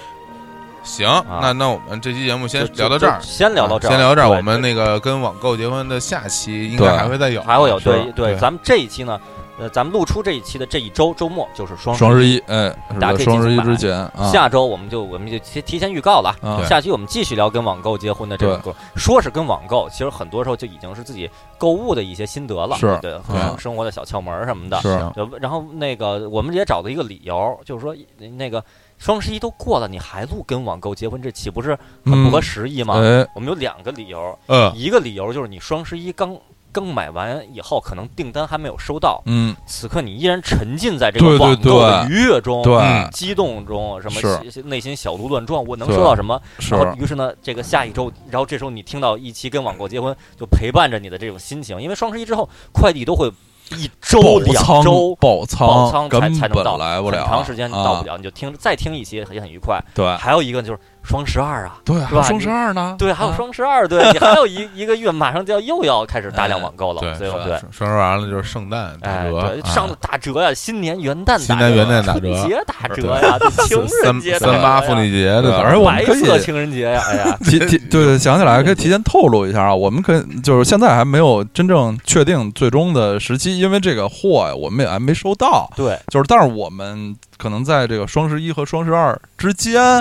S3: 行，那那我们这期节目先
S1: 就
S3: 聊到
S1: 就
S3: 这儿啊
S1: 就，先聊到这儿，
S3: 先聊到这儿。
S1: 对
S3: 我们
S1: 对
S3: 那个跟网购结婚的下期应该
S2: 对
S3: 还会再有，
S1: 还会有
S3: 啊是吧
S1: 对对，咱们这一期呢，呃，咱们露出这一期的这一周周末就是双
S2: 双十一，哎，是
S1: 大家
S2: 的
S1: 可以
S2: 双十
S1: 进
S2: 一
S1: 行买
S2: 之前啊，
S1: 下周我们就我们就提提前预告了啊，
S2: 啊
S3: 对
S1: 下期我们继续聊跟网购结婚的这个歌。说是跟网购，其实很多时候就已经是自己购物的一些心得了，
S2: 是
S1: 对
S2: 对
S1: 和生活的小窍门儿什么的。
S2: 是
S3: 行
S1: 对然后那个我们也找了一个理由，就是说那个双十一都过了，你还录跟网购结婚，这岂不是很不合时宜吗？
S2: 嗯哎，
S1: 我们有两个理由，
S2: 啊
S3: 嗯，
S1: 一个理由就是你双十一刚。刚买完以后，可能订单还没有收到，
S2: 嗯，
S1: 此刻你依然沉浸在这
S2: 对
S1: 个
S2: 对
S1: 网购的
S2: 对
S1: 愉悦中，
S2: 对，
S3: 嗯
S1: 激动中，什
S2: 是
S1: 么心内心小鹿乱撞，我能
S2: 对
S1: 收到什么？
S2: 是
S1: 然后于是呢，这个下一周，然后这时候你听到一期跟网购结婚，就陪伴着你的这种心情，因为双十一之后快递都会一周
S2: 爆
S1: 两
S2: 仓
S1: 周。
S2: 爆
S1: 爆
S2: 仓
S1: 仓
S2: 根
S1: 才才能到，
S2: 本来不了，
S1: 很长时间
S2: 啊
S1: 到不了，你就听再听一期也很愉快。
S2: 对
S1: 还有一个就是双十二啊，
S2: 对，还有
S1: 吧
S2: 双
S1: 你
S2: 十二呢，
S1: 对，还有
S2: 啊
S1: 双十二，对你还有一一个月马上就要又要开始大量网购了，
S3: 哎
S1: 所
S3: 对
S1: 以
S2: 是
S1: 我对，
S3: 双十二完了就是圣诞打
S1: 哎，
S3: 折，
S1: 对，
S3: 啊
S1: 上打折呀，新年元旦
S3: 新
S1: 打折，
S3: 年元旦打折
S1: 春节打折呀，情人
S3: 三
S1: 节打折
S3: 三
S1: 呀
S3: 八妇女节
S2: 对
S3: 的，
S2: 而且我们
S1: 白
S2: 可以
S1: 色情人节呀，哎呀，
S2: 提提对，想起来可以提前透露一下啊，我们可以就是现在还没有真正确定最终的时期，因为这个货呀我们也还没收到，
S1: 对，
S2: 就是但是我们可能在这个双十一和双十二之间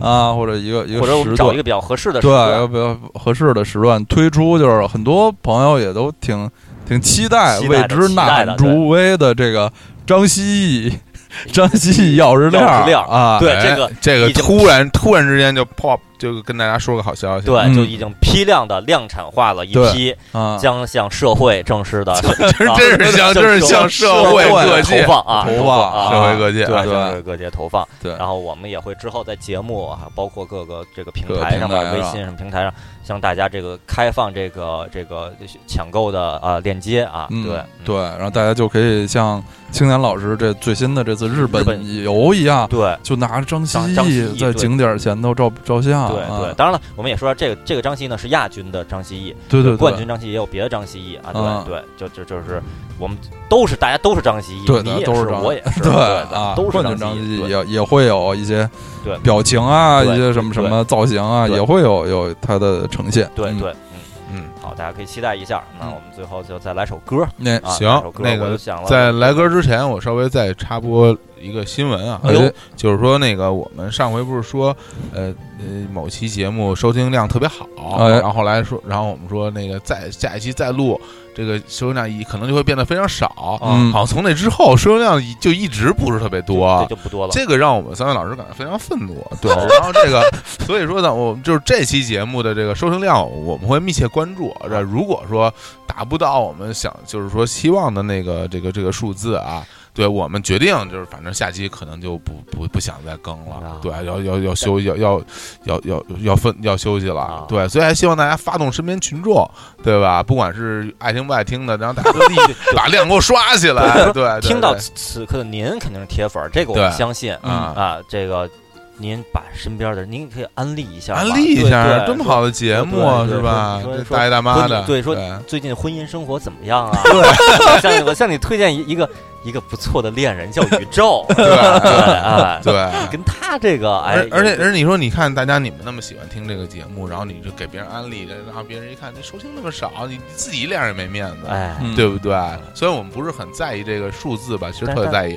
S2: 啊，或者一个一个
S1: 或者我
S2: 时
S1: 们找
S2: 段
S1: 一个比较合适的时
S2: 对，
S1: 段
S2: 要不要合适的时段推出？就是很多朋友也都挺挺期待，
S1: 期待
S2: 为
S1: 的
S2: 之
S1: 期
S2: 呐
S1: 待的
S2: 喊助威的这个张希毅，张希毅钥匙链
S1: 钥匙链
S2: 儿
S1: 儿
S2: 啊，
S1: 对
S3: 哎
S1: 这个
S3: 这个
S1: 已经
S3: 突然突然之间就 pop 就跟大家说个好消息，
S1: 对，就
S2: 嗯
S1: 已经批量的量产化了一
S2: 对
S1: 批，
S2: 啊，
S1: 将向社会正式
S2: [laughs]
S1: 的，
S3: 真真是向真是向社
S2: 会
S3: 各界
S1: 投放啊，
S2: 投
S1: 放
S2: 放
S1: 啊，
S3: 社会各界
S1: 对，
S2: 啊对
S1: 向社会各界投放。
S2: 对
S1: 然后我们也会之后在节目啊，包括各个这个平
S2: 各个
S1: 台
S2: 平
S1: 上面
S2: 台，
S1: 微
S2: 上
S1: 信什么平台上，向大家这个开放这个这个抢购的啊链接啊，
S2: 嗯
S1: 对
S2: 对，然后大家就可以像青年老师这最新的这次日
S1: 日
S2: 本
S1: 本
S2: 游一样，
S1: 嗯对。
S2: 就拿着张希
S1: 张张希
S2: 毅
S1: 毅对
S2: 在景点前头照照相
S1: 对对，
S2: 啊，
S1: 当然了，我们也说这个这个张希呢是亚军的张希毅，
S2: 对对
S1: 冠
S2: 对
S1: 军张希毅也有别的张希毅啊，
S2: 嗯
S1: 对对，就就就是我们都是大家都是张希毅，
S2: 对
S1: 你
S2: 的
S1: 也
S2: 都是
S1: 是
S2: 张
S1: 我也是，
S2: 对
S1: 对
S2: 啊，
S1: 都是
S2: 冠军张
S1: 希
S2: 希
S1: 毅
S2: 毅
S1: 对
S2: 也也会有一些
S1: 对
S2: 表情啊，
S1: 对
S2: 一些什么什
S1: 对
S2: 么造型啊，
S1: 对
S2: 也会有有它的呈现。
S1: 对
S2: 嗯
S1: 对，嗯，
S3: 嗯，
S1: 好，大家可以期待一下。那
S2: 嗯
S1: 我们最后就再来首歌
S2: 那
S1: 啊，
S3: 行
S1: 来首歌
S3: 那个
S1: 我就想了，
S3: 在来歌之前，我稍微再插播一个新闻啊，
S2: 哎呦
S3: 就是说那个我们上回不是说，呃呃某期节目收听量特别好，
S2: 哎
S3: 然后后来说，然后我们说那个再下一期再录，这个收听量一可能就会变得非常少，
S2: 嗯
S3: 好像从那之后收听量一就一直不是特别多，
S1: 这就不多了。
S3: 啊这个让我们三位老师感到非常愤怒，对。 [laughs] 然后这个，所以说呢，我们就是这期节目的这个收听量，我们会密切关注。啊这如果说达不到我们想，就是说希望的那个这个这个数字啊，对我们决定就是，反正下期可能就不不不想再更了
S1: 啊，
S3: 对，要要要休要要要要要分要休息了
S1: 啊，
S3: 对。所以还希望大家发动身边群众，对吧？不管是爱听不爱听的，然后大家都立 [laughs] 把量给我刷起来，对，对
S1: 听到
S3: 对
S1: 此此刻的您肯定是铁粉儿，这个
S3: 对
S1: 我相信
S2: 嗯
S3: 啊。
S1: 啊。这个您把身边的人，您可以安利一下吧，
S3: 安利一下，
S1: 对对
S3: 这么好的节目啊
S1: 对对
S3: 是吧？
S1: 说
S3: 这
S1: 说
S3: 大爷大妈的，
S1: 对 [laughs] 说
S3: 对
S1: 最近婚姻生活怎么样
S3: [laughs]
S1: 啊？对，向你我向你推荐一一个一个不错的恋人，叫宇
S3: [laughs]
S1: 宙，对 [laughs] 啊，
S3: 对。
S1: 跟他这个哎
S3: 而，而且
S1: 有
S3: 而且你说，你看大家你们那么喜欢听这个节目，然后你就给别人安利，然后别人一看这收听那么少，你你自己脸上也没面子，
S1: 哎，
S2: 嗯
S3: 对不对？虽然我们不是很在意这个数字吧，其实
S1: 但
S3: 特
S1: 但 [laughs]
S3: 在意，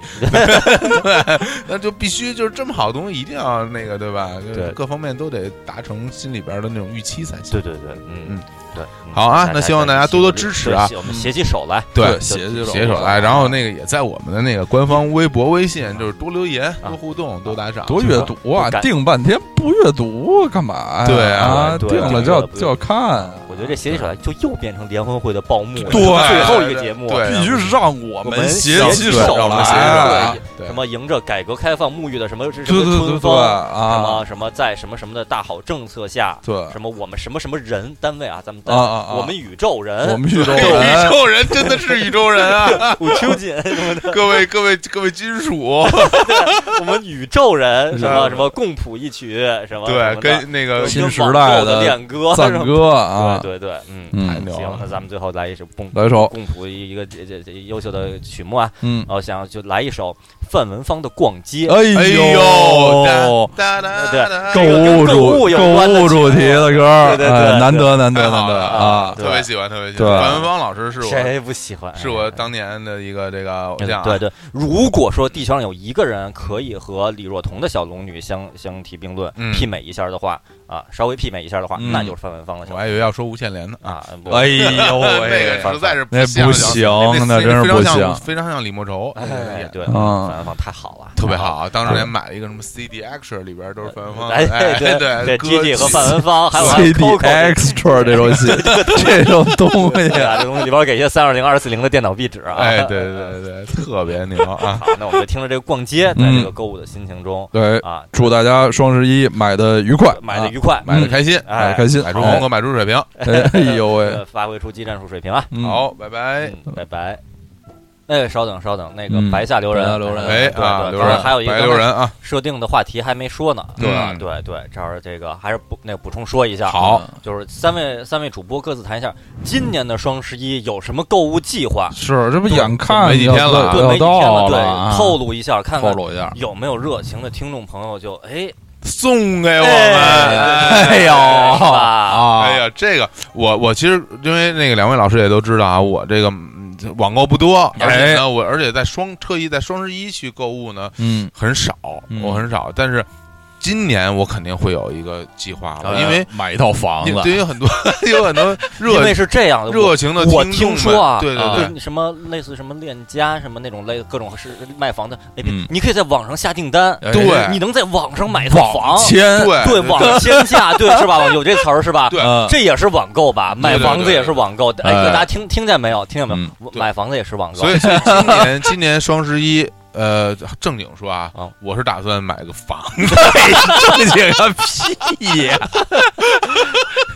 S3: 对，那就必须就是这么好的东西，一定要那个对吧？就是
S1: 对
S3: 各方面都得达成心里边的那种预期才行
S1: 对。对对，嗯
S3: 嗯
S1: 嗯，对，嗯
S3: 好啊那希望大家多多
S1: 对
S3: 支持啊嗯
S1: 对我们携起手来，
S3: 对
S2: 对携起手
S3: 携手来，然后那个也在我们的那个官方微博、微信，就是多留言、多互动、啊多打赏，
S2: 多阅读啊
S1: 不，敢
S2: 定半天不阅读干嘛呀？
S3: 对啊
S2: 啊，
S1: 对
S2: 定了就要
S1: 这个不
S2: 就要看，啊
S1: 我觉得这携起手来就又变成联欢会的报幕了，
S2: 对
S1: 最后一个节目，
S3: 对
S2: 必须让我
S1: 啊我们
S2: 携
S1: 携
S2: 起
S1: 起
S2: 手
S1: 手
S3: 让我们
S1: 来
S3: 携
S2: 来
S3: 手
S2: 啊。
S3: 对
S1: 什么迎着改革开放沐浴的什么是什
S2: 对
S1: 么
S2: 对对
S1: 春
S2: 对
S1: 风，什
S2: 啊
S1: 么，什么在什么什么的大好政策下，
S2: 对
S1: 什么我们什么什么人单位啊，咱们
S2: 啊
S1: 单
S2: 啊啊！
S1: 我们宇宙人， [laughs]
S2: 我们宇宙
S3: 宇
S2: 人，
S3: 宙人真的是宇宙人 [laughs] 啊！
S1: 我秋瑾什么
S2: [laughs]
S1: 的，
S3: 各位各位各位金属，
S1: 我们宇宙人什么
S3: 嗯
S1: 什么共谱一曲，乐
S2: [laughs]
S1: 什么什
S3: [laughs] 对，
S1: 么的
S3: 跟那
S1: 就
S3: 个
S2: 呃新
S1: 跟
S2: 时
S1: 网
S2: 代
S1: 购
S2: 的
S1: 的恋歌
S2: 赞
S1: 什么
S2: 歌啊，
S1: [laughs] 对对对，嗯，
S3: 太
S2: 嗯，
S3: 牛
S1: 行，那
S3: 了，
S1: 咱们最后来一首共
S2: 来一
S3: 哦
S2: 首，
S1: 共谱一个这这这优秀的曲目啊，
S2: 嗯
S1: 然，后想就来一首范文芳的《逛街》，
S2: 哎
S3: 哎
S2: 呦
S3: 呦，，哒哒哒哒，
S1: 对
S2: 购物
S1: 购
S2: 主
S1: 物有
S2: 购
S1: 关的
S2: 物主题的歌儿，
S1: 对对对
S2: 哎
S1: 对
S2: 难得难得
S3: 太好
S2: 难得
S3: 了
S2: 啊！
S1: 对
S3: 特别喜欢，特别喜欢。
S2: 对
S3: 樊文芳老师是我
S1: 谁不喜欢？
S3: 是我当年的一个这个偶
S1: 对
S3: 像啊，
S1: 对对，如果说地球上有一个人可以和李若彤的小龙女相相提并论、
S3: 嗯
S1: 媲美一下的话，啊，稍微媲美一下的话，
S2: 嗯
S1: 那就是范文芳了。
S3: 我还以为要说吴倩莲呢。
S1: 啊，不
S2: 哎
S3: [laughs]
S2: 呦
S3: 那
S2: 喂，
S3: 个实在是
S2: 那
S3: 像
S2: 不行
S3: 哦哎那非，
S2: 那真是
S3: 非常
S2: 不
S3: 像
S2: 行。
S3: 非常像李莫愁，
S1: 哎对，
S3: 啊
S2: 嗯
S1: 范文芳太好了，
S3: 特别好。啊！当时
S2: 对
S3: 还买了一个什么 CD Action，里边都是樊文芳，
S1: 哎
S3: 对
S1: 对，
S3: 歌
S1: G G 和范文芳，还有还有
S2: C D
S1: Coco。
S2: Extra 这种戏，这种东西
S1: 对啊，这东西里边给一些三二零、二四零的电脑壁纸啊。
S3: 哎，对对对对，特别牛啊！
S1: 好，那我们就听着这个逛街，在
S3: 嗯
S1: 这个购物的心情中
S2: 对，
S1: 啊，
S2: 祝大家双十一买的愉快，
S1: 买的
S2: 啊
S1: 愉快，
S3: 买的开心，
S2: 买的
S1: 哎
S2: 开心，
S3: 买出红
S2: 哎
S3: 火，买出水平。
S2: 哎呦喂，
S1: 呃发挥出技战术水平啊。
S2: 嗯，
S3: 好，拜拜。
S1: 嗯，拜拜。哎，稍等，稍等，那个
S2: 嗯
S1: 白下留人，
S2: 白下留人
S3: 哎
S1: 对对
S3: 啊，
S1: 对
S3: 刘仁
S1: 还有一
S3: 白刘
S1: 个
S3: 仁啊，
S1: 设定的话题还没说呢，
S3: 对
S1: 啊对对，这儿这个还是补那个补充说一下，
S3: 好，
S1: 就是三位三位主播各自谈一下今年的双十一有什么购物计划，
S2: 是这不眼看
S3: 没几
S2: 要
S3: 天了
S1: 对，没
S2: 要
S1: 几天
S2: 到
S1: 对，
S2: 啊
S1: 透露一下，看
S2: 透
S1: 看
S2: 露一下，
S1: 有没有热情的听众朋友就哎，
S3: 送给我
S1: 哎
S3: 们。
S2: 哎呦
S1: 是吧
S2: 啊，
S3: 哎呀，这个我我其实因为那个两位老师也都知道啊，我这个嗯网购不多，
S1: 哎
S3: 而且呢，我而且在双特意在双十一去购物呢
S2: 嗯
S3: 很少
S2: 嗯，
S3: 我很少，但是今年我肯定会有一个计划，因为
S2: 买一套房
S3: 因
S2: 子
S3: 为，对于很多 [laughs] 有很多
S1: 啊因为
S3: 热
S1: 是这样的，我
S3: 热情的
S1: 我
S3: 众
S1: 听
S3: 们
S1: 说啊，
S3: 对对
S2: 啊
S3: 对
S1: 就。什么类似什么链家什么那种类各种是卖房的 A P，、
S2: 嗯
S1: 你可以在网上下订单，
S2: 哎
S3: 对
S1: 你能在网上买一套房，
S2: 网签，
S3: 对
S1: 对网签价，对是吧？有这词儿是吧？
S3: 对
S2: 嗯
S1: 这也是网购吧？买
S3: 对对
S1: 房子
S3: 对
S1: 也是网购，哎，
S2: 哎嗯
S1: 大家听听见没有？听见没有？我
S3: 对
S1: 买房子也是网购，
S3: 所以，所以今
S1: [laughs]
S3: 年今年双十一，呃，正经说啊
S1: 啊，
S3: 我是打算买个房，
S2: 这些个屁呀！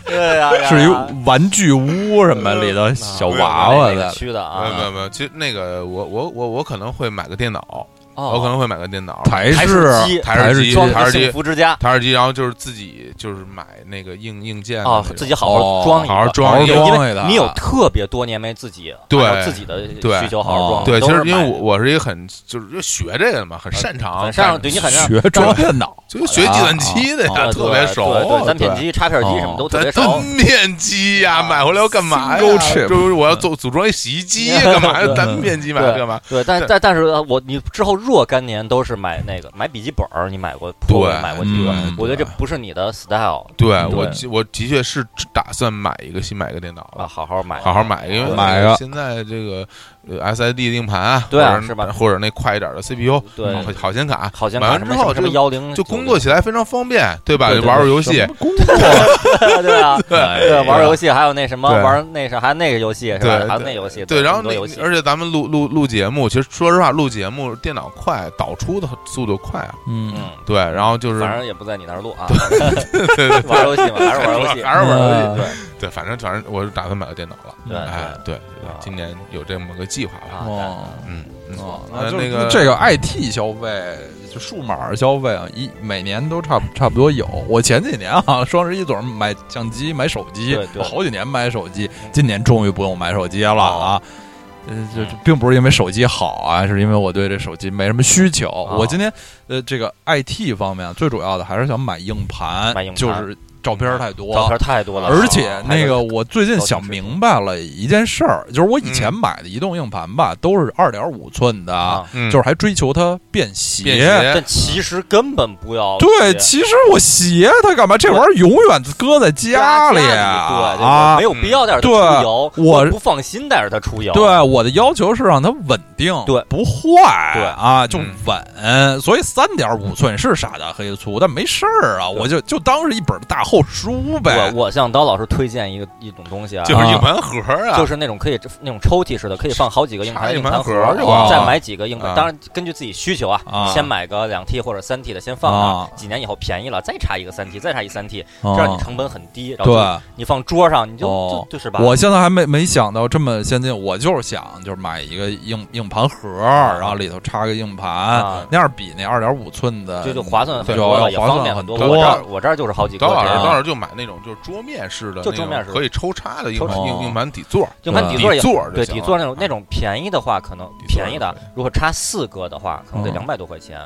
S1: 对呀、呀
S2: [laughs] 是一玩具屋什么里头小娃娃
S1: 哪个
S2: 的，
S1: 区的
S3: 没有没
S1: 啊，
S3: 有没有，其实那个我我我我可能会买个电脑，我
S1: 哦，
S3: 可能会买个电脑，
S2: 台
S1: 台
S2: 式
S1: 式机
S3: 台式机
S1: 装
S3: 台
S1: 个
S3: 式机
S1: 幸福之家
S3: 台式机，然后就是自己就是买那个硬硬件的
S1: 啊
S3: 那，种
S1: 自己好好
S2: 哦
S1: 装一
S3: 哎好好
S1: 个。
S3: 装一
S1: 因
S3: 个
S2: 好好装
S1: 为
S2: 一个啊
S1: 你有特别多年没自己
S3: 对
S1: 按照自己的
S3: 对
S1: 需求好好
S2: 哦
S1: 装，
S3: 对，其
S1: 都是
S3: 实因为
S1: 买呃
S3: 我我是一个很就是就学这个的嘛，很擅长，
S1: 很擅长对你很
S2: 学装电脑，
S3: 就学计算机 [laughs] 的呀，
S2: 啊
S1: 对
S3: 特
S1: 对
S3: 别
S1: 对
S3: 熟哦
S1: 对，对，单片
S3: 对
S1: 机、插片机什么都特别啊熟。
S3: 单片机呀，买回来要干嘛呀
S2: Single？chip
S3: 就是我要组组装一洗衣机呀，
S1: [laughs]
S3: 干嘛呀？
S1: 对
S3: 单片机买
S1: 嗯对
S3: 干嘛？
S1: 对，但但但是呃我你之后若干年都是买那个买笔记本儿，你买过 Pro，
S3: 对
S1: 买过几个
S2: 嗯？
S1: 我觉得这不是你的 style
S3: 对
S1: 对
S3: 我其，我的确是打算买一个新买一个电脑
S1: 啊，
S3: 了，
S1: 好好买，
S3: 好好买，因为
S2: 买个
S3: 现在这个呃 SID 硬盘啊，
S1: 对啊
S3: 或者
S1: 是吧
S3: 或者那快一点的 CPU，
S1: 对
S3: 好好显卡，啊
S1: 好像
S3: 买
S1: 买
S3: 完
S1: 什
S3: 之
S1: 么
S3: 后
S1: 什么
S3: 就
S1: 幺零，
S3: 就工作起来非常方便，对吧？
S1: 对对
S3: 玩玩游戏，
S2: 工
S1: [laughs] 对
S3: [laughs]
S1: 啊，对
S2: 对
S1: 玩游戏还有那什么
S3: 对
S1: 玩那啥，还有那个游戏是吧
S3: 对？
S1: 还有那游戏，
S3: 对，然后
S1: 很多
S3: 那
S1: 游戏
S3: 而且咱们录录录节目，其实说实话，录节目电脑快，导出的速度快啊，
S2: 嗯，
S1: 嗯，
S3: 对，然后就是
S1: 反正也不在你那儿录啊，
S3: 对对
S1: [laughs] 玩游戏嘛，还是玩游戏，
S3: 还是玩游戏，
S1: 对
S3: 对，反正反正我是打算买个电脑了，
S1: 对
S3: 哎，
S1: 嗯对
S3: 对，今年有这么个计划吧，
S1: 啊，
S2: 哦。
S3: 嗯，嗯
S2: 哦，
S3: 呃
S2: 就是
S3: 那个
S2: 这个 IT 消费，就数码消费啊，一每年都差不差不多有。我前几年啊，双十一总是买相机、买手机
S1: 对，对
S2: 我好几年买手机
S1: 嗯，
S2: 今年终于不用买手机了
S1: 哦
S2: 啊。呃，就
S1: 嗯
S2: 就并不是因为手机好啊，是因为我对这手机没什么需求。
S1: 哦
S2: 我今天呃，这个 IT 方面啊最主要的还是想买硬盘，
S1: 买硬盘
S2: 就是照片儿太多，
S1: 照片太多了，
S2: 而且
S1: 啊还
S2: 那
S1: 有
S2: 个，我最近想明白了一件事儿，就是我以前
S3: 嗯
S2: 买的移动硬盘吧，都是二点五寸的，
S1: 啊，
S3: 嗯
S2: 就是还追求它便
S3: 便
S2: 携。
S3: 携
S1: 但，其实根本不要
S2: 哎对，
S1: 去
S2: 其实我携它干嘛？这玩意儿永远搁在家里
S1: 对对对
S2: 啊
S1: 没！有必要带着它
S2: 对
S1: 出游，
S2: 我
S1: 不放心带着它出游，
S2: 对，我的要求是让它稳定，
S1: 对
S2: 不坏，
S1: 对
S2: 啊，就
S3: 嗯
S2: 稳。所以三点五寸是傻大黑粗，但没事儿啊，我就就当是一本大厚厚书呗。
S1: 我我向刀老师推荐一个一种东西啊，
S3: 就是硬盘盒啊，
S1: 就是那种可以那种抽屉似的，可以放好几个硬
S3: 插
S1: 盘
S3: 硬
S1: 硬
S3: 盘
S1: 盘
S3: 盒
S1: 盒
S3: 儿就
S2: 完了
S1: 再买几个硬
S3: 啊
S1: 盘。当然根据自己需求
S2: 啊
S1: 啊，先买个两 T 或者三 T 的先放啊
S2: 啊，
S1: 几年以后便宜了再插一个三 T，再插一三 T，
S2: 这
S1: 这样你成本很低。然后就
S2: 啊对，
S1: 你放桌上，你就
S2: 哦
S1: 就就是吧。
S2: 我现在还没没想到这么先进，我就是想就是买一个硬硬盘盒，然后里头插个硬盘
S1: 啊，
S2: 那样比那二点五寸的
S1: 就就划算很
S2: 就
S1: 多
S2: 要
S1: 了，也
S2: 划
S1: 方
S2: 算
S1: 便
S2: 很
S1: 多。我这
S2: 多
S1: 儿。我这儿就是好几个
S3: 刀老师，
S1: 这样
S3: 刀老师就买那种就是桌面式的，
S1: 就桌面式的
S3: 可以抽插的硬
S1: 抽
S2: 插
S3: 硬硬呃盘底座，
S1: 硬盘
S2: 对
S1: 底座也
S3: 座
S1: 对底座那种那
S3: 种
S1: 种便宜的话，可能
S3: 底座
S1: 便宜的
S3: 就可，
S1: 如果插四个的话，可能得
S2: 嗯
S1: 两百多块钱。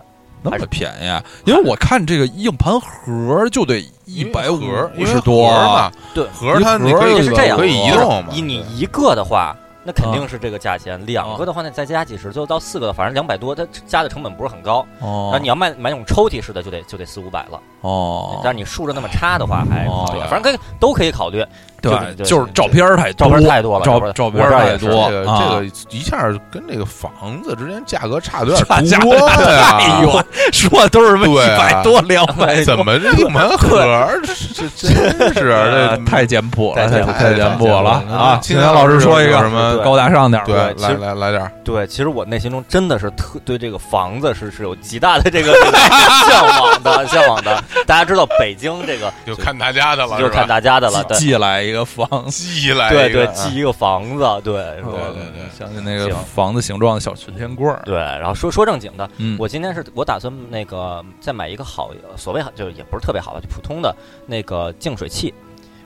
S2: 那
S1: 还
S2: 么
S1: 是
S2: 便宜，啊因为我看这个硬盘盒就得一百五十多
S3: 呢，
S1: 对
S3: 盒它你
S2: 一盒
S3: 可
S2: 对
S1: 而且
S3: 以
S1: 是这样，
S3: 哎可以移动嘛，
S1: 以你一个的话，那肯
S2: 啊
S1: 定是这个价钱；
S2: 嗯
S1: 两个的话，那再加几十，最后到四个的，反正两百多，它加的成本不是很高。
S2: 哦
S1: 那你要卖买那种抽屉式的，就得就得四五百了。
S2: 哦，
S1: 但是你竖着那么插的话，还
S2: 哦
S1: 考虑反正可以都可以考虑。
S2: 对，
S1: 就
S2: 就是照片儿太
S1: 照 [laughs]
S2: 多
S1: 片太多了，
S2: 照
S1: 照片
S2: 照片
S1: 我这儿
S2: 太
S1: 也是
S3: 这
S2: 多
S3: 个
S2: 啊
S3: 这个一下跟这个房子之间价格差的有
S2: 差
S3: 点
S2: 价
S3: 多
S2: 太
S1: 哎
S3: 呀，
S1: [laughs]
S2: 远，说都是一
S3: 对啊
S2: 百多两百
S3: 怎
S2: 多，
S3: 么这硬盘盒儿这这真是啊
S2: 呃
S3: 这
S2: 太简朴
S1: 嗯
S2: 了，
S1: 太简
S3: 朴太
S2: 太简朴了
S3: 简朴了
S2: 啊！
S3: 青
S2: 青
S3: 年
S2: 年
S3: 老
S2: 老
S3: 师
S2: 师说一
S3: 有
S2: 个
S3: 什么
S2: 高大上点儿
S3: 对
S2: 的，
S1: 对其
S3: 来
S1: 实
S3: 来来点儿，
S1: 对，其实我内心中真的是特对这个房子是是有极大的这个 [laughs] 这个向往的，向往的。大家知道北京这个
S3: 就看大家的了，
S1: 就是
S3: 吧
S1: 看大家的了，对
S2: 寄来一个房子，
S3: 寄来
S1: 对
S3: 一
S1: 对
S3: 个，嗯
S1: 寄一个房子，对是吧
S3: 对对对
S2: 想起那个
S1: 行
S2: 房子形状的小存钱罐儿，
S1: 对。然后说说正经的，
S2: 嗯，
S1: 我今天是我打算那个再买一个好，所谓好就是也不是特别好吧，就普通的那个净水器。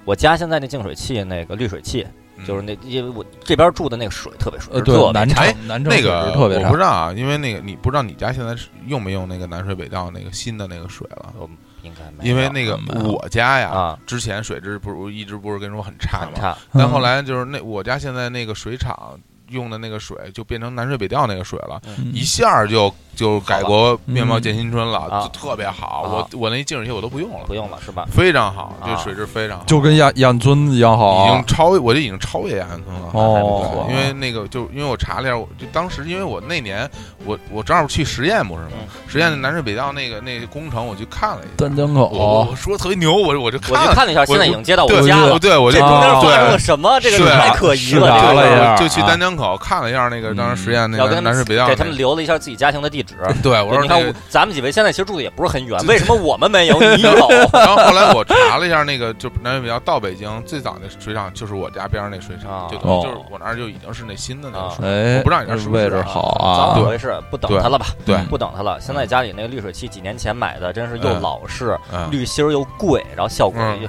S1: 我家现在那净水器，那个滤水器，
S3: 嗯
S1: 就是那因为我这边住的那个水特别水，
S2: 呃，
S1: 特
S2: 对，
S1: 别
S2: 南
S3: 哎
S2: 城南城
S3: 那
S2: 水
S3: 个
S2: 质特别
S3: 我不
S2: 差
S3: 知道啊，因为那个你不知道你家现在是用没用那个南水北调那个新的那个水了，
S1: 我应该没有
S3: 因为那个
S2: 没有
S3: 我家呀，
S1: 啊
S3: 之前水质不是一直不是跟你说很差
S1: 很
S3: 吗？
S1: 差，
S3: 但后来就是那我家现在那个水厂用的那个水就变成南水北调那个水了。
S1: 嗯
S3: 一下就就改国面貌见新春了，
S1: 嗯
S3: 就特别
S1: 啊
S3: 好。我我那净水器我都不用了，
S1: 不用了是吧？
S3: 非常好，
S1: 啊
S3: 这水质非常好，
S2: 就跟燕燕尊一样
S3: 已
S2: 好啊
S3: 经，超，我就已经超越亚运村了。
S1: 还
S3: 对
S1: 不
S2: 哦
S1: 错，
S3: 因为那个就因为我查了一下，我就当时因为我那年我我正好去实验不是吗
S1: 嗯？
S3: 实验的南水北调那个那个工程我去看了一下，
S2: 丹江
S3: 我
S2: 口
S3: 我说特别牛，我我就
S1: 我去
S3: 了，
S1: 看了一下，现在已经接到我
S3: 对
S1: 家了
S3: 我。对我就
S1: 这中间
S2: 啊
S1: 发生了什么？这个
S3: 哦是
S1: 太可疑
S2: 是
S1: 了，这
S2: 查
S1: 个
S2: 了一下啊
S3: 就去丹江口看了一下那个
S2: 嗯
S3: 当时实验那
S1: 要
S3: 个
S1: 跟
S3: 南水北调
S1: 给
S3: 那
S1: 他们
S3: 个，
S1: 留了一下自己家庭的地址。
S3: 对 [laughs] 我
S1: 对
S3: 说
S1: 你看
S3: 那个，，
S1: 咱们几位现在其实住的也不是很远
S3: 这，
S1: 为什么我们没有，你有？
S3: 然后后来我查了一下那个，就南水北调到北京最早的水厂就是我家边上那水厂，
S1: 啊
S3: 就等于
S2: 哦
S3: 就是我那儿就已经是那新的那个
S1: 啊
S3: 水
S2: 哎，
S3: 我不知道你那 [laughs] 是不是
S2: 位置好
S1: 早
S2: 啊
S1: 晚，回事，不等他了吧？嗯
S3: 对
S1: 不等他了。现在家里那个滤水器几年前买的，真是又
S3: 嗯
S1: 老式，
S3: 嗯
S1: 滤芯儿又贵，然后效果
S3: 嗯
S1: 又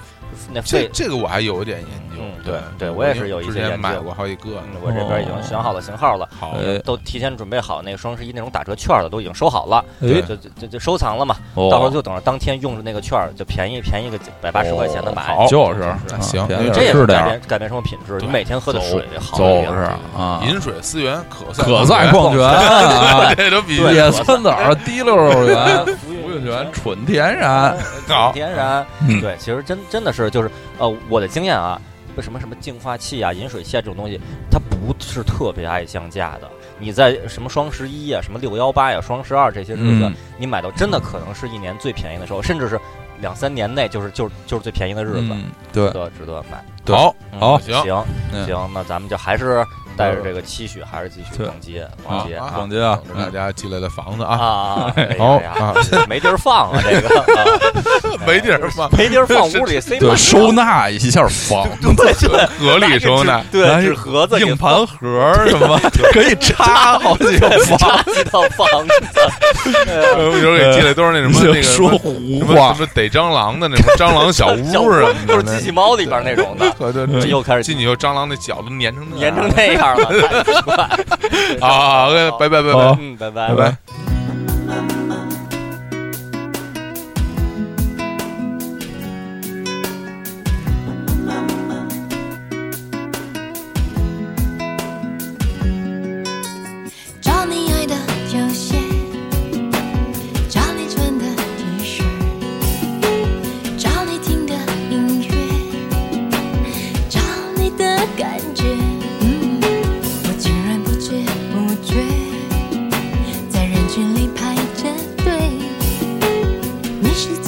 S1: 那
S3: 这
S1: 费。
S3: 这个我还有一点研究
S1: 嗯，
S3: 对
S1: 对我也是
S3: 因为
S1: 有一
S3: 之
S1: 些研
S3: 前
S1: 究
S3: 买过好几个呢，
S1: 嗯我这边已经选好了型号了，
S3: 好
S2: 哎
S1: 都提前准备好那个双十一那种打折券了，都已经收好了，
S2: 哎，
S1: 就就就就收藏了嘛。
S2: 哦
S1: 到时候就等着当天用着那个券儿，就便宜便宜个百八十块钱的买。
S3: 好
S2: 就是
S3: 那行
S2: 便
S3: 那
S2: 宜
S1: 这也
S2: 哦是
S1: 是
S2: 这
S1: 改
S2: 样，
S1: 变改变生活品质。
S3: 对
S1: 你每天喝的水好
S2: 走
S1: 一
S2: 是
S1: 点，
S2: 啊，
S3: 饮水思源，可赛
S2: 可赛
S3: 矿
S2: 矿泉啊，
S3: [laughs] 泉，这都比
S1: 对
S2: 野酸枣儿滴溜儿园，
S1: 福
S2: 无用泉纯天然，
S3: 好
S1: 天然
S2: 嗯。
S1: 对，其实真真的是就是呃，我的经验啊，什么什么净化器啊、饮水器啊这种东西，它不是特别爱降价的。你在什么双十一啊、什么六幺八呀、双十二这些日子
S2: 嗯，
S1: 你买到真的可能是一年最便宜的时候，甚至是两三年内就是就是就是最便宜的日子，
S2: 嗯，对
S1: 值，得值得买。
S2: 对
S3: 好，
S1: 嗯
S2: 好
S1: 行行
S2: 嗯
S1: 行，那咱们就还是带着这个期许，还是继续
S2: 对
S1: 逛街逛街
S3: 啊
S1: 啊。
S2: 逛街啊，
S3: 等着大家寄来的房子
S1: 啊
S3: 啊，
S1: 啊！哎呀
S3: 好
S1: 哎呀
S3: 啊
S1: 没地儿放啊，这个
S3: [laughs] 没地儿放，
S1: 没地儿放，屋里塞
S2: 对，
S1: 满
S2: 收纳一下房子，
S1: 哎
S3: 合理收纳，
S1: 对纸盒子给
S2: 硬盘盒儿什么可以插好几个房
S1: 放几套
S2: [laughs]
S1: 房子，
S3: 有时候
S1: 呃
S3: 给寄来都是那什么
S2: 子，
S3: 那个什
S2: 说
S3: 么
S2: 胡
S3: 什么
S2: 话
S3: 什，么逮蟑螂的那什么蟑螂小
S1: 小
S3: 屋啊，
S1: 就是机器猫里边那种的，
S3: 对
S1: 这
S3: 对，
S1: 又开始
S3: 进去以后蟑螂那脚都粘成那
S1: 粘成那样了，太奇怪了。
S3: 啊，OK，拜拜拜拜
S2: [laughs] 好。
S1: 嗯，拜拜
S3: 拜拜。
S5: 找你爱的球鞋，找你穿的 T 恤，找你听的音乐，找你的感觉。嗯，我竟然不知不觉在人群里排着队。你是最